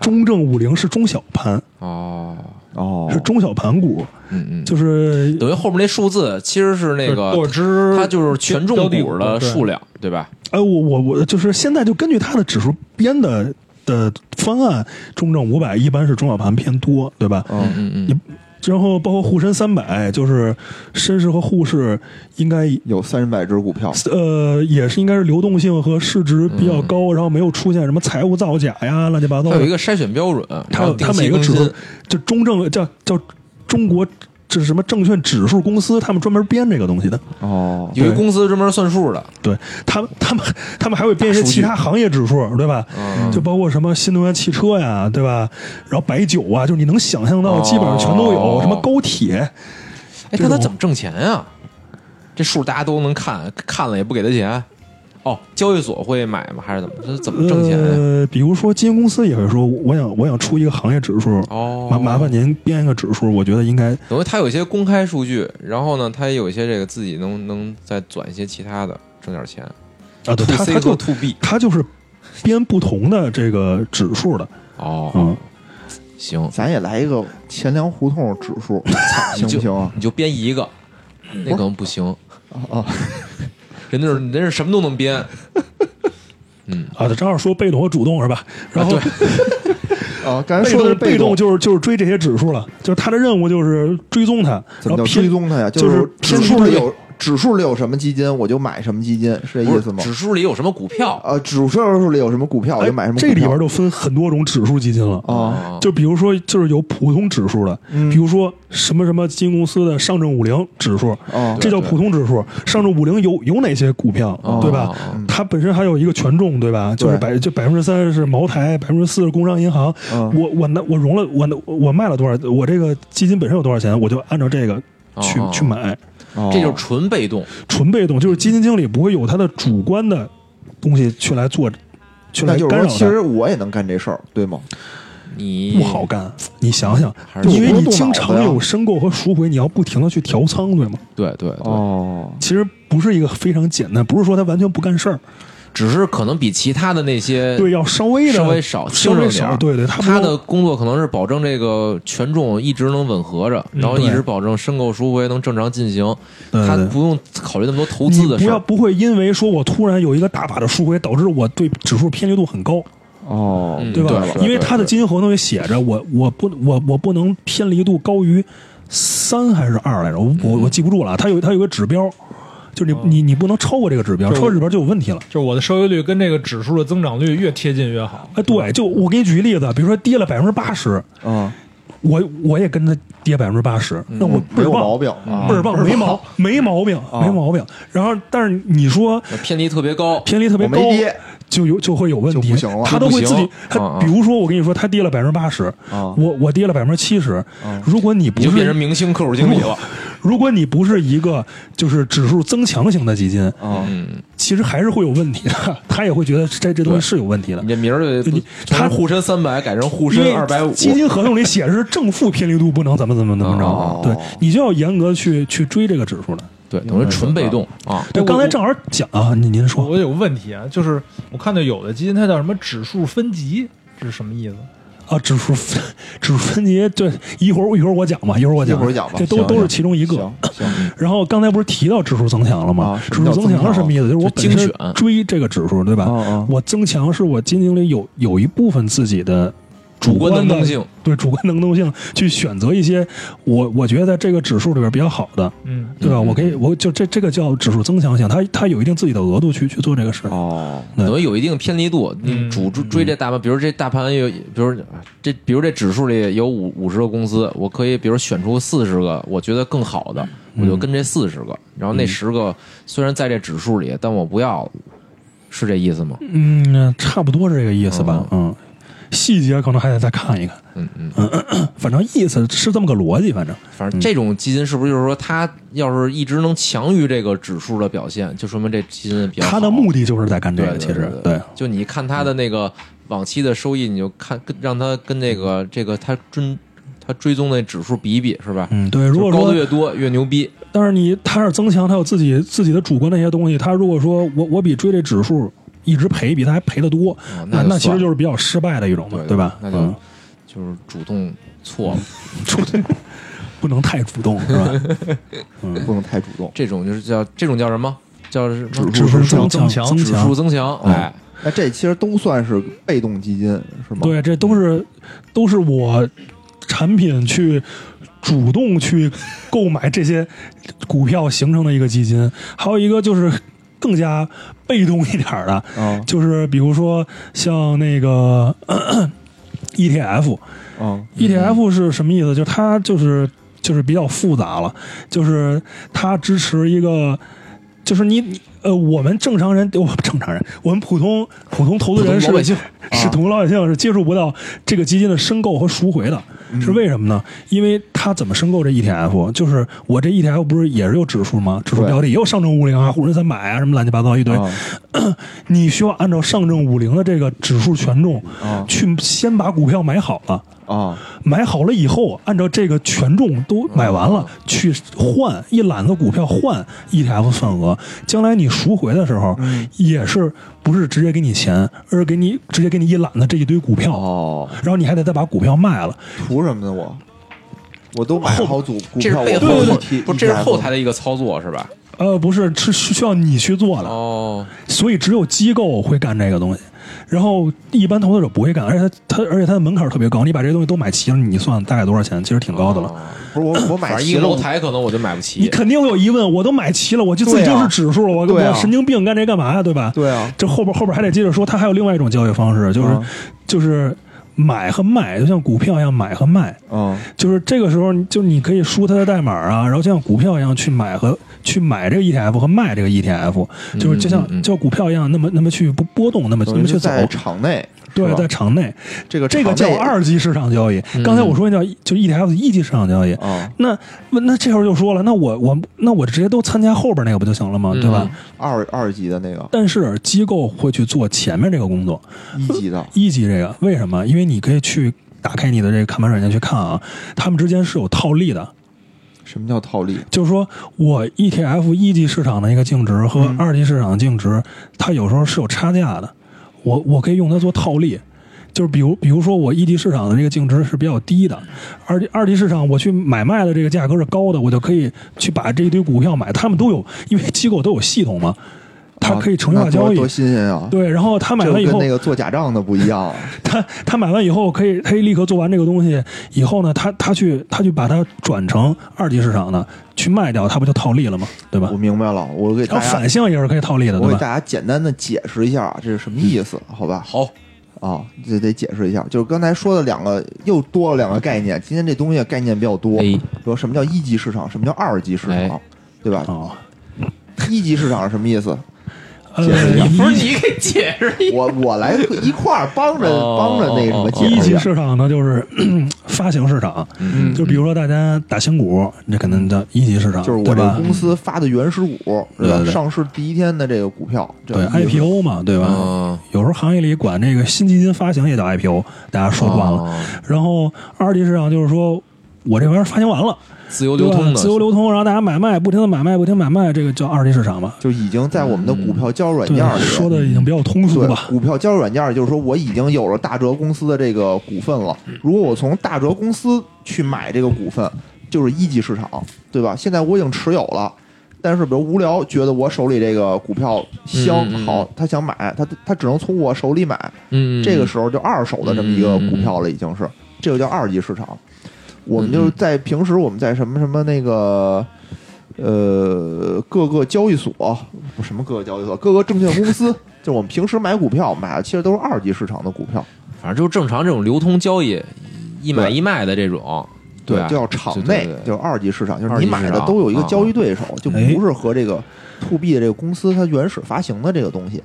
Speaker 4: 中证五零是中小盘，
Speaker 2: 哦，
Speaker 1: 哦
Speaker 4: 是中小盘股，
Speaker 2: 嗯嗯，
Speaker 4: 就是
Speaker 2: 等于后面那数字其实是那个
Speaker 3: 各支
Speaker 2: 它就是权重股的数
Speaker 3: 量。
Speaker 2: 量，对吧？
Speaker 4: 哎，我我我就是现在就根据它的指数编的的方案，中证五百一般是中小盘偏多，对吧？
Speaker 1: 嗯
Speaker 2: 嗯
Speaker 4: 你然后包括沪深三百，就是深市和沪市应该
Speaker 1: 有三百只股票，
Speaker 4: 呃也是应该是流动性和市值比较高，然后没有出现什么财务造假呀、乱七八
Speaker 2: 嗯
Speaker 4: 糟
Speaker 2: 它有一
Speaker 4: 的。
Speaker 2: 个筛选标准，
Speaker 4: 它
Speaker 2: 然
Speaker 4: 有
Speaker 2: 后定
Speaker 4: 它
Speaker 2: 期
Speaker 4: 每个
Speaker 2: 更
Speaker 4: 指
Speaker 2: 新
Speaker 4: 数就中证叫叫中国这是什么证券指数公司，他们专门编这个东西的。
Speaker 1: 哦
Speaker 2: 有一
Speaker 4: 对
Speaker 2: 公司专门算数的，
Speaker 4: 对他们，他们他们还会编一些其他行业指数，对吧？
Speaker 2: 嗯
Speaker 4: 就包括什么新能源汽车呀，对吧？然后白酒啊，就是你能想象到，
Speaker 2: 哦
Speaker 4: 基本上全都有，什么高铁，
Speaker 2: 哎，
Speaker 4: 这
Speaker 2: 那他
Speaker 4: 种
Speaker 2: 怎么挣钱啊？这数大家都能看，看了也不给他钱。哦，交易所会买吗？还是怎么？这怎么挣钱啊呀、
Speaker 4: 呃，比如说基金公司也会说，我想我想出一个行业指数，
Speaker 2: 哦，
Speaker 4: 麻麻烦您编一个指数，我觉得应该
Speaker 2: 等于他有一些公开数据，然后呢，他也有一些这个自己能能再转一些其他的，挣点钱。
Speaker 4: 啊，
Speaker 2: to
Speaker 4: 对他
Speaker 2: C 和
Speaker 4: 他就
Speaker 2: to B。
Speaker 4: 他就是编不同的这个指数的，
Speaker 2: 哦，
Speaker 4: 嗯，
Speaker 2: 行，
Speaker 1: 咱也来一个钱粮胡同指数，行不行啊？
Speaker 2: 你就编一个，那可能不行。
Speaker 1: 哦，
Speaker 2: 人那是人那是什么都能编。
Speaker 4: 啊，正好说被动和主动是吧？然后、
Speaker 2: 啊
Speaker 1: 啊，刚才
Speaker 4: 被
Speaker 1: 说的是
Speaker 4: 动被
Speaker 1: 动，
Speaker 4: 就是就是追这些指数了，就是他的任务就是追踪它，
Speaker 1: 怎么
Speaker 4: 然后
Speaker 1: 叫
Speaker 4: 偏
Speaker 1: 追踪它呀？
Speaker 4: 就是是
Speaker 1: 指数里
Speaker 4: 偏
Speaker 1: 有指数里有什么基金，我就买什么基金，是这
Speaker 2: 不
Speaker 1: 意
Speaker 2: 是
Speaker 1: 思吗？
Speaker 2: 指数里有什么股票？
Speaker 1: 呃，指数里有什么股票，我
Speaker 4: 哎
Speaker 1: 哦就买什么股
Speaker 4: 这
Speaker 1: 票。
Speaker 4: 里边就分很多种指数基金了。
Speaker 1: 啊，
Speaker 2: 哦
Speaker 4: 就比如说，就是有普通指数的，
Speaker 1: 嗯
Speaker 4: 比如说什么什么基金公司的上证五零指数，
Speaker 1: 哦
Speaker 4: 这叫普通指数。上证五零有有哪些股票，
Speaker 2: 哦
Speaker 4: 对吧？
Speaker 2: 哦
Speaker 4: 它本身还有一个权重，对吧？就是
Speaker 1: 对
Speaker 4: 百就百分之三是茅台，百分之四是工商银行。
Speaker 1: 嗯
Speaker 4: 我我拿我融了我拿我卖了多少？我这个基金本身有多少钱？我就按照这个去、
Speaker 2: 哦
Speaker 4: 去买。
Speaker 1: 哦
Speaker 2: 这就是纯被动。
Speaker 4: 纯被动，就是基金经理不会有他的主观的东西去来做，去
Speaker 1: 那
Speaker 4: 来
Speaker 1: 就是
Speaker 4: 干
Speaker 1: 说，
Speaker 4: 扰
Speaker 1: 其
Speaker 4: 他。
Speaker 1: 实我也能干这事儿，对吗？
Speaker 2: 你
Speaker 4: 不好干，你想想
Speaker 2: 还，是
Speaker 4: 因为
Speaker 1: 多
Speaker 4: 你
Speaker 1: 动
Speaker 4: 经
Speaker 1: 脑子
Speaker 4: 常
Speaker 1: 呀
Speaker 4: 有申购和赎回，你要不停的去调仓，对吗？
Speaker 2: 对对对，
Speaker 1: 哦，
Speaker 4: 其实不是一个非常简单，不是说他完全不干事儿，
Speaker 2: 只是可能比其他的那些
Speaker 4: 对，要稍微的
Speaker 2: 稍微少，
Speaker 4: 稍
Speaker 2: 轻省
Speaker 4: 微
Speaker 2: 点
Speaker 4: 少，
Speaker 2: 儿。
Speaker 4: 对对，
Speaker 2: 他
Speaker 4: 他不
Speaker 2: 的工作可能是保证这个权重一直能吻合着，
Speaker 4: 嗯
Speaker 2: 然后一
Speaker 4: 对
Speaker 2: 直保证申购赎回能正常进行，
Speaker 4: 对
Speaker 2: 他
Speaker 4: 对
Speaker 2: 不用考虑那么多投
Speaker 4: 你
Speaker 2: 资的
Speaker 4: 不
Speaker 2: 事
Speaker 4: 要
Speaker 2: 儿。
Speaker 4: 不会因为说我突然有一个大把的赎回，导致我对指数偏离度很高，
Speaker 1: 哦，
Speaker 2: 嗯
Speaker 4: 对吧？
Speaker 2: 对对
Speaker 4: 因为他的
Speaker 1: 对
Speaker 4: 基金合同也写着，我我不我我不能偏离度高于三还是二来着？我我我记不住了，他有他有个指标，
Speaker 2: 哦
Speaker 4: 就是你你你不能超过这个指标，
Speaker 3: 就是
Speaker 4: 超过指标就有问题了。
Speaker 3: 就是我的收益率跟这个指数的增长率越贴近越好。
Speaker 4: 哎，
Speaker 2: 嗯
Speaker 4: 对，就我给你举个例子，比如说跌了百分之八十，
Speaker 1: 啊，
Speaker 4: 我我也跟着跌百分之八十，
Speaker 2: 嗯
Speaker 4: 那我倍
Speaker 1: 没
Speaker 4: 儿
Speaker 1: 有
Speaker 4: 棒，
Speaker 1: 毛病啊
Speaker 4: 倍儿棒，没毛没毛病，
Speaker 2: 啊
Speaker 4: 没毛病。然后，但是你说
Speaker 2: 偏离特别高，
Speaker 4: 偏离特别高
Speaker 1: 我没跌，
Speaker 4: 就有就会有问
Speaker 1: 就
Speaker 4: 题
Speaker 1: 不行了，
Speaker 4: 他都会自
Speaker 2: 就不行
Speaker 4: 己，
Speaker 2: 嗯
Speaker 4: 他
Speaker 2: 嗯
Speaker 4: 比如说我跟你说，他跌了百分之八十，
Speaker 1: 啊
Speaker 4: 我我跌了百分之七十，如果你不
Speaker 2: 你就变成
Speaker 4: 是
Speaker 2: 明星客户经理了。
Speaker 4: 如果你不是一个就是指数增强型的基金，
Speaker 1: 啊，
Speaker 2: 嗯，
Speaker 4: 其实还是会有问题的，他也会觉得这这东西是有问题的
Speaker 2: 你。这名儿就
Speaker 4: 你
Speaker 2: 从
Speaker 4: 他
Speaker 2: 沪深三百改成沪
Speaker 4: 因
Speaker 2: 深
Speaker 4: 为
Speaker 2: 二百五，
Speaker 4: 基金合同里写的是正负偏离度不能怎么怎么怎么
Speaker 2: 哦
Speaker 4: 着，对你就要严格去去追这个指数的。
Speaker 2: 对，等于纯被动啊。
Speaker 4: 我刚才正好讲啊，您您说
Speaker 3: 我有个问题啊，就是我看到有的基金它叫什么指数分级，这是什么意思？
Speaker 4: 啊，指数分指数分级，对，一会儿一会儿我讲吧，一会儿我讲，
Speaker 1: 一会儿讲吧
Speaker 4: 这都
Speaker 1: 行
Speaker 4: 都是
Speaker 1: 行
Speaker 4: 其中一个。
Speaker 1: 行行，
Speaker 4: 然后刚才不是提到指数增强了吗？
Speaker 1: 啊
Speaker 4: 指数增强是什么意思？就是我本
Speaker 2: 就精
Speaker 4: 身
Speaker 2: 选
Speaker 4: 追这个指数，对吧？
Speaker 1: 哦哦
Speaker 4: 我增强是我基金经理有有一部分自己的主观
Speaker 2: 能
Speaker 4: 的
Speaker 2: 动性，
Speaker 4: 对主观能动性去选择一些我我觉得在这个指数里边比较好的，
Speaker 3: 嗯，
Speaker 4: 对吧？
Speaker 2: 嗯
Speaker 4: 我可以，我就这这个叫指数增强性，它它有一定自己的额度去去做这个事。
Speaker 1: 哦，
Speaker 4: 对
Speaker 2: 等于有一定偏离度，你
Speaker 3: 嗯
Speaker 2: 主追追这大盘，比如这大盘有，比如这，比如这指数里有五五十个公司，我可以比如选出四十个我觉得更好的，
Speaker 4: 嗯
Speaker 2: 我就跟这四十个，然后那十个虽然在这指数里，但我不要了，是这意思吗？
Speaker 4: 嗯，差不多是这个意思吧。嗯，细节可能还得再看一看，
Speaker 2: 嗯嗯，
Speaker 4: 反正意思是这么个逻辑，反正
Speaker 2: 反正这种基金是不是就是说，它要是一直能强于这个指数的表现，就说明这基金比较好
Speaker 4: 它的目的就是在干这
Speaker 2: 对
Speaker 4: 个，
Speaker 2: 对
Speaker 4: 其实
Speaker 2: 对，就你看它的那个往期的收益，你就看跟让它跟这个这个它追它追踪那指数比一比，是吧？
Speaker 4: 嗯对。
Speaker 2: 就
Speaker 4: 如果
Speaker 2: 高
Speaker 4: 说
Speaker 2: 的越多越牛逼，
Speaker 4: 但是你他是增强，他有自己自己的主观的一些东西。他如果说我我比追这指数一直赔，比他还赔的多，
Speaker 2: 哦
Speaker 4: 那
Speaker 2: 那就
Speaker 4: 那其
Speaker 2: 算
Speaker 4: 实
Speaker 2: 了
Speaker 4: 就是比较失败的一种嘛，
Speaker 2: 对
Speaker 4: 对吧？
Speaker 2: 那就、
Speaker 4: 嗯
Speaker 2: 就是主动错了，
Speaker 4: 不能太主动，是吧？
Speaker 1: 不能太主动。
Speaker 2: 这种就是叫这种叫什么？叫什么？
Speaker 4: 指数增
Speaker 3: 增
Speaker 4: 强
Speaker 3: 强
Speaker 4: 增
Speaker 2: 指数增强，
Speaker 4: 嗯
Speaker 2: 哎，
Speaker 1: 那这其实都算是被动基金是吗？
Speaker 4: 对，这都是都是我产品去主动去购买这些股票形成的一个基金。还有一个就是更加被动一点儿的，
Speaker 1: 啊
Speaker 4: 就是比如说像那个 E 咳咳 ETF。
Speaker 1: 啊
Speaker 4: ETF ，E
Speaker 2: 嗯
Speaker 4: 是什么意思？就是它就是就是比较复杂了，就是它支持一个，就是你你呃，我们正常人，我们正常人，我们普通普通投资人
Speaker 2: 普
Speaker 4: 是
Speaker 2: 通老百姓 啊
Speaker 4: 是普通老百姓是接触不到这个基金的申购和赎回的，
Speaker 2: 嗯
Speaker 4: 是为什么呢？因为它怎么申购这 ETF？就是我这 ETF 不是也是有指数吗？指数
Speaker 1: 对
Speaker 4: 标的也有上证五零啊、沪深三百啊什么乱七八糟一堆，
Speaker 1: 啊
Speaker 4: 你需要按照上证五零的这个指数权重
Speaker 1: 啊
Speaker 4: 去先把股票买好了。
Speaker 1: 啊！
Speaker 4: 买好了以后，按照这个权重都买完了，
Speaker 2: 嗯
Speaker 4: 去换一揽子股票换 ETF 份额，将来你赎回的时候，
Speaker 2: 嗯
Speaker 4: 也是不是直接给你钱，而是给你直接给你一揽子这一堆股票，
Speaker 1: 哦，
Speaker 4: 然后你还得再把股票卖了。
Speaker 1: 图什么呢？我我都买好组股
Speaker 2: 这是
Speaker 1: 票，
Speaker 2: 背
Speaker 1: 我
Speaker 2: 后
Speaker 1: 都提
Speaker 2: 不，这是后台的一个操作是吧？
Speaker 4: 呃，不是，是是需要你去做的，
Speaker 2: 哦，
Speaker 4: 所以只有机构会干这个东西，然后一般投资者不会干，而且它它而且它的门槛特别高，你把这些东西都买齐了，你算大概多少钱，其实挺高的了。
Speaker 2: 哦
Speaker 1: 不是我我买
Speaker 2: 反正一
Speaker 1: 齐
Speaker 2: 个
Speaker 1: 了
Speaker 2: 楼，台可能我就买不
Speaker 4: 你
Speaker 2: 起，
Speaker 4: 肯定会有疑问，我都买齐了，我就自己
Speaker 1: 对
Speaker 4: 就
Speaker 1: 啊
Speaker 4: 是指数了，我
Speaker 1: 对啊
Speaker 4: 我神经病干这干嘛呀？对吧？
Speaker 1: 对啊，
Speaker 4: 这后边后边还得接着说，它还有另外一种交易方式，就是、
Speaker 1: 嗯
Speaker 4: 就是买和卖，就像股票一样买和卖，
Speaker 1: 嗯
Speaker 4: 就是这个时候你就你可以输它的代码啊，然后就像股票一样去买和去买这个 ETF 和卖这个 ETF，就是就像、
Speaker 2: 嗯嗯
Speaker 4: 就像股票一样，那么那么去不波动，那么那
Speaker 1: 等
Speaker 4: 么
Speaker 1: 于
Speaker 4: 去
Speaker 1: 是
Speaker 4: 走。
Speaker 1: 在场内，
Speaker 4: 对，
Speaker 1: 是吧
Speaker 4: 在场内，
Speaker 1: 这个
Speaker 4: 这个
Speaker 1: 场
Speaker 4: 叫
Speaker 1: 内
Speaker 4: 二级市场交易。
Speaker 2: 嗯
Speaker 4: 刚才我说那叫一就是 E ETF 一级市场交易，
Speaker 1: 啊，
Speaker 4: 那那这时候就说了，那我我那我直接都参加后边那个不就行了吗？
Speaker 2: 嗯
Speaker 4: 对吧？
Speaker 1: 二二级的那个
Speaker 4: 但是机构会去做前面这个工作，
Speaker 1: 一级的
Speaker 4: 一级这个为什么？因为你可以去打开你的这个看盘软件去看啊，他们之间是有套利的，
Speaker 1: 什么叫套利？
Speaker 4: 就是说我 ETF 一级市场的一个净值
Speaker 1: 嗯
Speaker 4: 和二级市场的净值，它有时候是有差价的，我我可以用它做套利。就是比如，比如说我一 E 级市场的这个净值是比较低的，二级二级市场我去买卖的这个价格是高的，我就可以去把这一堆股票买，他们都有，因为机构都有系统嘛，它
Speaker 1: 啊
Speaker 4: 可以城市
Speaker 1: 那
Speaker 4: 化
Speaker 1: 多
Speaker 4: 交易，
Speaker 1: 多新鲜啊！
Speaker 4: 对，然后他买
Speaker 1: 这
Speaker 4: 完以
Speaker 1: 跟
Speaker 4: 后，
Speaker 1: 那个做假账的不一样啊，
Speaker 4: 他他买完以后可以可以立刻做完这个东西，以后呢，他他去他去把它转成二级市场的去卖掉，他不就套利了吗？对吧
Speaker 1: 我？明白了，我给
Speaker 4: 然
Speaker 1: 大
Speaker 4: 后
Speaker 1: 家
Speaker 4: 反向也是可以套利的，
Speaker 1: 我
Speaker 4: 对
Speaker 1: 给
Speaker 4: 吧？
Speaker 1: 大家简单的解释一下啊，这是什么意思？好吧？
Speaker 2: 好，
Speaker 1: 啊，这得解释一下，就是刚才说的两个又多了两个概念，今天这东西概念比较多，
Speaker 2: 哎
Speaker 1: 说什么叫一级市场，什么叫二级市场
Speaker 2: 哎，
Speaker 1: 对吧？
Speaker 4: 哦，
Speaker 1: 一级市场是什么意思？
Speaker 4: 呃
Speaker 1: 解释一下，
Speaker 2: 不是你给解释一
Speaker 1: 我我来一块儿帮着
Speaker 2: 哦
Speaker 1: 帮着那个什么解
Speaker 4: 一
Speaker 1: 释
Speaker 4: 级
Speaker 1: 下
Speaker 4: 市场呢，就是 咳发行市场，
Speaker 2: 嗯
Speaker 4: 就比如说大家打新股，那可能叫一级市场，
Speaker 1: 就是我
Speaker 4: 啊对
Speaker 1: 这个
Speaker 4: 吧？
Speaker 1: 公司发的原始股，是
Speaker 4: 对
Speaker 1: 吧？
Speaker 4: 对对
Speaker 1: 上市第一天的这个股票，这
Speaker 4: 对
Speaker 1: 一级市
Speaker 4: IPO 嘛，对吧？
Speaker 2: 嗯
Speaker 4: 有时候行业里管这个新基金发行也叫 IPO，大家说惯了。
Speaker 2: 哦
Speaker 4: 然后二级市场就是说我这玩意儿发行完了，
Speaker 2: 自由
Speaker 4: 对
Speaker 2: 流
Speaker 4: 吧
Speaker 2: 通的，
Speaker 4: 自由流通，然后大家买卖，不停的买卖，不停地买卖，这个叫二级市场嘛。
Speaker 1: 就已经在我们的股票交易软
Speaker 4: 对
Speaker 1: 件，里
Speaker 4: 说的已经比较通俗
Speaker 1: 对
Speaker 4: 吧。
Speaker 1: 股票交易软件，就是说我已经有了大哲公司的这个股份了。如果我从大哲公司去买这个股份，就是一级市场，对吧？现在我已经持有了，但是比如无聊觉得我手里这个股票香
Speaker 2: 嗯嗯嗯
Speaker 1: 好，他想买，他他只能从我手里买。
Speaker 2: 嗯，
Speaker 1: 这个时候就二手的这么一个股票了，已经是这个叫二级市场。我们就是在平时我们在什么什么那个呃各个交易所不什么各个交易所各个证券公司， 就我们平时买股票买的其实都是二级市场的股票，
Speaker 2: 反正就是正常这种流通交易，一买一卖的这种，吧
Speaker 1: 就叫场
Speaker 2: 对
Speaker 1: 内
Speaker 2: 对对
Speaker 1: 就是二级市场，就是
Speaker 2: 二级
Speaker 1: 你
Speaker 2: 市场
Speaker 1: 买
Speaker 2: 啊
Speaker 1: 的都有一个交易对手，就
Speaker 4: 哎
Speaker 1: 不是和这个 to B 的这个公司它原始发行的这个东西。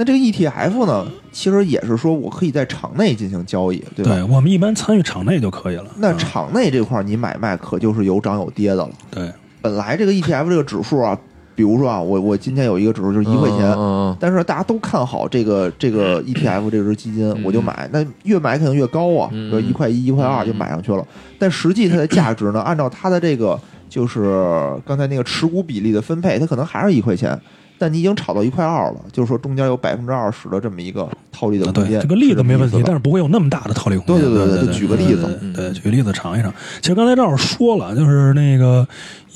Speaker 1: 那这个 ETF 呢，其实也是说我可以在场内进行交易，对吧？
Speaker 4: 对我们一般参与场内就可以了。
Speaker 1: 那
Speaker 4: 嗯
Speaker 1: 场内这块儿你买卖可就是有涨有跌的了。
Speaker 4: 对
Speaker 1: 本来这个 ETF 这个指数啊，比如说啊，我我今天有一个指数就是一块钱，
Speaker 2: 嗯
Speaker 1: 但是大家都看好这个这个 ETF 这只基金，
Speaker 4: 嗯
Speaker 1: 我就买。那越买肯定越高啊，
Speaker 2: 嗯
Speaker 1: 比如一块一、一块二就买上去
Speaker 4: 嗯
Speaker 1: 了。但实际它的价值呢，按照它的这个就是刚才那个持股比例的分配，它可能还是一块钱。但你已经炒到一块二了，就是说中间有百分之二十的这么一个套利的
Speaker 4: 啊
Speaker 1: 空间。
Speaker 4: 对，这个例子没问题
Speaker 1: 是，这么意思吧
Speaker 4: 但是不会有那么大的套利空
Speaker 1: 对
Speaker 4: 间。
Speaker 1: 对对
Speaker 4: 对
Speaker 1: 对，就举个例子，嗯
Speaker 4: 对对，举个例子尝一尝。其实刚才正好说了，就是那个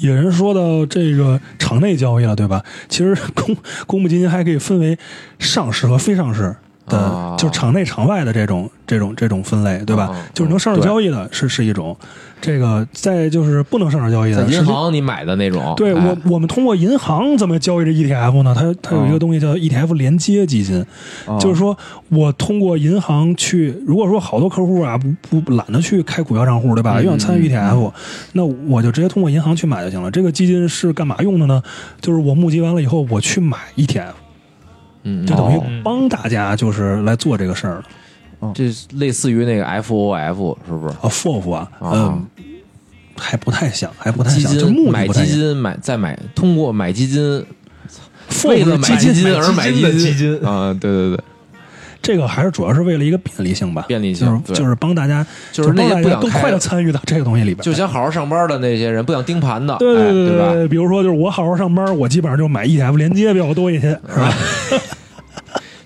Speaker 4: 野人说到这个场内交易了，对吧？其实公公募基金还可以分为上市和非上市的，
Speaker 2: 啊
Speaker 4: 就是场内场外的这种这种这种分类，对吧？
Speaker 2: 啊
Speaker 4: 就是能上市交易的是是一种，这个再就是不能上市交易
Speaker 2: 在
Speaker 4: 的，
Speaker 2: 银
Speaker 4: 是
Speaker 2: 行你买的那种，
Speaker 4: 对
Speaker 2: 哎
Speaker 4: 我，我们通过银行怎么交易这 ETF 呢？它它有一
Speaker 2: 嗯
Speaker 4: 个东西叫 ETF 连接基金，就是说我通过银行去，如果说好多客户啊不不懒得去开股票账
Speaker 2: 嗯
Speaker 4: 户，对吧？又想参与 ETF，、那我就直接通过银行去买就行了。这个基金是干嘛用的呢？就是我募集完了以后，我去买 ETF，
Speaker 2: 嗯，
Speaker 4: 就
Speaker 2: 嗯
Speaker 4: 等于
Speaker 1: 哦
Speaker 4: 帮大家就是来做这个事儿了
Speaker 2: 这类似于那个 FOF 是不是？
Speaker 4: 啊，FOF 啊，
Speaker 2: 啊
Speaker 4: 嗯，还不太像，还不太
Speaker 2: 基
Speaker 4: 像，就
Speaker 2: 金
Speaker 4: 目的
Speaker 2: 买
Speaker 4: 不太
Speaker 2: 基
Speaker 4: 一样。
Speaker 2: 金买再买，通过买基金
Speaker 4: FOF
Speaker 2: 为了
Speaker 4: 是
Speaker 2: 买
Speaker 4: 基金
Speaker 2: 基金而买
Speaker 3: 基金的基金
Speaker 2: 啊，对对对，
Speaker 4: 这个还是主要是为了一个便利性吧，
Speaker 2: 便利性
Speaker 4: 就是
Speaker 2: 对
Speaker 4: 就是帮大家，
Speaker 2: 就是那
Speaker 4: 帮
Speaker 2: 些不
Speaker 4: 大家
Speaker 2: 想
Speaker 4: 更
Speaker 2: 开
Speaker 4: 快的
Speaker 2: 的
Speaker 4: 参与到这个东西里边。
Speaker 2: 就想好好上班的那些人，不想盯盘的，
Speaker 4: 对
Speaker 2: 哎
Speaker 4: 对
Speaker 2: 对吧？
Speaker 4: 对，比如说就是我好好上班，我基本上就买 ETF 连接比较多一些，是吧？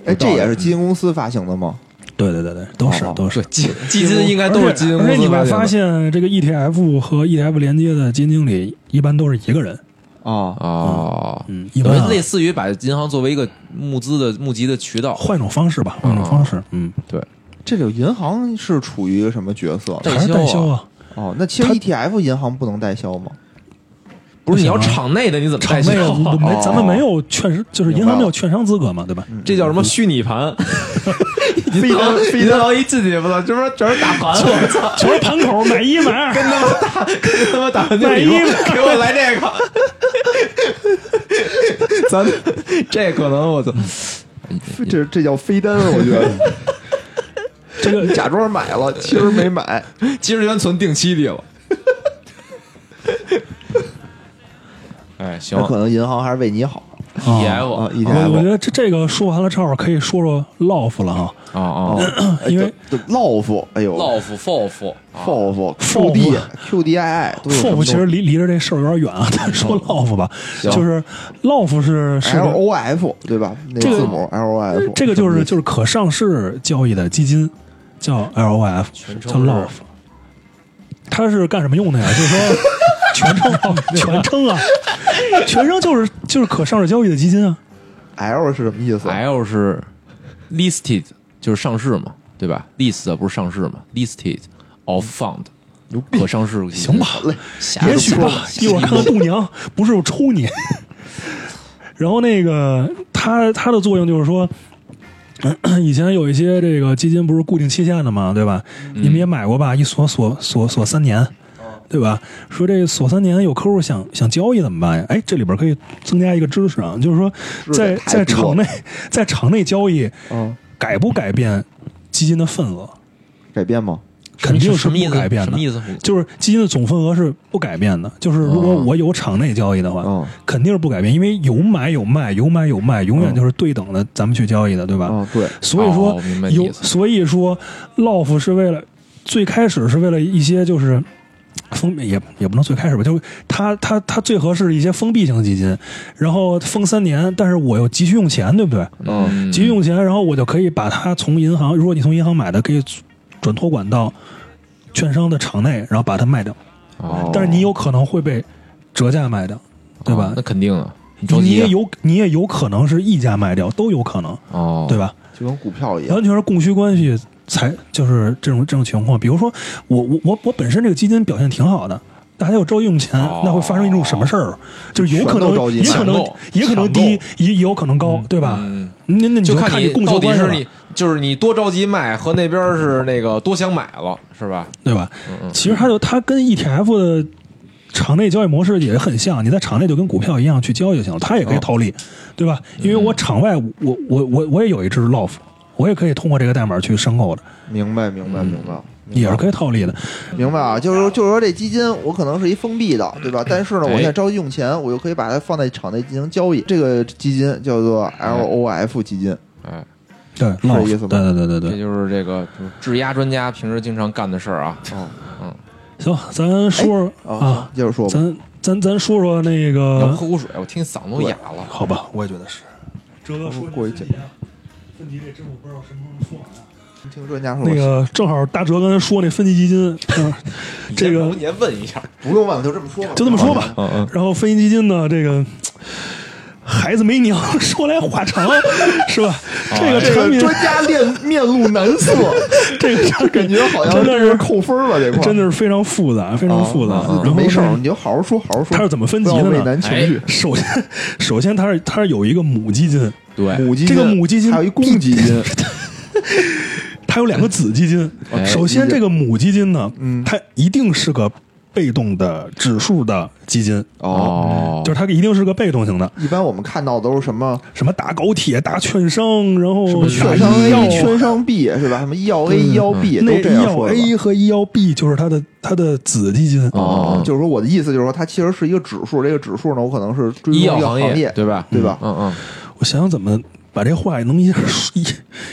Speaker 1: 哎，这也是
Speaker 4: 嗯
Speaker 1: 基金公司发行的吗？
Speaker 4: 对对对对，都是
Speaker 1: 哦
Speaker 4: 都是
Speaker 2: 对。基基金应该都是基金公
Speaker 4: 而且而且
Speaker 2: 司
Speaker 4: 你会
Speaker 2: 发
Speaker 4: 发
Speaker 2: 行
Speaker 4: 现，这个 ETF 和 ETF 连接的基金经理一般都是一个人，
Speaker 1: 啊
Speaker 2: 的哦，
Speaker 4: 嗯，一
Speaker 2: 等
Speaker 4: 般
Speaker 2: 于
Speaker 4: 啊
Speaker 2: 类似于把银行作为一个募资的募集的渠道，
Speaker 4: 换一种方式吧，换一种方式，嗯，
Speaker 2: 对，
Speaker 1: 这个银行是处于什么角色
Speaker 2: 代
Speaker 4: 还是
Speaker 2: 销
Speaker 4: 代
Speaker 2: 啊
Speaker 4: 销啊，
Speaker 1: 哦，那其实
Speaker 4: 它
Speaker 1: ETF 银行不能代销吗？
Speaker 2: 不是你要
Speaker 4: 不行啊
Speaker 2: 场内的你怎么
Speaker 4: 场
Speaker 2: 代
Speaker 4: 内
Speaker 2: 销
Speaker 4: 我我没
Speaker 1: 哦
Speaker 4: 咱们没有券，就是银
Speaker 1: 明白
Speaker 4: 行没有
Speaker 1: 了
Speaker 4: 券商资格嘛，对吧？
Speaker 2: 这叫什么虚拟盘？
Speaker 1: 非常非
Speaker 2: 银行一进去，我操，这边全是大盘， 我操，
Speaker 4: 全是盘口买一买 二，
Speaker 2: 他妈打完
Speaker 4: 买一买
Speaker 2: 给我来这个， 咱这可能我操，
Speaker 1: 这这叫飞单，啊我觉得
Speaker 4: 这 个
Speaker 1: 假装买了， 其实没买。
Speaker 2: 七十元存定期里 了。哎，行
Speaker 1: 那可能银行还是为你好
Speaker 2: ，ETF
Speaker 1: 啊
Speaker 2: 啊
Speaker 4: 我我
Speaker 1: ，ETF
Speaker 4: 觉得这这个说完了，正好可以说说 LOF 了哈。
Speaker 2: 啊啊
Speaker 1: 哦
Speaker 4: 因为
Speaker 1: 对对 LOF，哎呦
Speaker 2: ，LOF、FOF 啊
Speaker 1: ，FOF、
Speaker 4: FOF
Speaker 1: QD、QDII 都有什
Speaker 4: FOF
Speaker 1: 么
Speaker 4: 其实离离着这事儿有点远啊，咱说 LOF 吧，就是 LOF 是是个
Speaker 1: LOF 对吧？那
Speaker 4: 这个
Speaker 1: 字母 LOF，
Speaker 4: 这个就是
Speaker 1: 什
Speaker 4: 就是可上市交易的基金，叫 LOF，
Speaker 2: 全
Speaker 4: 叫
Speaker 2: 称是
Speaker 4: LOF。它是干什么用的呀？就是说全称啊，全称啊，全称就是就是可上市交易的基金啊。
Speaker 1: 么意思 L 是什么意思？
Speaker 2: L 是 listed，就是上市嘛，对吧？list 不是上市嘛？listed of fund，可上市
Speaker 4: 行吧，
Speaker 1: 嘞，
Speaker 2: 瞎
Speaker 4: 也许
Speaker 2: 说
Speaker 4: 吧
Speaker 2: 吧，
Speaker 4: 一会儿看看度娘，不是我抽你。然后那个它它的作用就是说。 咳以前有一些这个基金不是固定期限的嘛，对吧？你
Speaker 2: 嗯
Speaker 4: 们也买过吧？一锁锁锁锁三年，
Speaker 1: 哦
Speaker 4: 对吧？说这锁三年有客户想想交易怎么办呀？哎，这里边可以增加一个知识啊，就是说
Speaker 1: 知识
Speaker 4: 在
Speaker 1: 太
Speaker 4: 在
Speaker 1: 多
Speaker 4: 场内
Speaker 1: 了
Speaker 4: 在场内交易
Speaker 1: 嗯，
Speaker 4: 改不改变基金的份额，
Speaker 1: 改变吗？
Speaker 4: 肯定
Speaker 2: 什
Speaker 4: 是
Speaker 2: 么意
Speaker 4: 不
Speaker 2: 思？
Speaker 4: 改变
Speaker 2: 什
Speaker 4: 的
Speaker 2: 么。意思？
Speaker 4: 就是基金的总份额是不改变的。就是如
Speaker 2: 哦
Speaker 4: 果我有场内交易的话，
Speaker 1: 嗯
Speaker 4: 肯定是不改变，因为有买有卖，有买有卖，永远就是对等的，咱们去交易的，对吧？
Speaker 1: 啊，对，
Speaker 4: 所以说、
Speaker 2: 哦明白你
Speaker 4: 有，
Speaker 2: 意思
Speaker 4: 所以说 LOF 是为了最开始是为了一些就是。封闭也也不能最开始吧，就是它它它最合适一些封闭型基金，然后封三年，但是我又急需用钱，对不对？
Speaker 1: 嗯，
Speaker 4: 急需用钱，然后我就可以把它从银行，如果你从银行买的，可以转托管到券商的场内，然后把它卖掉。
Speaker 2: 哦，
Speaker 4: 但是你有可能会被折价卖掉，对
Speaker 2: 哦
Speaker 4: 吧
Speaker 2: 那？肯定啊，你着
Speaker 4: 你
Speaker 2: 急啊
Speaker 4: 也有你也有可能是溢价卖掉，都有可能，
Speaker 2: 哦，
Speaker 4: 对吧？
Speaker 1: 就跟股票一样，
Speaker 4: 完全是供需关系才就是这种这种情况。比如说我我我我本身这个基金表现挺好的。大家又着急用钱
Speaker 2: 哦，
Speaker 4: 那会发生一种什么事儿？就是有可能
Speaker 1: 全都着，急
Speaker 4: 也可
Speaker 2: 抢
Speaker 4: 能
Speaker 2: 购，
Speaker 4: 也可能低，也也有可能高，对吧？
Speaker 2: 嗯，
Speaker 4: 那那你
Speaker 5: 就看
Speaker 4: 看
Speaker 5: 你
Speaker 4: 供
Speaker 5: 到
Speaker 4: 求
Speaker 5: 底
Speaker 4: 关系
Speaker 5: 是
Speaker 4: 了
Speaker 5: 你就是你多着急卖和那边是那个多想买了是吧？
Speaker 4: 对吧？
Speaker 2: 嗯
Speaker 4: 其实它就它跟 ETF 的场内交易模式也很像，你在场内就跟股票一样去交易就行了，它也
Speaker 1: 哦
Speaker 4: 可以套利，对吧？因为我场外我我我我也有一只 LOF，我也可以通过这个代码去申购的，
Speaker 1: 明白明白明白。明
Speaker 4: 嗯也
Speaker 1: 白
Speaker 4: 是可以套利的。
Speaker 1: 明白啊，就是说就是说这基金我可能是一封闭的，对吧？
Speaker 4: 嗯
Speaker 1: 但是呢，我
Speaker 2: 哎
Speaker 1: 现在着急用钱，我就可以把它放在场内进行交易。这个基金叫做
Speaker 4: 哎
Speaker 1: LOF 基金，
Speaker 2: 哎，
Speaker 4: 对
Speaker 1: 这
Speaker 4: ，LOF，
Speaker 1: 意思吗
Speaker 4: 对对对对对
Speaker 2: 这。就是这个就是质押专家平时经常干的事儿啊。
Speaker 4: 嗯
Speaker 1: 哦
Speaker 4: 行，咱说说
Speaker 1: 哎
Speaker 4: 啊，，
Speaker 1: 接着说吧。
Speaker 4: 咱咱咱说说那
Speaker 5: 要
Speaker 4: 个，
Speaker 5: 喝口水，我听嗓子都哑了。
Speaker 4: 好吧，我也觉得是。哲哥
Speaker 1: 说过于简
Speaker 4: 单。问题这支我不知道什么时候说完啊。
Speaker 1: 听专家说，
Speaker 4: 那个正好大哲刚才说那分级基 金，嗯这个
Speaker 5: 您问一下，
Speaker 1: 不用问，就这么说吧，
Speaker 4: 就这么说吧。
Speaker 2: 嗯嗯，
Speaker 4: 然后分析基金呢，这个呃孩子没娘， 说来话长， 是吧？这个
Speaker 1: 啊这
Speaker 4: 产
Speaker 1: 个
Speaker 4: 品，
Speaker 1: 专家面面露难色，
Speaker 4: 这个产
Speaker 1: 感
Speaker 4: 品
Speaker 1: 觉好像
Speaker 4: 真的
Speaker 1: 这
Speaker 4: 是
Speaker 1: 扣分了这块儿，啊
Speaker 4: 真的是非常复杂，非常复杂。然后
Speaker 1: 没事儿，
Speaker 4: 呢
Speaker 1: 你就好好说，好好说。
Speaker 4: 它是怎么分级的呢
Speaker 1: 不要畏难情绪，
Speaker 4: 首先， 首先它是它是有一个母基金，
Speaker 2: 对，
Speaker 1: 母基金，
Speaker 4: 哎这个母基金
Speaker 1: 还有一公基金，
Speaker 4: 它有两个子基金。
Speaker 2: 哎
Speaker 4: 首先，这个母基金呢
Speaker 1: 嗯，
Speaker 4: 它一定是个被动的指数的基金，
Speaker 2: 哦，
Speaker 4: 就是它一定是个被动型的，
Speaker 1: 一般我们看到都是什么
Speaker 4: 什么打高铁、打券商，然后
Speaker 1: 什么券
Speaker 4: 打
Speaker 1: 商
Speaker 4: 医药
Speaker 1: A、
Speaker 4: 啊
Speaker 1: 券商 B 是吧？什么医药 A、
Speaker 4: 对嗯
Speaker 1: 医药 B
Speaker 4: 那
Speaker 1: 都这样
Speaker 4: 医药
Speaker 1: 说的吧。
Speaker 4: A 和医药 B 就是它的它的子基金，
Speaker 2: 哦，
Speaker 1: 啊就是说我的意思就是说，它其实是一个指数，这个指数呢，我可能是追踪
Speaker 2: 医
Speaker 1: 一个
Speaker 2: 药
Speaker 1: 行
Speaker 2: 业对吧？
Speaker 1: 对吧？
Speaker 2: 嗯嗯，
Speaker 4: 我想想怎么把这话能一下说一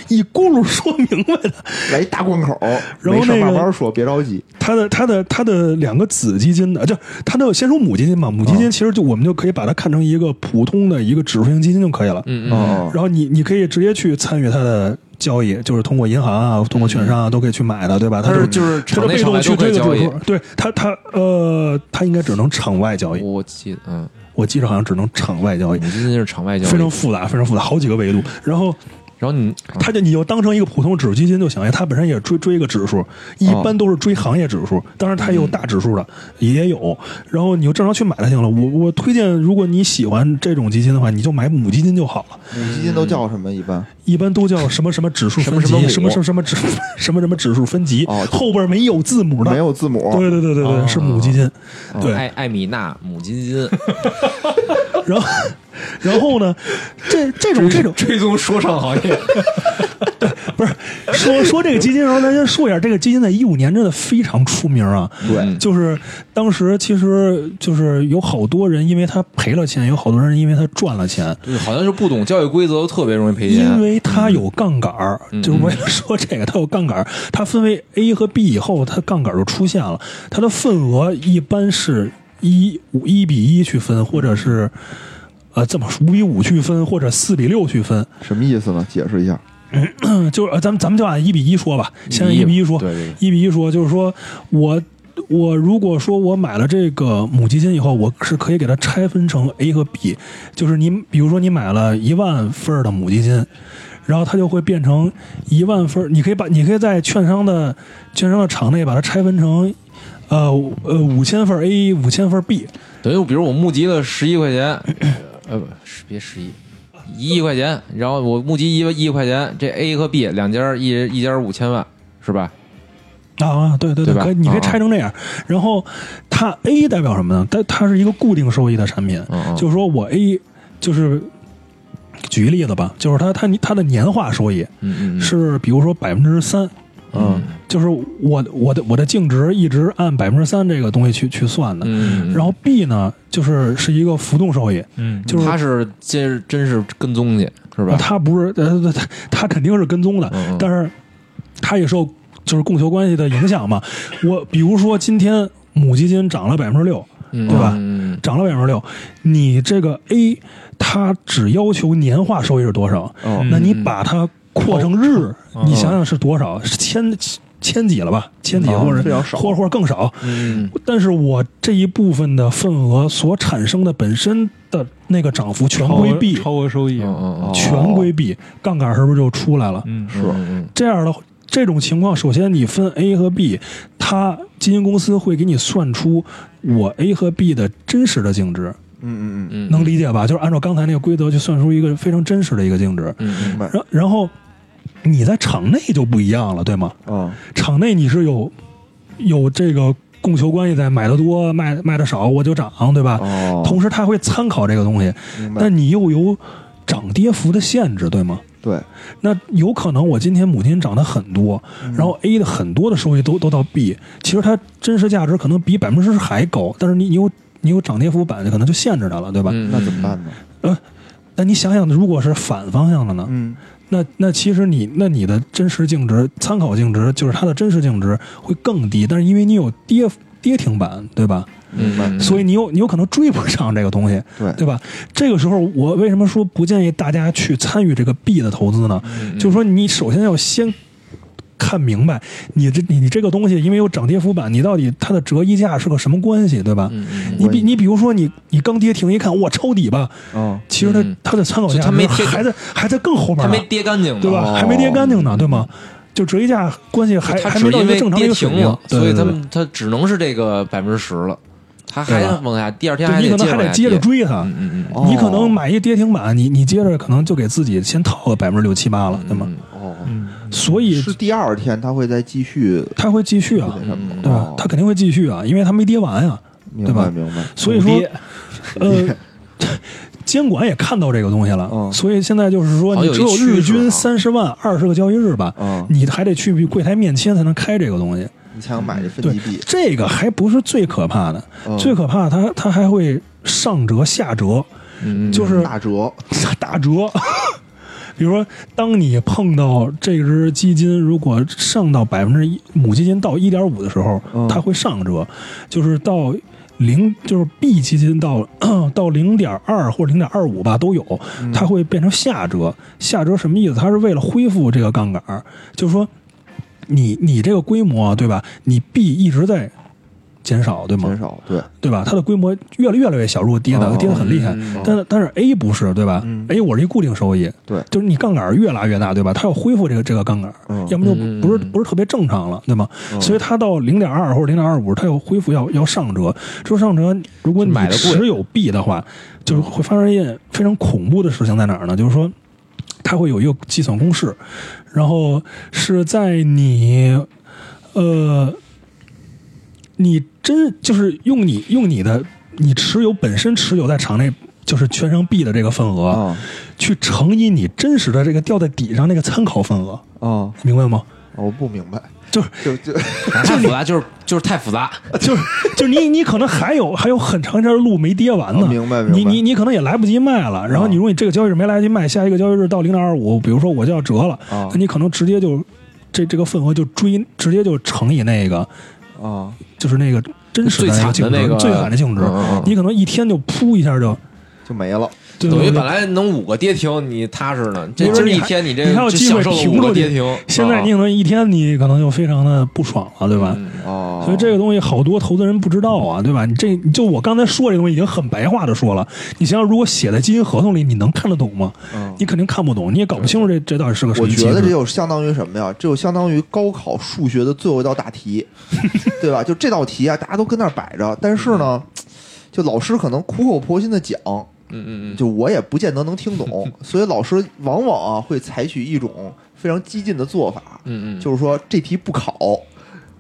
Speaker 4: 一咕噜说明白的。
Speaker 1: 来一大贯口，
Speaker 4: 然后
Speaker 1: 没事
Speaker 4: 那个
Speaker 1: 慢慢说，别着急。
Speaker 4: 它的它的它的两个子基金的，就它的先说母基金嘛，母基
Speaker 1: 哦
Speaker 4: 金其实就我们就可以把它看成一个普通的一个指数型基金就可以了。啊
Speaker 2: 嗯嗯，
Speaker 1: 哦，
Speaker 4: 然后你你可以直接去参与它的交易，就是通过银行啊，通过券商啊都可以去买的，对吧？它
Speaker 2: 它
Speaker 4: 就是
Speaker 2: 就是
Speaker 4: 它
Speaker 2: 场
Speaker 4: 是
Speaker 2: 内
Speaker 4: 被
Speaker 2: 场
Speaker 4: 动
Speaker 2: 外
Speaker 4: 去
Speaker 2: 都可
Speaker 4: 追
Speaker 2: 以
Speaker 4: 的
Speaker 2: 交
Speaker 4: 指
Speaker 2: 易
Speaker 4: 数，，对它它呃它应该只能场外交易，
Speaker 2: 我记得嗯，
Speaker 4: 我记着好像只能场外交易
Speaker 2: 母。基金是场外交易，
Speaker 4: 哦非常复杂，非常复杂，好几个维度。然后
Speaker 2: 然后你
Speaker 4: 它就你就当成一个普通指数基金就行，因为它本身也追追一个指数，一般都是追行业指数，当然它也有大指数的，也有。然后你就正常去买它行了。我我推荐，如果你喜欢这种基金的话，你就买母基金就好了，
Speaker 1: 母基金都叫什么？一般
Speaker 4: 一般都叫什么什么指数分
Speaker 2: 什么
Speaker 4: 级，
Speaker 2: 什
Speaker 4: 什
Speaker 2: 么母
Speaker 4: 么什么什么指 什么什么指数分级，
Speaker 1: 哦
Speaker 4: 后边没有字母的，
Speaker 1: 没有字母，
Speaker 4: 对对对对对，
Speaker 2: 哦
Speaker 4: 是母基金，对。
Speaker 2: 艾艾哦米娜母基 金，
Speaker 4: 然后然后呢，这这种这种
Speaker 5: 追踪说唱行业，
Speaker 4: 不是说说这个基金的时候，咱先说一下，这个基金在一五年真的非常出名啊。
Speaker 2: 嗯
Speaker 4: 就是当时其实就是有好多人因为他赔了钱，有好多人因为他赚了钱，
Speaker 2: 就是好像是不懂交易规则，特别容易赔钱。
Speaker 4: 因为他有杠杆儿。
Speaker 2: 哎嗯
Speaker 4: 就是我也说这个，他有杠杆儿，它分为 A 和 B 以后，它杠杆儿就出现了。它的份额一般是一五一比一去分，或者是呃这么五比五去分，或者四比六去分。
Speaker 1: 什么意思呢？解释一下。
Speaker 4: 嗯，就是呃咱们咱们就按一比一说吧，先按一比一说。
Speaker 2: 对对
Speaker 4: 一比一说，就是说我我如果说我买了这个母基金以后，我是可以给它拆分成 A 和 B，就是你比如说你买了一万份儿的母基金，然后它就会变成一万份儿，你可以把你可以在券商的券商的场内把它拆分成。呃呃，五千份儿 A，五千份儿 B，
Speaker 2: 等于比如我募集了十一块钱，呃不是别十一。一亿块钱，然后我募集一亿块钱，这 A 和 B 两家一人一家五千万，是吧？
Speaker 4: 啊，对对
Speaker 2: 对吧
Speaker 4: 可以，你可以
Speaker 2: 啊啊
Speaker 4: 拆成这样。然后它 A 代表什么呢？它它是一个固定收益的产品，
Speaker 2: 嗯嗯，
Speaker 4: 就是说我 A 就是举一例子吧，就是它它它的年化收益
Speaker 2: 嗯嗯嗯
Speaker 4: 是比如说百分之三，
Speaker 2: 嗯
Speaker 4: 就是我我的我的净值一直按百分之三这个东西去去算的。
Speaker 2: 嗯，嗯
Speaker 4: 然后 B 呢，就是是一个浮动收益，
Speaker 3: 嗯
Speaker 4: 就是
Speaker 2: 他是接着真是跟踪去是吧？
Speaker 4: 它不是呃它它肯定是跟踪的，
Speaker 2: 嗯嗯
Speaker 4: 但是它也受就是供求关系的影响嘛。我比如说今天母基金涨了百分之六，对吧？
Speaker 2: 嗯
Speaker 4: 涨了百分之六，你这个 A 它只要求年化收益是多少？
Speaker 3: 嗯
Speaker 1: 哦
Speaker 4: 那你把它扩成日，你想想是多少？是千千几了吧？千几或者、
Speaker 1: 非常少
Speaker 4: 或者或者更少。
Speaker 2: 嗯
Speaker 4: 但是我这一部分的份额所产生的本身的那个涨幅全
Speaker 3: 超
Speaker 4: 规
Speaker 3: 额
Speaker 4: 避，
Speaker 3: 超额收益，啊
Speaker 2: 嗯
Speaker 4: 全规避，杠杆是不是就出来了？
Speaker 3: 嗯，
Speaker 1: 是
Speaker 2: 嗯
Speaker 4: 这样的这种情况，首先你分 A 和 B，它基金公司会给你算出我 A 和 B 的真实的净值，
Speaker 1: 嗯嗯嗯，
Speaker 2: 嗯，
Speaker 4: 能理解吧？就是按照刚才那个规则去算出一个非常真实的一个净值，
Speaker 2: 嗯
Speaker 1: 明白
Speaker 4: 然然后你在场内就不一样了，对吗？
Speaker 1: 啊，
Speaker 4: 场内你是有有这个供求关系在，买的多卖卖的少我就涨，对吧？
Speaker 1: 哦，
Speaker 4: 同时它会参考这个东西，
Speaker 1: 明白，
Speaker 4: 但你又有涨跌幅的限制，对吗？
Speaker 1: 对，
Speaker 4: 那有可能我今天母亲涨得很多，
Speaker 1: 嗯
Speaker 4: 然后 A 的很多的收益都都到 B，其实它真实价值可能比百分之十还高，但是你你有你有涨跌幅板，可能就限制它了，对吧？呃
Speaker 2: 嗯，
Speaker 1: 那怎么办呢？
Speaker 4: 那你想想，如果是反方向的呢？
Speaker 1: 嗯，
Speaker 4: 那那其实你那你的真实净值、参考净值就是它的真实净值会更低，但是因为你有跌跌停板，对吧？
Speaker 1: 明白
Speaker 2: 嗯
Speaker 4: 所以你有你有可能追不上这个东西，
Speaker 1: 对，
Speaker 4: 对吧？这个时候，我为什么说不建议大家去参与这个币的投资呢？
Speaker 2: 嗯
Speaker 4: 就是说，你首先要先看明白你这你你这个东西，因为有涨跌幅板，你到底它的折溢价是个什么关系，对吧？
Speaker 2: 嗯嗯
Speaker 4: 你比你比如说你你刚跌停一看，哇，抄底吧，
Speaker 1: 嗯，
Speaker 4: 其实它、
Speaker 2: 嗯
Speaker 4: 它的参考
Speaker 2: 就
Speaker 4: 价
Speaker 2: 它没
Speaker 4: 值
Speaker 2: 跌
Speaker 4: 还在还在更后面
Speaker 2: 他
Speaker 4: 呢，
Speaker 2: 没跌干净，
Speaker 4: 对吧？还没跌干净呢，对吗？就折溢价关系还
Speaker 2: 哦他
Speaker 4: 还
Speaker 2: 只
Speaker 4: 没到
Speaker 2: 因
Speaker 4: 一个
Speaker 2: 为
Speaker 4: 正常的
Speaker 2: 跌
Speaker 4: 一个水
Speaker 2: 停
Speaker 4: 平
Speaker 2: 了，，
Speaker 4: 对
Speaker 2: 所以
Speaker 4: 对
Speaker 2: 他
Speaker 4: 对
Speaker 2: 们他只能是这个百分之十了，他还
Speaker 4: 对吧
Speaker 2: 往下，第二天还
Speaker 4: 对
Speaker 2: 得
Speaker 4: 你可能
Speaker 2: 接
Speaker 4: 还
Speaker 2: 往
Speaker 4: 得
Speaker 2: 下
Speaker 4: 接着，追它。
Speaker 2: 嗯嗯嗯，
Speaker 1: 哦
Speaker 4: 你可能买一跌停板，你你接着可能就给自己先套个百分之六七八了，对吗？
Speaker 1: 哦，
Speaker 3: 嗯，
Speaker 4: 所以
Speaker 1: 是第二天他会再继续，
Speaker 4: 它会继续啊
Speaker 1: 那，什么
Speaker 2: 嗯
Speaker 4: 对吧
Speaker 1: 哦？
Speaker 4: 它肯定会继续啊，因为它没跌完呀。
Speaker 1: 明
Speaker 4: 对吧
Speaker 1: 白明白，
Speaker 4: 所以
Speaker 3: 补
Speaker 4: 说
Speaker 3: 跌，
Speaker 4: 呃，监管也看到这个东西了，
Speaker 1: 嗯
Speaker 4: 所以现在就是说，
Speaker 2: 哦好
Speaker 4: 你
Speaker 2: 有一
Speaker 4: 只有
Speaker 2: 趋势
Speaker 4: 日均
Speaker 2: 啊哦
Speaker 4: 三十万二十个交易日吧，
Speaker 1: 嗯
Speaker 4: 你还得去柜台面签才能开这个东西。
Speaker 1: 你才能买这分
Speaker 4: 对
Speaker 1: 级币，，
Speaker 4: 这个还不是最可怕的，
Speaker 1: 嗯
Speaker 4: 最可怕的它它还会上折下折，
Speaker 2: 嗯
Speaker 4: 就是
Speaker 1: 打折，
Speaker 4: 打折。 比如说，当你碰到这只基金如果上到百分之一，母基金到一点五的时候，
Speaker 1: 嗯
Speaker 4: 它会上折，就是到零，就是 B 基金到 到零点二或零点二五吧都有，
Speaker 1: 嗯
Speaker 4: 它会变成下折。下折什么意思？它是为了恢复这个杠杆儿，就是说你你这个规模啊对吧？你 B 一直在减少对吗？
Speaker 1: 嗯减少，对，
Speaker 4: 对吧？它的规模越来越来越小，如果跌的
Speaker 1: 哦
Speaker 4: 跌的很厉害
Speaker 2: 嗯，
Speaker 4: 但是但是 A 不是，对吧
Speaker 1: 嗯
Speaker 4: ？A 我是一固定收益，
Speaker 1: 对
Speaker 4: 就是你杠杆越拉越大，对吧？它要恢复这个这个杠杆
Speaker 1: 嗯，
Speaker 4: 要么就
Speaker 2: 嗯
Speaker 4: 不是
Speaker 2: 嗯
Speaker 4: 不是特别正常了，对吗？
Speaker 1: 嗯
Speaker 4: 所以它到零点二或者零点二五，它要恢复要要上折，这上折如果你
Speaker 2: 买得贵
Speaker 4: 持有 B 的话，就是会发生一件非常恐怖的事情在哪儿呢？就是说。它会有一个计算公式，然后是在你，呃，你真就是用你用你的你持有本身持有在场内就是券商 B 的这个份额，
Speaker 1: 啊
Speaker 4: 去乘以你真实的这个掉在底上那个参考份额，
Speaker 1: 啊，
Speaker 4: 明白吗？
Speaker 1: 我不明白，
Speaker 4: 就是
Speaker 1: 就 就
Speaker 2: 太复杂，就是就是太复杂，
Speaker 4: 就是 就是你你可能还有还有很长一条路没跌完
Speaker 2: 哦
Speaker 4: 呢，
Speaker 1: 啊明白明白
Speaker 4: 你你你可能也来不及卖了，然后你如果你这个交易日没来得及卖，下一个交易日到零点二五，比如说我就要折了，
Speaker 2: 哦
Speaker 1: 啊
Speaker 4: 那你可能直接就这这个份额就追直接就乘以那个
Speaker 1: 啊，
Speaker 4: 就是那个真实
Speaker 2: 最
Speaker 4: 的那
Speaker 2: 惨
Speaker 4: 个净
Speaker 2: 的
Speaker 4: 值
Speaker 2: 那个啊
Speaker 4: 最惨的净值，
Speaker 2: 嗯嗯嗯
Speaker 4: 你可能一天就噗一下就。
Speaker 1: 就没了，
Speaker 4: 对
Speaker 2: 等于
Speaker 4: 对对
Speaker 2: 本来能五个跌停，你踏实呢，这
Speaker 4: 你说
Speaker 2: 今儿
Speaker 4: 你
Speaker 2: 一
Speaker 4: 还
Speaker 2: 天你这
Speaker 4: 你还有
Speaker 2: 只
Speaker 4: 机
Speaker 2: 享
Speaker 4: 会
Speaker 2: 受了
Speaker 4: 停
Speaker 2: 五个
Speaker 4: 过去
Speaker 2: 跌停，
Speaker 4: 现在你可能一天你可能就非常的不爽了，对吧？
Speaker 2: 嗯
Speaker 1: 哦，
Speaker 4: 所以这个东西好多投资人不知道啊，对吧？你这你就我刚才说这东西已经很白话的说了，你想想如果写在基金合同里，你能看得懂吗？
Speaker 1: 嗯
Speaker 4: 你肯定看不懂，你也搞不清楚这这到底是个什
Speaker 1: 我
Speaker 4: 么机制。
Speaker 1: 觉得这就相当于什么呀？这就相当于高考数学的最后一道大 题，对吧？就这道题啊，大家都跟那儿摆着，但是呢，
Speaker 4: 嗯
Speaker 1: 就老师可能苦口婆心的讲，
Speaker 2: 嗯嗯嗯，
Speaker 1: 就我也不见得能听懂， 所以老师往往啊会采取一种非常激进的做法，
Speaker 2: 嗯嗯
Speaker 1: 就是说这题不考，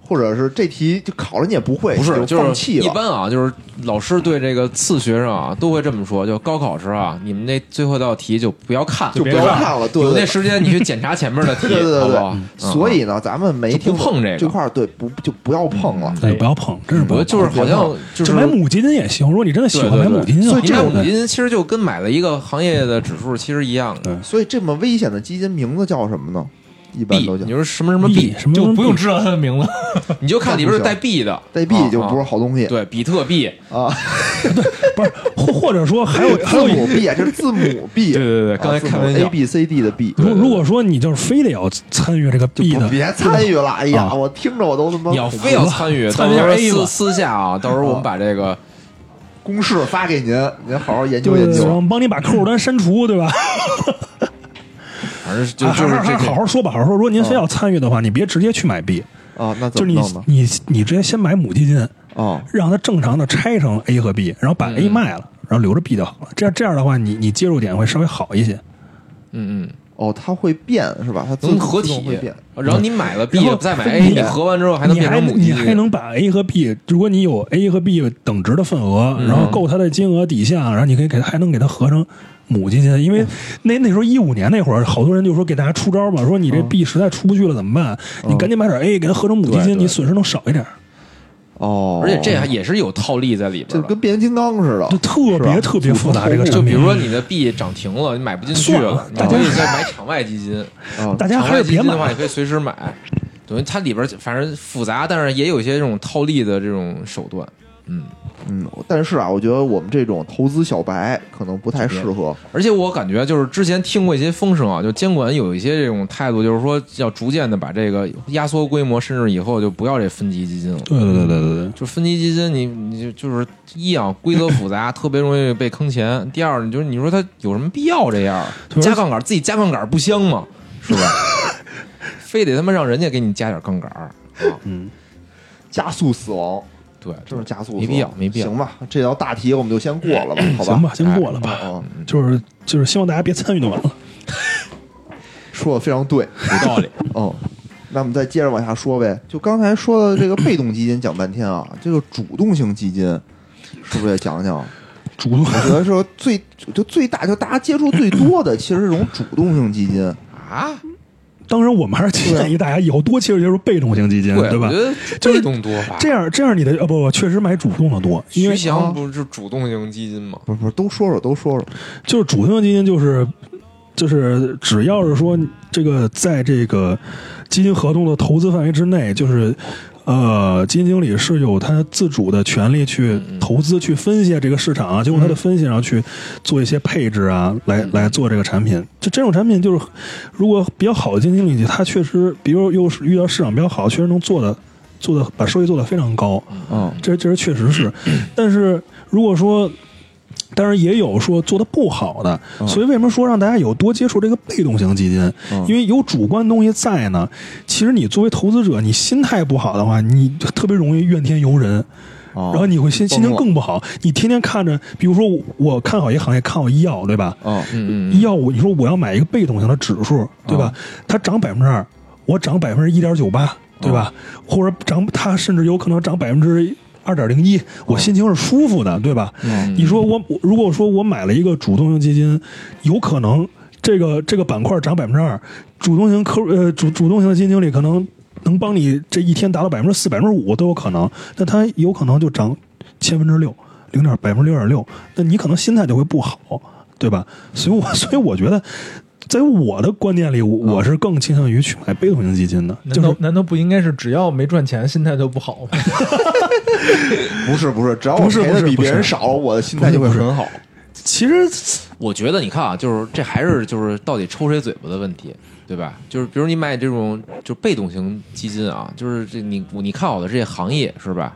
Speaker 1: 或者是这题就考了你也不会，
Speaker 2: 不是
Speaker 1: 你就放
Speaker 2: 就是
Speaker 1: 弃
Speaker 2: 一
Speaker 1: 了。
Speaker 2: 般啊，就是老师对这个次学生啊都会这么说，就高考时啊，你们那最后一道题就不要看，
Speaker 1: 就不要看了，对
Speaker 2: 有
Speaker 1: 对对
Speaker 2: 那时间你去检查前面的题，
Speaker 1: 对对对
Speaker 2: 好不
Speaker 1: 对
Speaker 2: 好？嗯
Speaker 1: 所以呢，咱们没
Speaker 2: 就
Speaker 1: 听
Speaker 2: 不
Speaker 1: 懂
Speaker 2: 碰这个嗯
Speaker 1: 这块儿，对不就不要碰了。
Speaker 4: 对不要碰，真是不要
Speaker 2: 我
Speaker 4: 碰。
Speaker 2: 就是好像就是
Speaker 4: 就买母基金也行，如果你真的喜
Speaker 2: 对
Speaker 4: 欢
Speaker 2: 对
Speaker 4: 买
Speaker 2: 对
Speaker 4: 母基金就好
Speaker 1: 所
Speaker 4: 了，
Speaker 1: 以这
Speaker 2: 买
Speaker 1: 种
Speaker 2: 母基金其实就跟买了一个行业的指数其实一样的，
Speaker 1: 所以这么危险的基金名字叫什么呢？一般
Speaker 6: B，
Speaker 1: 都叫
Speaker 6: 你说什么什么 B，
Speaker 4: 什么
Speaker 3: 就不用知道它的名字，
Speaker 2: 你就看里边是带 B 的，
Speaker 1: 代币就不是好东西
Speaker 2: 啊啊对，比特币，
Speaker 1: 啊，
Speaker 4: 不是，或或者说还有还
Speaker 1: 字
Speaker 4: 有一
Speaker 1: 母币啊，这是字母币，
Speaker 2: 对对对刚才开玩笑
Speaker 1: A B C D 的 B，
Speaker 4: 如如果说你就是非得要参与这个 B
Speaker 1: 不
Speaker 4: 的，
Speaker 1: 别参 与了，哎呀，
Speaker 4: 啊
Speaker 1: 我听着我都他妈
Speaker 2: 你要非要参与，
Speaker 3: 参与
Speaker 2: 哎到时候
Speaker 3: A 吧
Speaker 2: 私私下啊，到时候我们把这个
Speaker 1: 公式发给您，您好好研究
Speaker 4: 对
Speaker 1: 研
Speaker 4: 对对，然
Speaker 1: 究
Speaker 4: 后。帮你把客户端删除，对吧？
Speaker 2: 反正 就
Speaker 4: 啊
Speaker 2: 就
Speaker 4: 还
Speaker 2: 是这
Speaker 4: 还好
Speaker 2: 个
Speaker 4: 好说吧，好好说。如果您非要参与的话，你别直接去买 B，
Speaker 1: 啊，嗯那怎
Speaker 4: 就是
Speaker 1: 么
Speaker 4: 你
Speaker 1: 弄呢？
Speaker 4: 你你直接先买母基金，
Speaker 1: 哦，
Speaker 4: 让它正常的拆成 A 和 B，然后把
Speaker 2: 嗯
Speaker 4: A 卖了，然后留着 B 就好了。这样这样的话，你你接入点会稍微好一些。
Speaker 2: 嗯嗯。
Speaker 1: 哦，它会变是吧？它自
Speaker 2: 能合体
Speaker 1: 自动会变，
Speaker 2: 然后你买了 B，
Speaker 4: 啊然后
Speaker 2: 再买哎
Speaker 4: 你
Speaker 2: A，
Speaker 4: 啊
Speaker 2: 你合完之后还能
Speaker 4: 你
Speaker 2: 变成母
Speaker 4: 你
Speaker 2: 鸡，
Speaker 4: 还能把 A 和 B，如果你有 A 和 B 等值的份额，然
Speaker 2: 嗯
Speaker 4: 后够它的金额底下，然后你可以给还能给它合成母基金，因为那那时候一五年那会儿，好多人就说给大家出招嘛，说你这
Speaker 2: 嗯
Speaker 4: B 实在出不去了怎么办？你赶紧买点 A，给它合成母基
Speaker 2: 对
Speaker 4: 金，
Speaker 2: 嗯对
Speaker 4: 你损失能少一点。
Speaker 1: 哦，
Speaker 2: 而且这还也是有套利在里边
Speaker 1: 就
Speaker 2: 的
Speaker 1: 跟。变形金刚似的
Speaker 2: 哦
Speaker 4: 就，特
Speaker 1: 是吧
Speaker 2: 啊
Speaker 4: 别特别复杂这个
Speaker 2: 就
Speaker 4: 产
Speaker 2: 比
Speaker 4: 品
Speaker 2: 如。说你的币涨停了，你买不进去
Speaker 4: 算了
Speaker 2: 了，你
Speaker 4: 大家
Speaker 2: 可以再买场外基金。
Speaker 1: 啊
Speaker 4: 大家
Speaker 2: 场
Speaker 4: 还
Speaker 2: 外
Speaker 4: 是
Speaker 2: 基
Speaker 4: 别
Speaker 2: 金
Speaker 4: 买
Speaker 2: 的话，，你可以随时买。等于它里边反正复杂，但是也有一些这种套利的这种手段。嗯，
Speaker 1: 嗯，但是啊，我觉得我们这种投资小白可能不太适合，
Speaker 2: 而且我感觉就是之前听过一些风声啊，就监管有一些这种态度，就是说要逐渐的把这个压缩规模，甚至以后就不要这分级基金了。
Speaker 4: 对对对对对对。
Speaker 2: 就分级基金你，你就就是一啊，规则 复杂，特别容易被坑钱。第二，你就是你说它有什么必要这样
Speaker 4: 对
Speaker 2: 加杠杆，自己加杠杆不香吗？ 是吧？非得他妈让人家给你加点杠杆儿，
Speaker 1: 加速死亡，
Speaker 2: 对，
Speaker 1: 这是加速死亡，
Speaker 2: 没必要没必要
Speaker 1: 行吧，这道大题我们就先过了吧，好吧，
Speaker 4: 行吧，先过了吧。
Speaker 1: 嗯，
Speaker 4: 就是就是希望大家别参与就完了。
Speaker 1: 说的非常对，
Speaker 2: 有道理。
Speaker 1: 嗯，那我们再接着往下说呗。就刚才说的这个被动基金讲半天啊，这个主动性基金是不是也讲讲？
Speaker 4: 主动
Speaker 1: 我觉得说最就最大就大家接触最多的，其实是这种主动性基金。
Speaker 2: 啊，
Speaker 4: 当然，我们还是建议大家以后多接触接触被动型基金，
Speaker 2: 对，
Speaker 4: 对吧
Speaker 2: 我觉？得被动多吧。
Speaker 4: 这样这样你的呃不不，确实买主动的多，因
Speaker 2: 徐
Speaker 4: 为
Speaker 1: 哦
Speaker 2: 翔不是主动型基金吗？
Speaker 1: 不是不是，都说说都说说，
Speaker 4: 就是主动型基金就是就是只要是说这个在这个基金合同的投资范围之内，就是。呃，基金经理是有他自主的权利去投资、去分析这个市场啊，经过他的分析，然后去做一些配置啊，来来做这个产品。就这种产品，就是如果比较好的基金经理，他确实，比如又是遇到市场比较好，确实能做的做的把收益做得非常高。
Speaker 1: 嗯
Speaker 4: 这这是确 实是，但是如果说，当然也有说做的不好的，
Speaker 1: 嗯
Speaker 4: 所以为什么说让大家有多接触这个被动型基金？因为有主观东西在呢。其实你作为投资者，你心态不好的话，你特别容易怨天尤人。
Speaker 1: 哦
Speaker 4: 然后你会心心情
Speaker 1: 崩
Speaker 4: 更不好，你天天看着，比如说我我看好一个行业，看好医药，对吧？
Speaker 1: 嗯
Speaker 2: 嗯啊
Speaker 4: 医药我你说我要买一个被动型的指数，对吧？它涨百分之二，我涨百分之一点九八，对吧？
Speaker 2: 啊
Speaker 4: 或者涨它甚至有可能涨百分之二点零一，我心情是舒服的，对吧？
Speaker 2: 嗯
Speaker 4: 你说我我如果说我买了一个主动型基金，有可能这个这个板块涨百分之二，主动型科呃主主动型的基金经理可能能帮你这一天达到百分之四、百分之五都有可能，但它有可能就涨千分之六。零点百分之六点六，那你可能心态就会不好，对吧？所以我， 所以我觉得，在我的观念里，我我是更倾向于去买被动型基金的，
Speaker 3: 嗯难
Speaker 4: 就
Speaker 3: 道
Speaker 4: 是
Speaker 3: 难道不应该是只要没赚钱，心态就不好吗？
Speaker 1: 不是不是，只要我
Speaker 4: 不是
Speaker 1: 赔
Speaker 4: 不
Speaker 1: 的
Speaker 4: 是
Speaker 1: 比
Speaker 4: 不
Speaker 1: 别
Speaker 4: 是
Speaker 1: 人少，我的心态就会很好。
Speaker 4: 其实
Speaker 2: 我觉得你看啊，就是这还是就是到底抽谁嘴巴的问题，对吧？就是比如你买这种就被动型基金啊，就是这你你看好的这些行业是吧？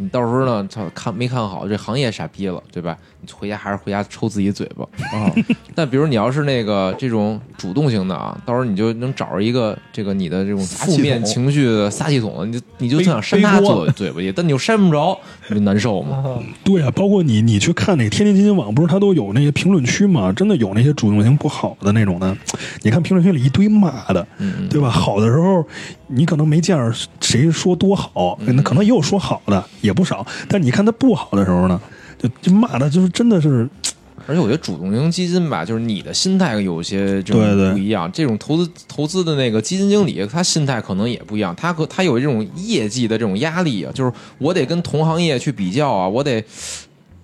Speaker 2: 你到时候呢，操看没看好这行业傻逼了，对吧？你回家还是回家抽自己嘴巴啊。 但比如你要是那个这种主动型的啊，到时候你就能找着一个这个你的这种负面情绪的撒气筒，你就你就特想扇他
Speaker 3: 背背
Speaker 2: 嘴
Speaker 3: 锅
Speaker 2: 嘴巴去，但你又扇不着，你就难受嘛。
Speaker 4: 对啊，包括你你去看那个天天基金网，不是它都有那个评论区嘛？真的有那些主动型不好的那种的，你看评论区里一堆骂的，
Speaker 5: 嗯
Speaker 4: 对吧？好的时候你可能没见着谁说多好，
Speaker 5: 嗯
Speaker 4: 那可能也有说好的也不少，但你看它不好的时候呢，就就骂的就是真的是
Speaker 2: 而且我觉得主动型基金吧，就是你的心态有些这
Speaker 4: 对
Speaker 2: 种
Speaker 4: 对
Speaker 2: 不一样。这种投资投资的那个基金经理，他心态可能也不一样。他可他有这种业绩的这种压力啊，就是我得跟同行业去比较啊，我得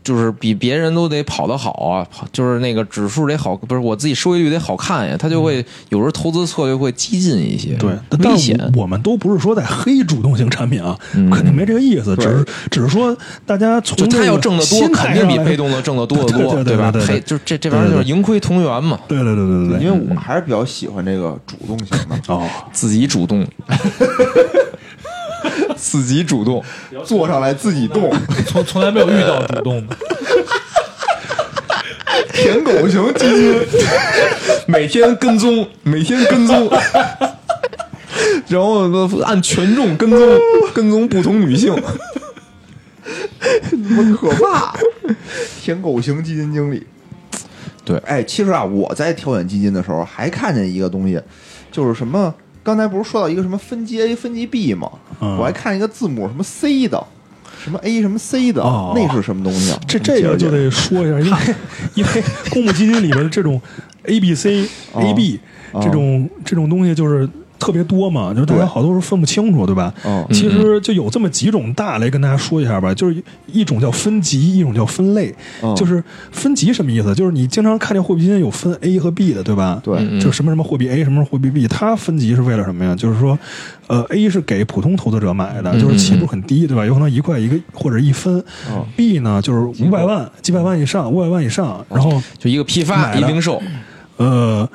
Speaker 5: 就是比别人都得跑得好啊，跑就是那个指数得好，不是我自己收益率得好看呀，他就会有时候投资策略会激进一些，
Speaker 4: 嗯对，但
Speaker 5: 危险。嗯
Speaker 4: 我我们都不是说在黑主动型产品啊，肯定没这个意思，只是只是说大家从
Speaker 5: 就他
Speaker 4: 这个
Speaker 5: 要挣得多，
Speaker 4: 心态
Speaker 5: 肯定比
Speaker 4: 上来
Speaker 5: 被动的挣得多得多，
Speaker 4: 对对对对
Speaker 5: 吧？
Speaker 4: 对对对
Speaker 5: 赔就这这玩意儿就是盈亏同源嘛，
Speaker 4: 对对对对对
Speaker 1: 因
Speaker 4: 对，
Speaker 1: 为我还是比较喜欢这个主动型的，
Speaker 4: 哦，
Speaker 5: 自己主 动，自己主动，
Speaker 1: 坐上来自己动，
Speaker 3: 从从来没有遇到主动的，
Speaker 1: 舔狗型基金，
Speaker 5: 每天跟踪，每天跟踪，然后按权重跟踪，跟踪不同女性。
Speaker 1: 你们可怕！舔狗型基金经理，
Speaker 5: 对
Speaker 1: 哎，其实啊，我在挑选基金的时候还看见一个东西，就是什么？刚才不是说到一个什么分级 A、分级 B 吗？
Speaker 4: 嗯
Speaker 1: 我还看一个字母什么 C 的，什么 A 什么 C 的，
Speaker 4: 哦
Speaker 1: 那是什么东西啊？
Speaker 4: 这这个就得说一下，因为 因为公募基金里边这种 A、B、C、
Speaker 1: 哦
Speaker 4: A、B
Speaker 1: 哦
Speaker 4: 这种这种东西就是。特别多嘛，就是大家
Speaker 1: 对
Speaker 4: 好多时候分不清楚，对吧？
Speaker 1: 嗯
Speaker 4: 其实就有这么几种大类跟大家说一下吧，就是一种叫分级，一种叫分类。
Speaker 1: 嗯
Speaker 4: 就是分级什么意思？就是你经常看见货币基金有分 A 和 B 的，对吧？
Speaker 1: 对嗯
Speaker 4: 就什么什么货币 A，什么什么货币 B，它分级是为了什么呀？就是说，呃，A 是给普通投资者买
Speaker 1: 嗯
Speaker 4: 的，就是起步很低，对吧？有可能一块一个或者一分。B 呢，就是五百万、几百万以上、五百万以上，然后
Speaker 5: 就一个批发
Speaker 4: 买了
Speaker 5: 一零售，
Speaker 4: 呃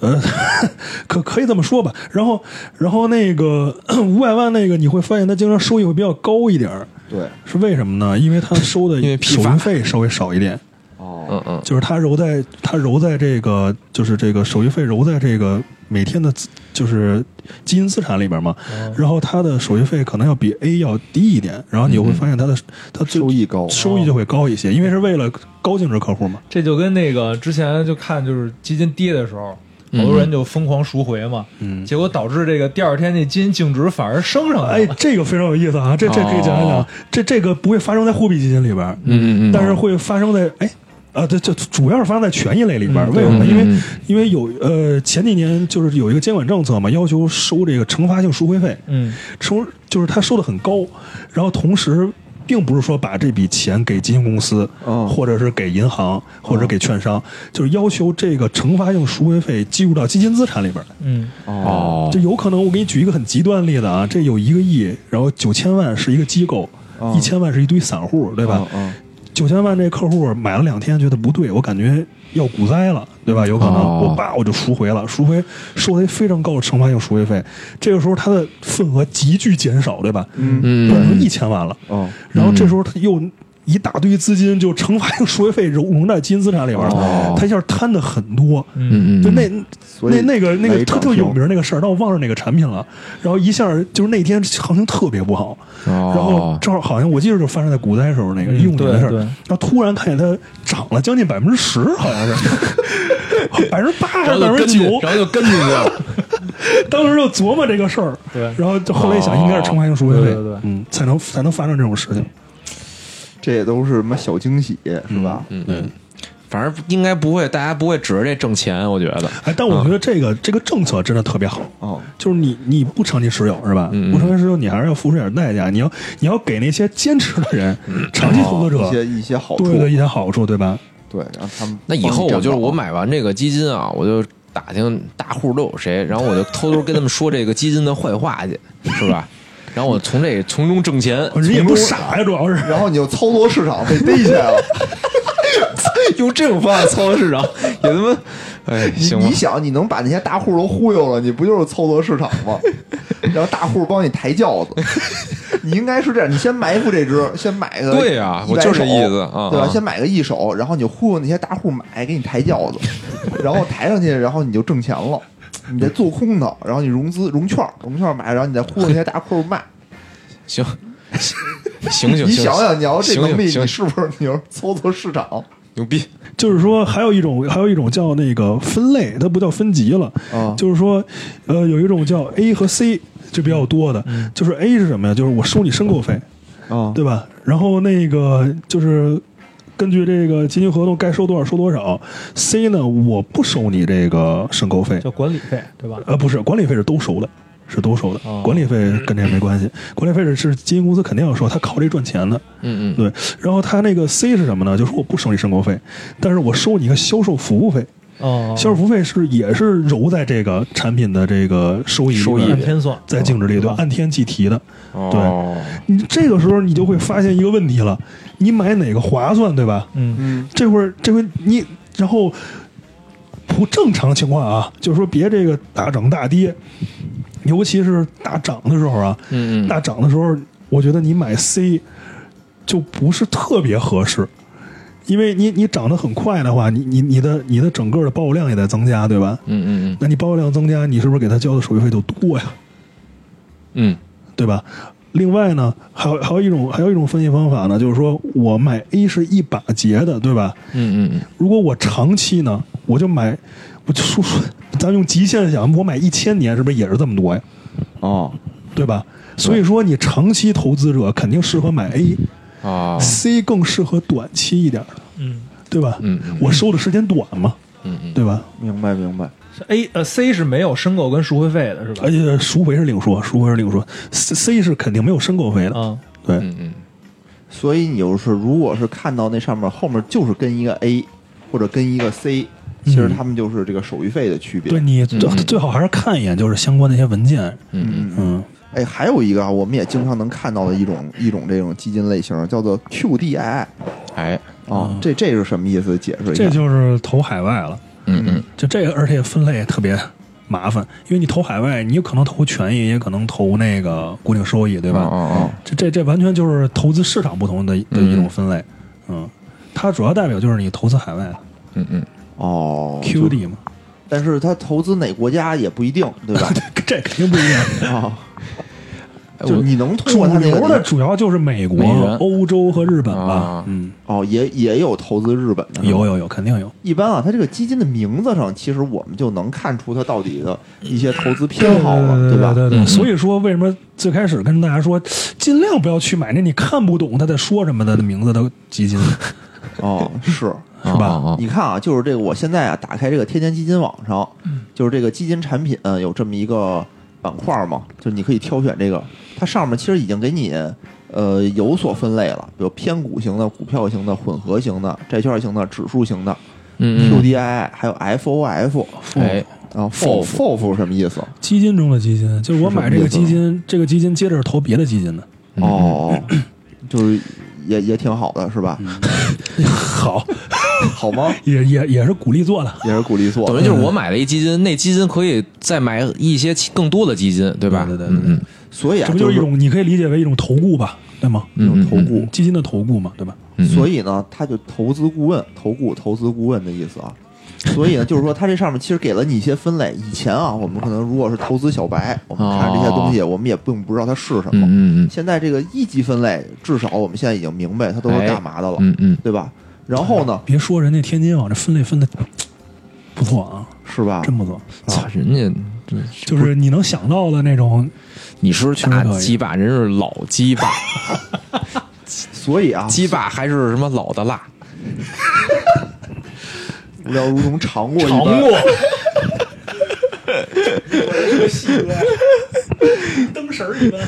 Speaker 4: 呃， 可可以这么说吧。然后然后那个 五百万那个，你会发现它经常收益会比较高一点儿，
Speaker 1: 对，
Speaker 4: 是为什么呢？因为它收的
Speaker 5: 因为批
Speaker 4: 手
Speaker 5: 发
Speaker 4: 续费稍微少一点。
Speaker 1: 哦，
Speaker 5: 嗯嗯，
Speaker 4: 就是它揉在它揉在这个就是这个手续费揉在这个每天的资就是基金资产里边嘛，然后它的手续费可能要比 A 要低一点，然后你会发现它的它最
Speaker 1: 收益高，
Speaker 4: 收益就会高一
Speaker 5: 哦
Speaker 4: 些，因为是为了高净值客户嘛。
Speaker 3: 这就跟那个之前就看就是基金跌的时候，
Speaker 5: 嗯
Speaker 3: 好多人就疯狂赎回嘛，
Speaker 4: 嗯
Speaker 3: 结果导致这个第二天那基金净值反而升上来
Speaker 4: 哎
Speaker 3: 了。，
Speaker 4: 这个非常有意思啊，这这可以讲一讲
Speaker 5: 哦，
Speaker 4: 这这个不会发生在货币基金里边，
Speaker 5: 嗯嗯嗯
Speaker 4: 但是会发生在哎。啊，对，就主要是发生在权益类里边儿，
Speaker 3: 嗯
Speaker 4: 为什么呢？
Speaker 5: 嗯
Speaker 4: 因为
Speaker 5: 嗯
Speaker 4: 因为有呃前几年就是有一个监管政策嘛，要求收这个惩罚性赎回费，
Speaker 3: 嗯，
Speaker 4: 收就是他收的很高，然后同时并不是说把这笔钱给基金公司，
Speaker 1: 哦
Speaker 4: 或者是给银行，或
Speaker 5: 哦
Speaker 4: 者给券商，就是要求这个惩罚性赎回费计入到基金资产里边儿。
Speaker 3: 嗯，
Speaker 1: 哦
Speaker 5: 哦
Speaker 4: 就，有可能，我给你举一个很极端的例子啊，这有一个亿，然后九千万是一个机构，
Speaker 1: 哦
Speaker 4: 一千万是一堆散户，对
Speaker 5: 哦
Speaker 4: 吧？
Speaker 1: 嗯
Speaker 4: 九千万这客户买了两天，觉得不对，我感觉要股灾了，对吧？有可能、
Speaker 5: 哦
Speaker 4: 我叭我就赎回了，赎回收回非常高的惩罚性赎回费，这个时候它的份额急剧减少，对吧？
Speaker 1: 嗯
Speaker 5: 嗯
Speaker 4: 变成一千万了，
Speaker 1: 哦
Speaker 4: 然后这时候他又一大堆资金就惩罚性赎回费融融在基金资产里边
Speaker 5: 哦
Speaker 4: 了，他一下摊的很多，
Speaker 5: 嗯嗯，
Speaker 4: 就那
Speaker 1: 所以
Speaker 4: 那那个那
Speaker 1: 来
Speaker 4: 个
Speaker 1: 一
Speaker 4: 特
Speaker 1: 场球
Speaker 4: 特有名那个事儿，但我忘了哪个产品了。然后一下就是那天行情特别不好，然后
Speaker 5: 哦，
Speaker 4: 正好好像我记得就发生在股灾时候那个
Speaker 3: 嗯
Speaker 4: 一五年的事儿，
Speaker 3: 对对
Speaker 4: 然后突然看见它涨了将近百分之十，好像是百分之八还是百分之九，
Speaker 5: 然后就跟进去了，
Speaker 4: 当时就琢磨这个事儿，
Speaker 3: 对
Speaker 4: 然后就后来一
Speaker 5: 哦
Speaker 4: 想应该是惩罚性赎回费，
Speaker 3: 对对对
Speaker 4: 嗯，才能才能发生这种事情，
Speaker 1: 这也都是什么小惊喜是吧？
Speaker 5: 嗯
Speaker 4: 对。
Speaker 5: 反正应该不会，大家不会指着这挣钱，我觉得。
Speaker 4: 哎，但我觉得这个、这个政策真的特别好，
Speaker 1: 嗯哦，
Speaker 4: 就是你你不长期持有是吧？
Speaker 5: 嗯嗯
Speaker 4: 不长期持有，你还是要付出点代价，你要你要给那些坚持的人、长期投资者
Speaker 1: 嗯哦一些一些好处，
Speaker 4: 对的一些好处，对吧？
Speaker 1: 对，然后他们
Speaker 5: 那以后我就是我买完这个基金啊，我就打听大户都有谁，然后我就偷偷跟他们说这个基金的坏话 去，是吧？然后我从这从中挣钱，
Speaker 4: 人也
Speaker 5: 从
Speaker 4: 不
Speaker 5: 中
Speaker 4: 傻呀，主要是
Speaker 1: 然后你就操作市场被逮起来了。
Speaker 5: 用这种方法操作市场， 也他妈，哎，
Speaker 1: 你
Speaker 5: 行吧
Speaker 1: 你，想，你能把那些大户都忽悠了，你不就是操作市场 吗？然后大户帮你抬轿子，你应该是这样，你先埋伏这只，先买个
Speaker 5: 对呀我
Speaker 1: 100
Speaker 5: 就是这意思
Speaker 1: 手
Speaker 5: 啊
Speaker 1: 对吧？
Speaker 5: 啊
Speaker 1: 先买个一手，然后你忽悠那些大户买，给你抬轿子，然后抬上去，然后你就挣钱了。你再做空它，然后你融资融券儿，融券儿买，然后你再忽悠那些大户卖。
Speaker 5: 行，行行
Speaker 1: 你
Speaker 5: 行
Speaker 1: 想，想，你要这
Speaker 5: 行
Speaker 1: 能力，
Speaker 5: 行
Speaker 1: 你是不是你要操作市场？
Speaker 5: 牛逼，
Speaker 4: 就是说还有一种还有一种叫那个分类，它不叫分级了，
Speaker 1: 啊
Speaker 4: 就是说呃有一种叫 A 和 C 就比较多的，就是 A 是什么呀？就是我收你申购费，
Speaker 1: 啊
Speaker 4: 对吧？然后那个就是根据这个基金合同该收多少收多少。C 呢，我不收你这个申购费，
Speaker 3: 叫管理费对吧？
Speaker 4: 呃，不是管理费是都收的，是都收的
Speaker 3: 哦，
Speaker 4: 管理费跟这个没关系，管理费是是基金公司肯定要收，他靠这赚钱的。
Speaker 5: 嗯
Speaker 4: 对，然后他那个 C 是什么呢？就是我不收你申购费，但是我收你一个销售服务费。
Speaker 3: 哦，
Speaker 4: 销售服务费是也是揉在这个产品的这个收益里
Speaker 5: 收益
Speaker 4: 边
Speaker 3: 按天算，
Speaker 4: 在净值里，对，按天计提的。
Speaker 5: 嗯，
Speaker 4: 对
Speaker 5: 哦，
Speaker 4: 你这个时候你就会发现一个问题了，你买哪个划算，对吧？
Speaker 3: 嗯，
Speaker 1: 嗯，
Speaker 4: 这会儿这回你然后不正常情况啊，就是说别这个大涨大跌，尤其是大涨的时候啊，
Speaker 5: 嗯嗯，
Speaker 4: 大涨的时候，我觉得你买 C 就不是特别合适，因为你你涨得很快的话，你你你的你的整个的报量也在增加，对吧？
Speaker 5: 嗯嗯
Speaker 4: 那你报量增加，你是不是给他交的手续费就多呀？
Speaker 5: 嗯
Speaker 4: 对吧？另外呢，还有还有一种还有一种分析方法呢，就是说我买 A 是一把结的，对吧？
Speaker 5: 嗯嗯嗯，
Speaker 4: 如果我长期呢，我就买，我就说说，咱用极限想，我买一千年是不是也是这么多呀？
Speaker 1: 哦，
Speaker 4: 对吧？所以说，你长期投资者肯定适合买 A，C
Speaker 5: 哦，
Speaker 4: 更适合短期一点的，
Speaker 3: 嗯，
Speaker 4: 对吧？
Speaker 5: 嗯嗯
Speaker 4: 我收的时间短嘛，
Speaker 5: 嗯嗯，
Speaker 4: 对吧？
Speaker 1: 明白明白。
Speaker 3: 是 A 呃 C 是没有申购跟赎回费的是吧
Speaker 5: 哎
Speaker 4: 而？且赎回是另说，赎回是另说，C C 是肯定没有申购费的，
Speaker 3: 啊，
Speaker 4: 对，
Speaker 5: 嗯嗯，
Speaker 1: 所以你就是如果是看到那上面后面就是跟一个 A 或者跟一个 C，其实他们就是这个手续费的区别。
Speaker 4: 对你最
Speaker 5: 嗯
Speaker 4: 最好还是看一眼就是相关的一些文件，
Speaker 5: 嗯
Speaker 1: 嗯，嗯，
Speaker 4: 嗯，
Speaker 1: 哎，还有一个啊，我们也经常能看到的一种一种这种基金类型叫做 QDII
Speaker 5: 哎，
Speaker 1: 啊，这这是什么意思？解释一下。
Speaker 4: 这就是投海外了。
Speaker 5: 嗯嗯
Speaker 4: 就这个，而且分类特别麻烦，因为你投海外，你有可能投权益，也可能投那个固定收益，对
Speaker 5: 对
Speaker 4: 吧？
Speaker 5: 哦哦
Speaker 4: 这这这完全就是投资市场不同的的
Speaker 5: 嗯
Speaker 4: 一种分类，嗯，它主要代表就是你投资海外的
Speaker 5: 哦，嗯嗯，
Speaker 1: 哦
Speaker 4: QD 嘛，
Speaker 1: 但是他投资哪国家也不一定，对吧？
Speaker 4: 这肯定不一 样。
Speaker 1: 啊，
Speaker 5: 哎
Speaker 1: 就
Speaker 5: 我
Speaker 1: 你能通
Speaker 4: 主
Speaker 1: 过他那
Speaker 4: 流的
Speaker 1: 个
Speaker 4: 主要就是美国
Speaker 5: 美元、
Speaker 4: 欧洲和日本吧
Speaker 5: 啊，
Speaker 4: 嗯，
Speaker 1: 哦，也也有投资日本的，
Speaker 4: 有有有，肯定有。
Speaker 1: 一般啊，它这个基金的名字上，其实我们就能看出它到底的一些投资偏好了，
Speaker 4: 对
Speaker 1: 吧？
Speaker 4: 对
Speaker 5: 嗯
Speaker 4: 对，
Speaker 5: 嗯
Speaker 4: 所以说为什么最开始跟大家说，尽量不要去买那你看不懂他在说什么的名字的基金，
Speaker 1: 哦，是。
Speaker 5: 是
Speaker 4: 吧
Speaker 5: 哦
Speaker 1: 你看啊，就是这个，我现在啊，打开这个天天基金网上，
Speaker 5: 嗯
Speaker 1: 就是这个基金产品呃有这么一个板块嘛，就是你可以挑选这个，它上面其实已经给你呃有所分类了，比如偏股型的、股票型的、混合型的、债券型的、指数型的、
Speaker 5: 嗯嗯，
Speaker 1: QDII，还有 FOF
Speaker 5: 哎，
Speaker 1: 啊，FOF FOF 什么意思？
Speaker 4: 基金中的基金，就是我买这个基
Speaker 1: 是什
Speaker 4: 金，这个基金接着投别的基金的。
Speaker 5: 嗯
Speaker 1: 哦，就是也也挺好的是吧？
Speaker 5: 嗯
Speaker 4: 好，
Speaker 1: 好吗？
Speaker 4: 也也也是鼓励做的，
Speaker 1: 也是鼓励做的，
Speaker 5: 等于就是我买了一基金，那基金可以再买一些其更多的基金，对吧？
Speaker 4: 对对对
Speaker 5: 嗯嗯
Speaker 1: 所以啊，
Speaker 4: 这不就是是一种你可以理解为一种投顾吧，对吗？
Speaker 1: 一种
Speaker 5: 嗯
Speaker 1: 投顾。
Speaker 4: 基金的投顾嘛，对吧？
Speaker 5: 嗯
Speaker 1: 所以呢，他就投资顾问、投顾、投资顾问的意思啊。所以呢，就是说，它这上面其实给了你一些分类。以前啊，我们可能如果是投资小白，我们看这些东西，我们也并不知道它是什么。
Speaker 5: 哦嗯嗯
Speaker 1: 现在这个一级分类，至少我们现在已经明白它都是干嘛的了，
Speaker 5: 嗯嗯
Speaker 1: 对吧？然后呢，
Speaker 4: 别说人家天津网啊这分类分的不错啊，
Speaker 1: 是吧？
Speaker 4: 真不错，
Speaker 5: 嗯，操，人家这
Speaker 4: 就是你能想到的那种，
Speaker 5: 你是不是大鸡巴，人是老鸡巴，
Speaker 1: 所以啊，
Speaker 5: 鸡巴还是什么老的辣？
Speaker 1: 无聊如同尝过一般。
Speaker 4: 灯神儿一般。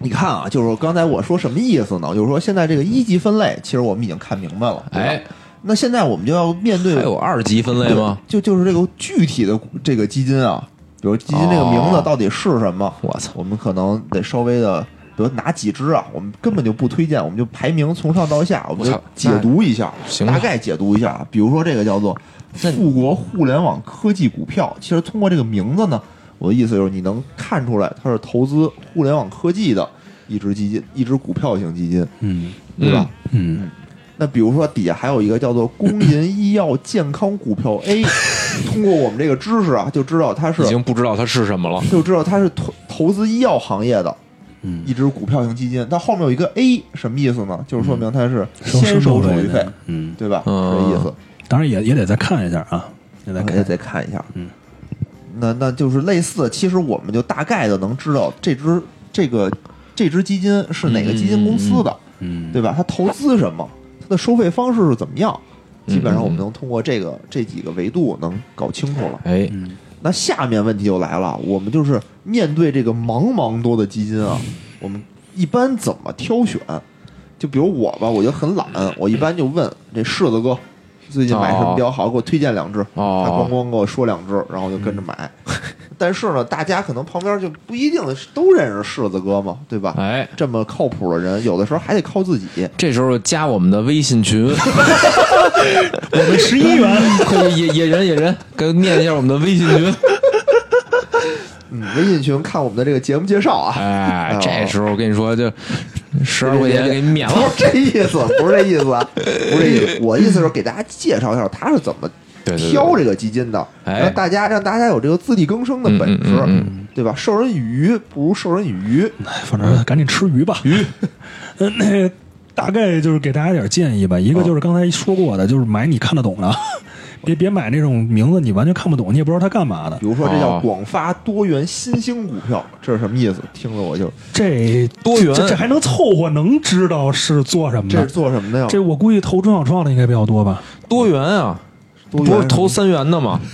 Speaker 1: 你看啊，就是刚才我说什么意思呢？就是说现在这个一级分类，其实我们已经看明白了。对吧
Speaker 5: 哎，
Speaker 1: 那现在我们就要面对
Speaker 5: 还有啊二级分类吗？
Speaker 1: 就就是这个具体的这个基金啊，比如基金这个名字
Speaker 5: 哦
Speaker 1: 到底是什么？
Speaker 5: 我操
Speaker 1: 我们可能得稍微的，比如哪几只啊，我们根本就不推荐，我们就排名从上到下，我们
Speaker 5: 我
Speaker 1: 就
Speaker 5: 操
Speaker 1: 解读一下，
Speaker 5: 行吧
Speaker 1: 大概解读一下啊。比如说这个叫做
Speaker 5: 那
Speaker 1: 富国互联网科技股票，其实通过这个名字呢，我的意思就是你能看出来它是投资互联网科技的一只基金，一只股票型基金，
Speaker 4: 嗯
Speaker 1: 对吧？
Speaker 4: 嗯，
Speaker 1: 那比如说底下还有一个叫做“工银医药健康股票 A”，通过我们这个知识啊，就知道它是
Speaker 5: 已经不知道它是什么了。
Speaker 1: 就知道它是投投资医药行业的
Speaker 4: 嗯
Speaker 1: 一只股票型基金。它后面有一个 A，什么意思呢？就是说明它是
Speaker 4: 嗯收
Speaker 1: 先收手续费
Speaker 4: 的，嗯，
Speaker 1: 对吧？
Speaker 5: 嗯
Speaker 1: 这意思，
Speaker 4: 当然也也得再看一下啊，也得
Speaker 1: 大
Speaker 4: 看
Speaker 1: 家再看一下。
Speaker 4: 嗯，
Speaker 1: 那那就是类似，其实我们就大概的能知道这只这个这只基金是哪个基金公司的。
Speaker 4: 嗯，
Speaker 1: 对吧？它投资什么？它的收费方式
Speaker 2: 嗯
Speaker 1: 是怎么样？基本上我们能通过这个这几个维度能搞清楚了。
Speaker 5: 哎，
Speaker 1: 那下面问题就来了，我们就是面对这个茫茫多的基金啊，我们一般怎么挑选？就比如我吧，我就很懒，我一般就问这柿子哥最近买什么比较好，给我推荐两只。
Speaker 2: 哦嗯
Speaker 1: 他咣咣给我说两只，然后我就跟着买。 但是呢，大家可能旁边就不一定都认识柿子哥嘛，对吧？
Speaker 2: 哎，
Speaker 1: 这么靠谱的人，有的时候还得靠自己。
Speaker 2: 这时候加我们的微信 群，
Speaker 4: 我们十一元，
Speaker 2: 快野野人野人，给念一下我们的微信群。
Speaker 1: 嗯，微信群看我们的这个节目介绍啊。
Speaker 2: 哎
Speaker 1: 哦，
Speaker 2: 这时候我跟你说，就十二块钱给你 免
Speaker 1: 不
Speaker 2: 了
Speaker 1: 是。这意思，不是这意思，啊，不是这意思。我意思是给大家介绍一下他是怎么
Speaker 2: 对对对
Speaker 1: 挑这个基金的，
Speaker 2: 哎
Speaker 1: 让大家让大家有这个自力更生的本事，
Speaker 2: 嗯嗯嗯
Speaker 1: 对吧？授人以鱼不如授人以渔，
Speaker 4: 反
Speaker 1: 嗯
Speaker 4: 正赶紧吃鱼吧。 鱼，那大概就是给大家点儿建议吧。
Speaker 1: 哦
Speaker 4: 一个就是刚才说过的，就是买你看得懂 的，别别买那种名字你完全看不懂，你也不知道它干嘛的
Speaker 1: 比。如说这叫
Speaker 2: 哦
Speaker 1: 广发多元新兴股票，这是什么意思？听着我就
Speaker 4: 这
Speaker 2: 多元
Speaker 4: 这这还能凑合，能知道是做什么
Speaker 1: 这是
Speaker 4: 的？
Speaker 1: 做什么的呀？
Speaker 4: 这我估计投中小创的应该比较多吧。
Speaker 2: 多元啊，
Speaker 1: 多
Speaker 2: 不
Speaker 1: 元
Speaker 2: 是投三元的吗？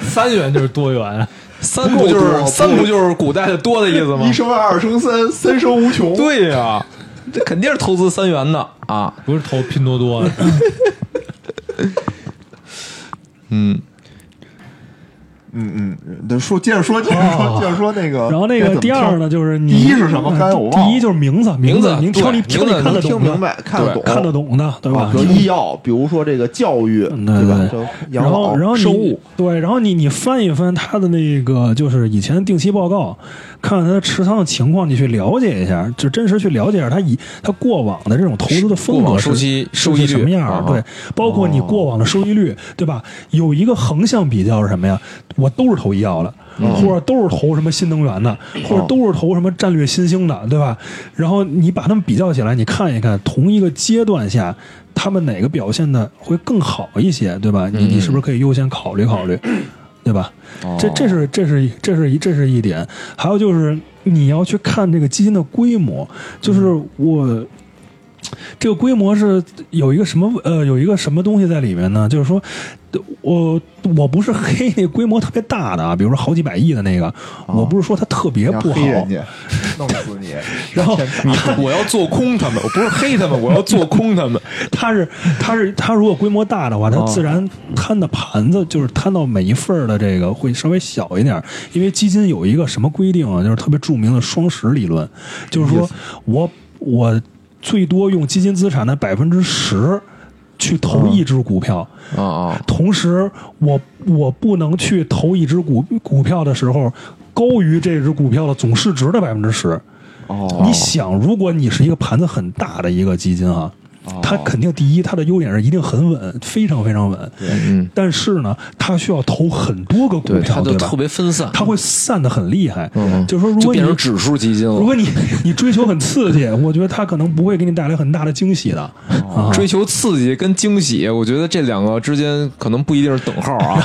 Speaker 3: 三元就是多元，
Speaker 2: 三不
Speaker 1: 不
Speaker 2: 就
Speaker 1: 够多
Speaker 2: 是三不就是古代的多的意思吗
Speaker 1: 一？生二，二生三，三生无穷。
Speaker 2: 对呀、这肯定是投资三元的啊。
Speaker 3: 不是投拼多啊多的。
Speaker 2: 嗯，
Speaker 1: 嗯嗯，嗯说接着说，接着说，
Speaker 4: 哦
Speaker 1: 接着说那个。
Speaker 4: 然后那
Speaker 1: 呃该怎
Speaker 4: 个
Speaker 1: 么
Speaker 4: 第
Speaker 1: 挑
Speaker 4: 二，呢，就是你嗯
Speaker 1: 第一是什么刚才我忘了
Speaker 4: 第一就是名字，
Speaker 2: 名字
Speaker 4: 字，您挑你
Speaker 2: 对
Speaker 4: 挑你
Speaker 2: 名字
Speaker 4: 看得
Speaker 1: 听
Speaker 4: 懂
Speaker 1: 明
Speaker 4: 的，
Speaker 1: 白，看得懂，
Speaker 4: 看得懂的，对吧
Speaker 1: 啊？比如医药，比如说这个教育，
Speaker 4: 嗯对
Speaker 1: 吧？
Speaker 4: 对
Speaker 1: 就养
Speaker 4: 然
Speaker 1: 老
Speaker 4: 后，然后你
Speaker 1: 生物，
Speaker 4: 对，然后你你翻一翻他的那个就是以前定期报告，看看他持仓的情况，你去了解一下，就真实去了解一下他以他过往的这种投资的风
Speaker 2: 过
Speaker 4: 格
Speaker 2: 往
Speaker 4: 是
Speaker 2: 收益
Speaker 4: 是
Speaker 2: 收益率
Speaker 4: 是什么样
Speaker 2: 啊
Speaker 4: 儿，对，包括你过往的收益率，对吧？有一个横向比较是什么呀？我都是投医药的，或者都是投什么新能源的，或者都是投什么战略新兴的，对吧？然后你把它们比较起来，你看一看同一个阶段下。他们哪个表现的会更好一些，对吧？
Speaker 2: 嗯
Speaker 4: 你你是不是可以优先考虑考虑，对吧？
Speaker 1: 哦
Speaker 4: 这
Speaker 2: 哦
Speaker 4: 这是这是这是一这是一点，还有就是你要去看这个基金的规模，就是
Speaker 1: 嗯
Speaker 4: 我。这个规模是有一个什么呃，有一个什么东西在里面呢？就是说，我我不是黑那个规模特别大的啊，比如说好几百亿的那个，我不是说它特别
Speaker 1: 哦要
Speaker 4: 不好
Speaker 1: 黑，人家，弄死 你，
Speaker 4: 然后
Speaker 1: 天打
Speaker 2: 我要做空他们，我不是黑他们，我要做空他们。
Speaker 4: 它是它是它如果规模大的话，它自然摊的盘子就是摊到每一份儿的这个会稍微小一点儿，因为基金有一个什么规定啊，就是特别著名的双十理论，就是说我我最多用基金资产的百分之十去投一只股票，
Speaker 2: 啊啊，
Speaker 4: 同时我我不能去投一只股股票的时候高于这只股票的总市值的百分之十。
Speaker 1: 哦，
Speaker 4: 你想，如果你是一个盘子很大的一个基金啊，
Speaker 2: 哦
Speaker 4: 它肯定第一，它的优点是一定很稳，非常非常稳。
Speaker 2: 嗯，
Speaker 4: 但是呢，它需要投很多个股
Speaker 2: 对，它
Speaker 4: 票，
Speaker 2: 就
Speaker 4: 对
Speaker 2: 特
Speaker 4: 吧？
Speaker 2: 别分散，
Speaker 4: 它会散的很厉害。
Speaker 2: 嗯
Speaker 4: 就是说，如
Speaker 2: 就
Speaker 4: 果你
Speaker 2: 变成指数基金
Speaker 4: 如
Speaker 2: 了。
Speaker 4: 果你你追求很刺激，我觉得它可能不会给你带来很大的惊喜的。啊
Speaker 2: 追求刺激跟惊喜，我觉得这两个之间可能不一定是等号啊。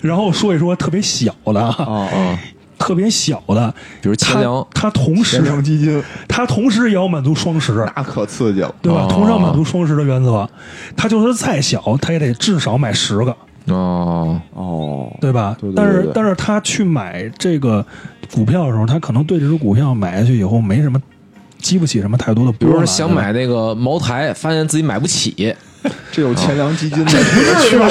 Speaker 4: 然后说一说特别小的，啊，
Speaker 2: 啊啊，
Speaker 4: 特别小的，
Speaker 2: 比如钱粮
Speaker 4: 它它同
Speaker 1: 钱粮
Speaker 4: 时
Speaker 1: 基金，
Speaker 4: 它同时也要满足双十，
Speaker 1: 那可刺激了。
Speaker 4: 对吧？
Speaker 2: 哦
Speaker 4: 同时要满足双十的原则，它就是再小，它也得至少买十个。
Speaker 2: 哦，
Speaker 1: 哦，
Speaker 4: 对吧？
Speaker 1: 对对
Speaker 4: 但
Speaker 1: 对
Speaker 4: 是
Speaker 1: 对
Speaker 4: 但是他去买这个股票的时候，他可能对这只股票买下去以后没什么激不起什么太多的
Speaker 2: 比
Speaker 4: 波
Speaker 2: 如
Speaker 4: 澜，
Speaker 2: 说想买那个茅台，发现自己买不起，
Speaker 1: 这有钱粮基金的缺点，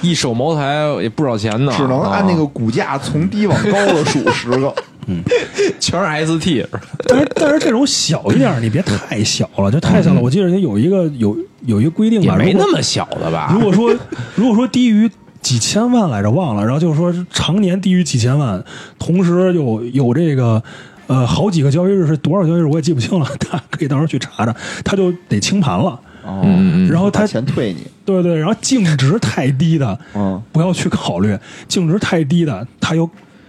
Speaker 2: 一手茅台也不少钱呢，
Speaker 1: 只能按那个股价从低往高的数十个。
Speaker 2: 啊全是 ST，
Speaker 4: 但是但是这种小一点儿，你别太小了，就太小了。我记得人家有一个有有一个规定
Speaker 2: 嗯也
Speaker 4: 吧，
Speaker 2: 没
Speaker 4: 如
Speaker 2: 那
Speaker 4: 果
Speaker 2: 么小的吧？
Speaker 4: 如果说 如果说低于。几千万来着，忘了。然后就是说，常年低于几千万，同时有有这个，呃，好几个交易日是多少交易日我也记不清了，大家可以到时候去查查，他就得清盘了。
Speaker 1: 哦
Speaker 2: 嗯嗯嗯
Speaker 4: 然后他
Speaker 1: 把钱退你，
Speaker 4: 对对，然后净值太低的，
Speaker 1: 嗯，
Speaker 4: 不要去考虑净值太低的，它有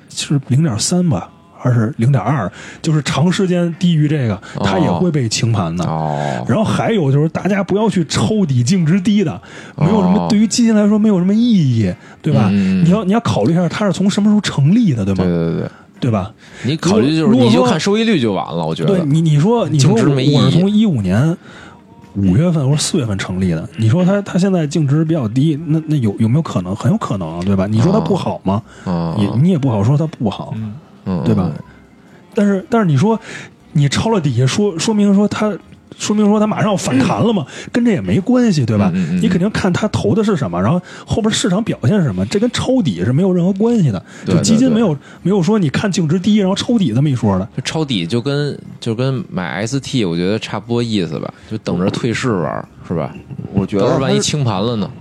Speaker 4: 是零点三吧，还是零点二，就是长时间低于这个，它也会被清盘的。
Speaker 2: 哦，
Speaker 4: 然后还有就是，大家不要去抄底净值低的，没有什么、
Speaker 2: 哦
Speaker 4: 对于基金来说没有什么意义，对吧？
Speaker 2: 嗯嗯嗯
Speaker 4: 你要你要考虑一下，它是从什么时候成立的，对吗？
Speaker 2: 对对对，
Speaker 4: 对吧？
Speaker 2: 你考虑就是
Speaker 4: 如果
Speaker 2: 你就
Speaker 4: 说
Speaker 2: 看收益率就完了，我觉
Speaker 4: 对
Speaker 2: 得。
Speaker 4: 你你说你说
Speaker 2: 净值
Speaker 4: 我
Speaker 2: 没意义
Speaker 4: 我是从一五年，五月份或者四月份成立的，你说它
Speaker 2: 嗯
Speaker 4: 它现在净值比较低，那那有有没有可能？很有可能，啊对吧？你说它不好吗？
Speaker 2: 啊，
Speaker 4: 也你也不好说它不好，
Speaker 3: 嗯，
Speaker 2: 嗯
Speaker 4: 对吧？？但是但是你说你抄了底下说说明说它。说明说它马上要反弹了嘛，跟这也没关系，对吧？
Speaker 2: 嗯嗯嗯
Speaker 4: 你肯定看它投的是什么，然后后边市场表现是什么，这跟抄底是没有任何关系的。
Speaker 2: 对
Speaker 4: 就基
Speaker 2: 对
Speaker 4: 金
Speaker 2: 对
Speaker 4: 没有没有说你看净值低，然后抄底这么一说的。
Speaker 2: 就抄底就跟就跟买 ST，我觉得差不多意思吧，就等着退市玩儿是吧？
Speaker 1: 我觉
Speaker 2: 到时
Speaker 1: 得
Speaker 2: 候万一
Speaker 1: 它是
Speaker 2: 清盘了呢？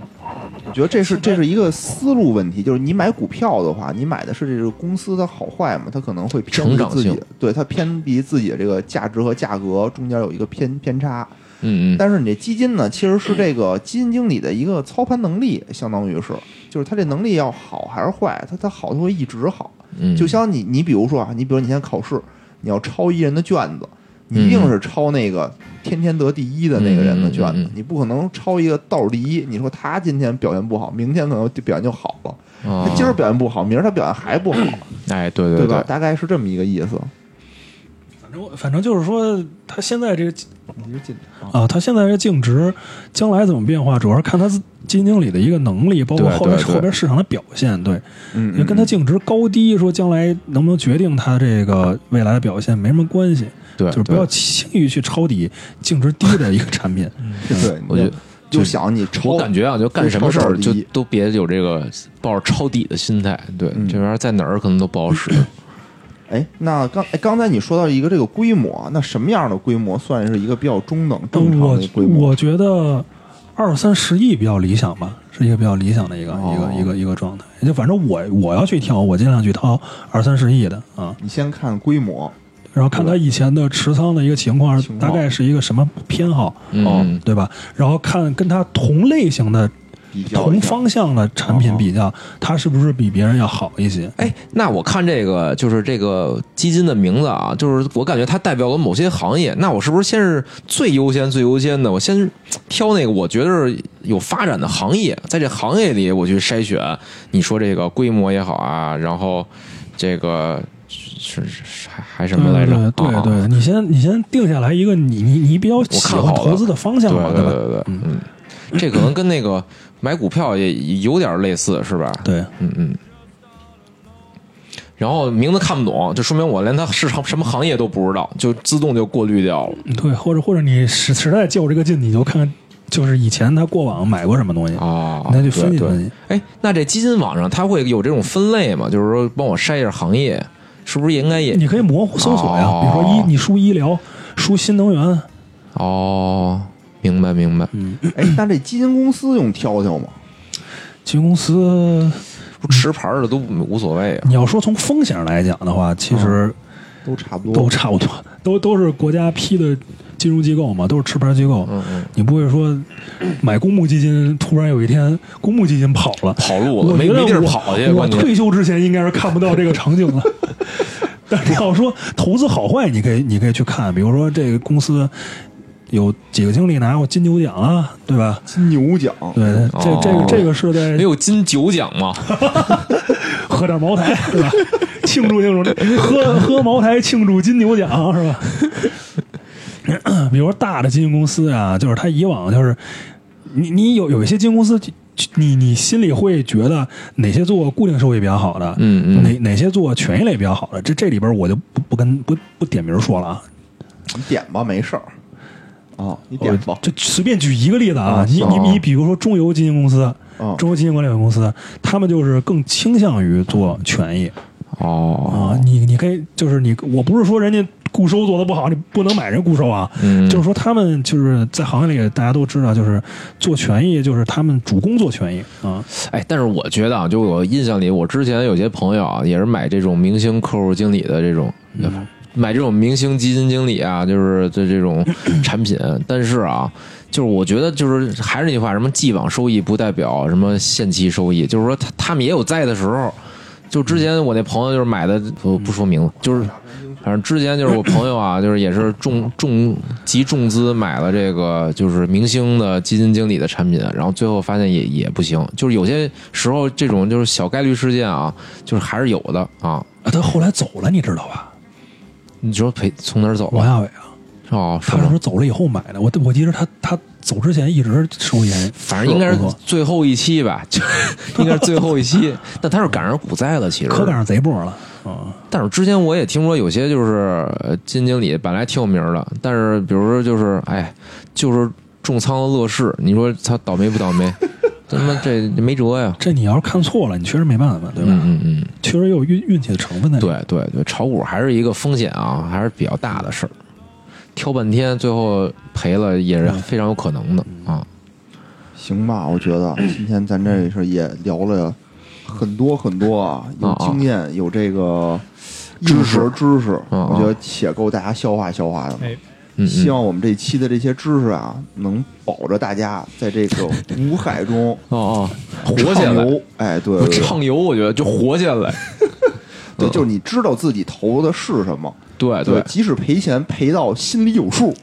Speaker 1: 我觉得这是这是一个思路问题，就是你买股票的话，你买的是这个公司的好坏嘛，它可能会偏
Speaker 2: 成
Speaker 1: 离
Speaker 2: 长
Speaker 1: 自己
Speaker 2: 性，
Speaker 1: 对它偏离自己的这个价值和价格中间有一个偏偏差。
Speaker 2: 嗯嗯，
Speaker 1: 但是你这基金呢，其实是这个基金经理的一个操盘能力，相当于是，就是他这能力要好还是坏，他他好，他会一直好。
Speaker 2: 嗯
Speaker 1: 就像你你比如说啊，你比如你现在考试，你要抄一人的卷子，你
Speaker 2: 嗯
Speaker 1: 一定是抄那个天天得第一的那个人的卷子，
Speaker 2: 嗯嗯嗯嗯
Speaker 1: 你不可能抄一个倒数第一。你说他今天表现不好，明天可能就表现就好了，
Speaker 2: 啊
Speaker 1: 他今儿表现不好，明儿他表现还不好，
Speaker 2: 哎，对
Speaker 1: 对
Speaker 2: 对
Speaker 1: 吧？大概是这么一个意思。
Speaker 4: 反
Speaker 2: 嗯
Speaker 4: 正反正就是说，它现在这个
Speaker 1: 你就进
Speaker 4: 啊，它现在这净值将来怎么变化，主要是看它基金经理的一个能力，包括
Speaker 2: 对
Speaker 4: 后边
Speaker 2: 对对
Speaker 4: 后边市场的表现，对，
Speaker 1: 嗯，
Speaker 4: 因为跟它净值高低说将来能不能决定它这个未来的表现没什么关系，
Speaker 2: 对，
Speaker 4: 就是不
Speaker 2: 对
Speaker 4: 要轻易去抄底净值低的一个 产品。嗯
Speaker 1: 嗯对，
Speaker 2: 我觉得
Speaker 1: 你就就想你抄，
Speaker 2: 我感觉啊，就干什么事儿
Speaker 1: 抄
Speaker 2: 就
Speaker 1: 到底
Speaker 2: 都别有这个抱着抄底的心态，对，
Speaker 1: 嗯
Speaker 2: 这玩意儿在哪儿可能都不好 使。
Speaker 1: 哎，那刚哎刚才你说到一个这个规模，啊那什么样的规模算是一个比较中等正常
Speaker 4: 我
Speaker 1: 的规模？
Speaker 4: 我觉得二三十亿比较理想吧，是一个比较理想的一个、
Speaker 1: 哦
Speaker 4: 一个一个一个状态。就反正我我要去挑，我尽量去掏二三十亿的啊，
Speaker 1: 你先看规模，
Speaker 4: 然后看他以前的持仓的一个情况，
Speaker 1: 情
Speaker 4: 大
Speaker 1: 况
Speaker 4: 概是一个什么偏好，
Speaker 2: 嗯，
Speaker 4: 对吧？然后看跟他同类型的、
Speaker 1: 比较一下
Speaker 4: 同方向的产品比较，他是不是比别人要好一些？
Speaker 2: 哎，那我看这个就是这个基金的名字啊，就是我感觉它代表了某些行业。那我是不是先是最优先、最优先的？我先挑那个我觉得是有发展的行业，在这行业里我去筛选。你说这个规模也好啊，然后这个是是是还还什么来着？
Speaker 4: 对嗯对
Speaker 2: 啊
Speaker 4: 对对，你先你先定下来一个你你你比较喜
Speaker 2: 看
Speaker 4: 欢
Speaker 2: 好的
Speaker 4: 投资的方向嘛，
Speaker 2: 对
Speaker 4: 吧？
Speaker 2: 对对，嗯，这可能跟那个买股票也有点类似，是吧？
Speaker 4: 对，
Speaker 2: 嗯嗯。然后名字看不懂，就说明我连它市场什么行业都不知道，就自动就过滤掉了。
Speaker 4: 对，或者或者你实实在较这个劲，你就看看就是以前他过往买过什么东西，
Speaker 2: 哦
Speaker 4: 那就分析分
Speaker 2: 对。
Speaker 4: 析。
Speaker 2: 哎，那这基金网上它会有这种分类吗？就是说帮我筛一下行业，是不是也应该也？
Speaker 4: 你可以模糊搜索呀，
Speaker 2: 哦
Speaker 4: 比如说医，你输医疗，输新能源，
Speaker 2: 哦，明白明白。
Speaker 4: 嗯，
Speaker 1: 哎，那这基金公司用挑挑吗？
Speaker 4: 基金公司，
Speaker 2: 持牌的都无所谓啊。
Speaker 4: 你要说从风险上来讲的话，其实
Speaker 1: 都差不
Speaker 4: 都
Speaker 1: 多。
Speaker 4: 差不多，都都是国家批的金融机构嘛，都是持牌机构，
Speaker 2: 嗯嗯，
Speaker 4: 你不会说买公募基金，突然有一天公募基金跑了，
Speaker 2: 跑路了，
Speaker 4: 我
Speaker 2: 没
Speaker 4: 觉得
Speaker 2: 没
Speaker 4: 我
Speaker 2: 地儿跑去，
Speaker 4: 我
Speaker 2: 关键
Speaker 4: 退休之前应该是看不到这个场景了。 但是要说投资好坏，你可以你可以去看，比如说这个公司有几个经理拿过金牛奖啊，对吧？
Speaker 1: 金牛奖，
Speaker 4: 对，这这个这个是在
Speaker 2: 哦没有金九奖吗？
Speaker 4: 喝点茅台， 对吧？庆祝庆祝，喝喝茅台庆祝金牛奖是吧？比如说大的基金公司啊，就是它以往就是你你有有一些基金公司，你你心里会觉得哪些做固定收益比较好的，
Speaker 2: 嗯嗯
Speaker 4: 哪哪些做权益类比较好的，这这里边我就不不跟不不点名说了啊，
Speaker 1: 你点吧，没事儿。啊，你点吧。
Speaker 4: 就随便举一个例子啊，
Speaker 1: 啊
Speaker 4: 你
Speaker 1: 行
Speaker 2: 哦
Speaker 4: 你你比如说中邮基金公司。
Speaker 1: 啊，
Speaker 4: 中邮基金管理有限公司，他们就是更倾向于做权益，
Speaker 2: 哦，
Speaker 4: 啊，你你可以就是你，我不是说人家固收做的不好，你不能买人固收啊，
Speaker 2: 嗯，
Speaker 4: 就是说他们就是在行业里大家都知道，就是做权益，就是他们主攻做权益啊，
Speaker 2: 哎，但是我觉得啊，就我印象里，我之前有些朋友啊，也是买这种明星客户经理的这种，买这种明星基金经理啊，就是这这种产品。但是啊，就是我觉得就是还是那句话，什么既往收益不代表什么限期收益，就是说他他们也有在的时候。就之前我那朋友就是买的，我不说名字，就是反正之前就是我朋友 啊，就是也是重重集重资买了这个就是明星的基金经理的产品，然后最后发现也也不行，就是有些时候这种就是小概率事件啊，就是还是有的啊。
Speaker 4: 啊他后来走了，你知道吧？
Speaker 2: 你说赔从哪儿走
Speaker 4: 王
Speaker 2: 啊？
Speaker 4: 亚伟啊，
Speaker 2: 哦，是
Speaker 4: 他是
Speaker 2: 吗？
Speaker 4: 说走了以后买的，我我记得他他走之前一直收银，
Speaker 2: 反正应该是
Speaker 4: 我说
Speaker 2: 最后一期吧，就 应该是最后一期。但他是赶上股灾了，其实
Speaker 4: 可赶上贼波了。嗯，
Speaker 2: 但是之前我也听说有些就是呃基金经理本来挺有名儿的，但是比如说就是哎，就是重仓了乐视，你说他倒霉不倒霉？他妈这没辙呀！
Speaker 4: 这你要是看错了，你确实没办法，对吧？
Speaker 2: 嗯嗯嗯，
Speaker 4: 确实有运运气的成分在里。，
Speaker 2: 对对对，炒股还是一个风险啊，还是比较大的事儿。挑半天，最后赔了也是非常有可能的啊。
Speaker 1: 行吧，我觉得今天咱这是也聊了很多很多啊，有
Speaker 2: 啊啊
Speaker 1: 经验，有这个知识知识，
Speaker 2: 啊
Speaker 1: 我觉得且够大家消化消化的。
Speaker 3: 哎，
Speaker 2: 嗯
Speaker 1: 希望我们这期的这些知识啊，能保着大家在这个苦海中
Speaker 2: 哦哦，活下
Speaker 1: 畅
Speaker 2: 来，
Speaker 1: 游。哎，对
Speaker 2: 不
Speaker 1: 对对
Speaker 2: 畅嗯游，我觉得就活下来。
Speaker 1: 对，就是你知道自己投的是什么，
Speaker 2: 对
Speaker 1: 对，即使赔钱赔到心里有数。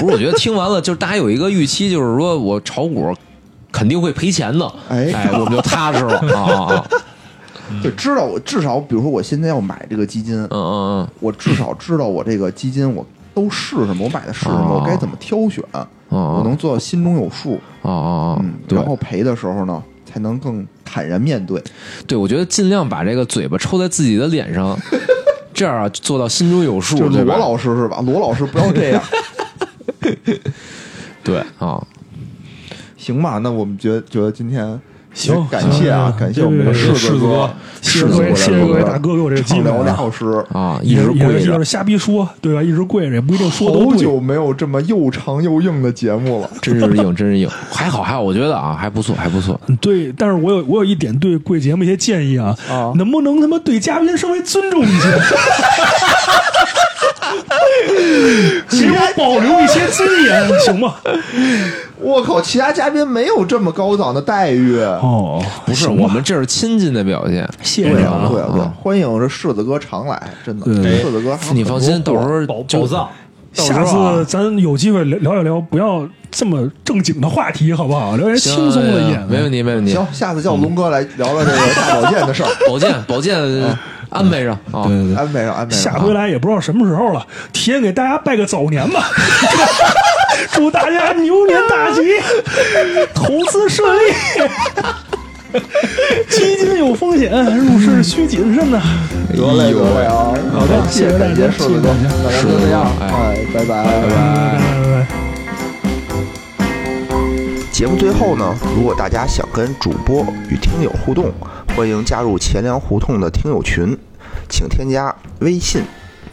Speaker 2: 不是，我觉得听完了，就是大家有一个预期，就是说我炒股肯定会赔钱的，
Speaker 1: 哎
Speaker 2: 哎， 我们就踏实了啊啊啊！
Speaker 1: 对，知道我至少，比如说我现在要买这个基金，
Speaker 2: 嗯嗯
Speaker 1: 我至少知道我这个基金我都是什么，我买的是什么，
Speaker 2: 哦
Speaker 1: 我该怎么挑选，
Speaker 2: 嗯，
Speaker 1: 我
Speaker 2: 哦
Speaker 1: 能做到心中有数。
Speaker 2: 哦哦，
Speaker 1: 嗯，
Speaker 2: 对
Speaker 1: 然后赔的时候呢，才能更坦然面对。
Speaker 2: 对，我觉得尽量把这个嘴巴抽在自己的 脸上，这样啊做到心中有数，
Speaker 1: 就
Speaker 2: 对
Speaker 1: 罗
Speaker 2: 吧？
Speaker 1: 老师是吧？罗老师不要这样，
Speaker 2: 对啊，
Speaker 1: 行吧？那我们觉觉得今天。
Speaker 4: 行
Speaker 1: 感谢啊，
Speaker 4: 行
Speaker 1: 感谢我们的
Speaker 4: 对对对
Speaker 1: 世
Speaker 3: 世子
Speaker 1: 哥
Speaker 3: 哥，
Speaker 1: 世
Speaker 4: 谢谢
Speaker 1: 子
Speaker 4: 各位谢谢各位
Speaker 1: 来
Speaker 4: 大哥给我这个机
Speaker 1: 畅
Speaker 4: 会
Speaker 1: 聊
Speaker 4: 啊
Speaker 1: 俩小时
Speaker 2: 啊，一
Speaker 4: 也
Speaker 2: 直跪
Speaker 4: 也也
Speaker 2: 着
Speaker 4: 是，瞎逼说，对吧？一直跪着，也不一定说都
Speaker 1: 好
Speaker 4: 对。
Speaker 1: 久没有这么又长又硬的节目了。
Speaker 2: 真是硬，真是硬，还好还好，我觉得啊还不错，还 不错。
Speaker 4: 嗯对，但是我有我有一点对贵节目一些建议啊，
Speaker 1: 啊
Speaker 4: 能不能他妈对嘉宾稍微尊重一些， 给我保留一些尊严，行吗？
Speaker 1: 我靠，其他嘉宾没有这么高档的待遇。
Speaker 4: 哦，
Speaker 2: 不是，我们这是亲近的表现，
Speaker 4: 谢谢
Speaker 1: 对
Speaker 4: 你
Speaker 1: 啊，
Speaker 4: 啊，
Speaker 1: 对啊，对啊，欢迎这世子哥常来，真的，
Speaker 4: 对
Speaker 1: 世子哥还有很多活，
Speaker 2: 哎你放心，到时候
Speaker 3: 宝
Speaker 2: 就
Speaker 3: 宝藏，
Speaker 4: 下
Speaker 2: 啊
Speaker 4: 次咱有机会聊聊一聊，不要这么正经的话题，好不好？聊点
Speaker 2: 行
Speaker 4: 轻松的一
Speaker 2: 哎呀
Speaker 4: 点，
Speaker 2: 没问题，没问题。
Speaker 1: 行，下次叫龙哥来聊聊这个大保健的事儿，
Speaker 2: 保健，保 健，
Speaker 1: 嗯
Speaker 2: 安排上啊。
Speaker 4: 对对对。
Speaker 1: 安排上，安排上
Speaker 4: 下。回来也不知道什么时候了，提前给大家拜个早年 吧，祝大家牛年大吉，投资顺利， 基金有风险，入市需谨慎呐、
Speaker 2: 哎
Speaker 1: 得嘞，得嘞啊！好
Speaker 4: 的
Speaker 1: 谢谢
Speaker 4: 谢谢大
Speaker 1: 感
Speaker 4: 家
Speaker 1: 谢世子哥，那咱就这样，哎，拜拜，拜拜。
Speaker 4: 拜拜。
Speaker 1: 节目最后呢，如果大家想跟主播与听友互动，欢迎加入钱粮胡同的听友群，请添加微信“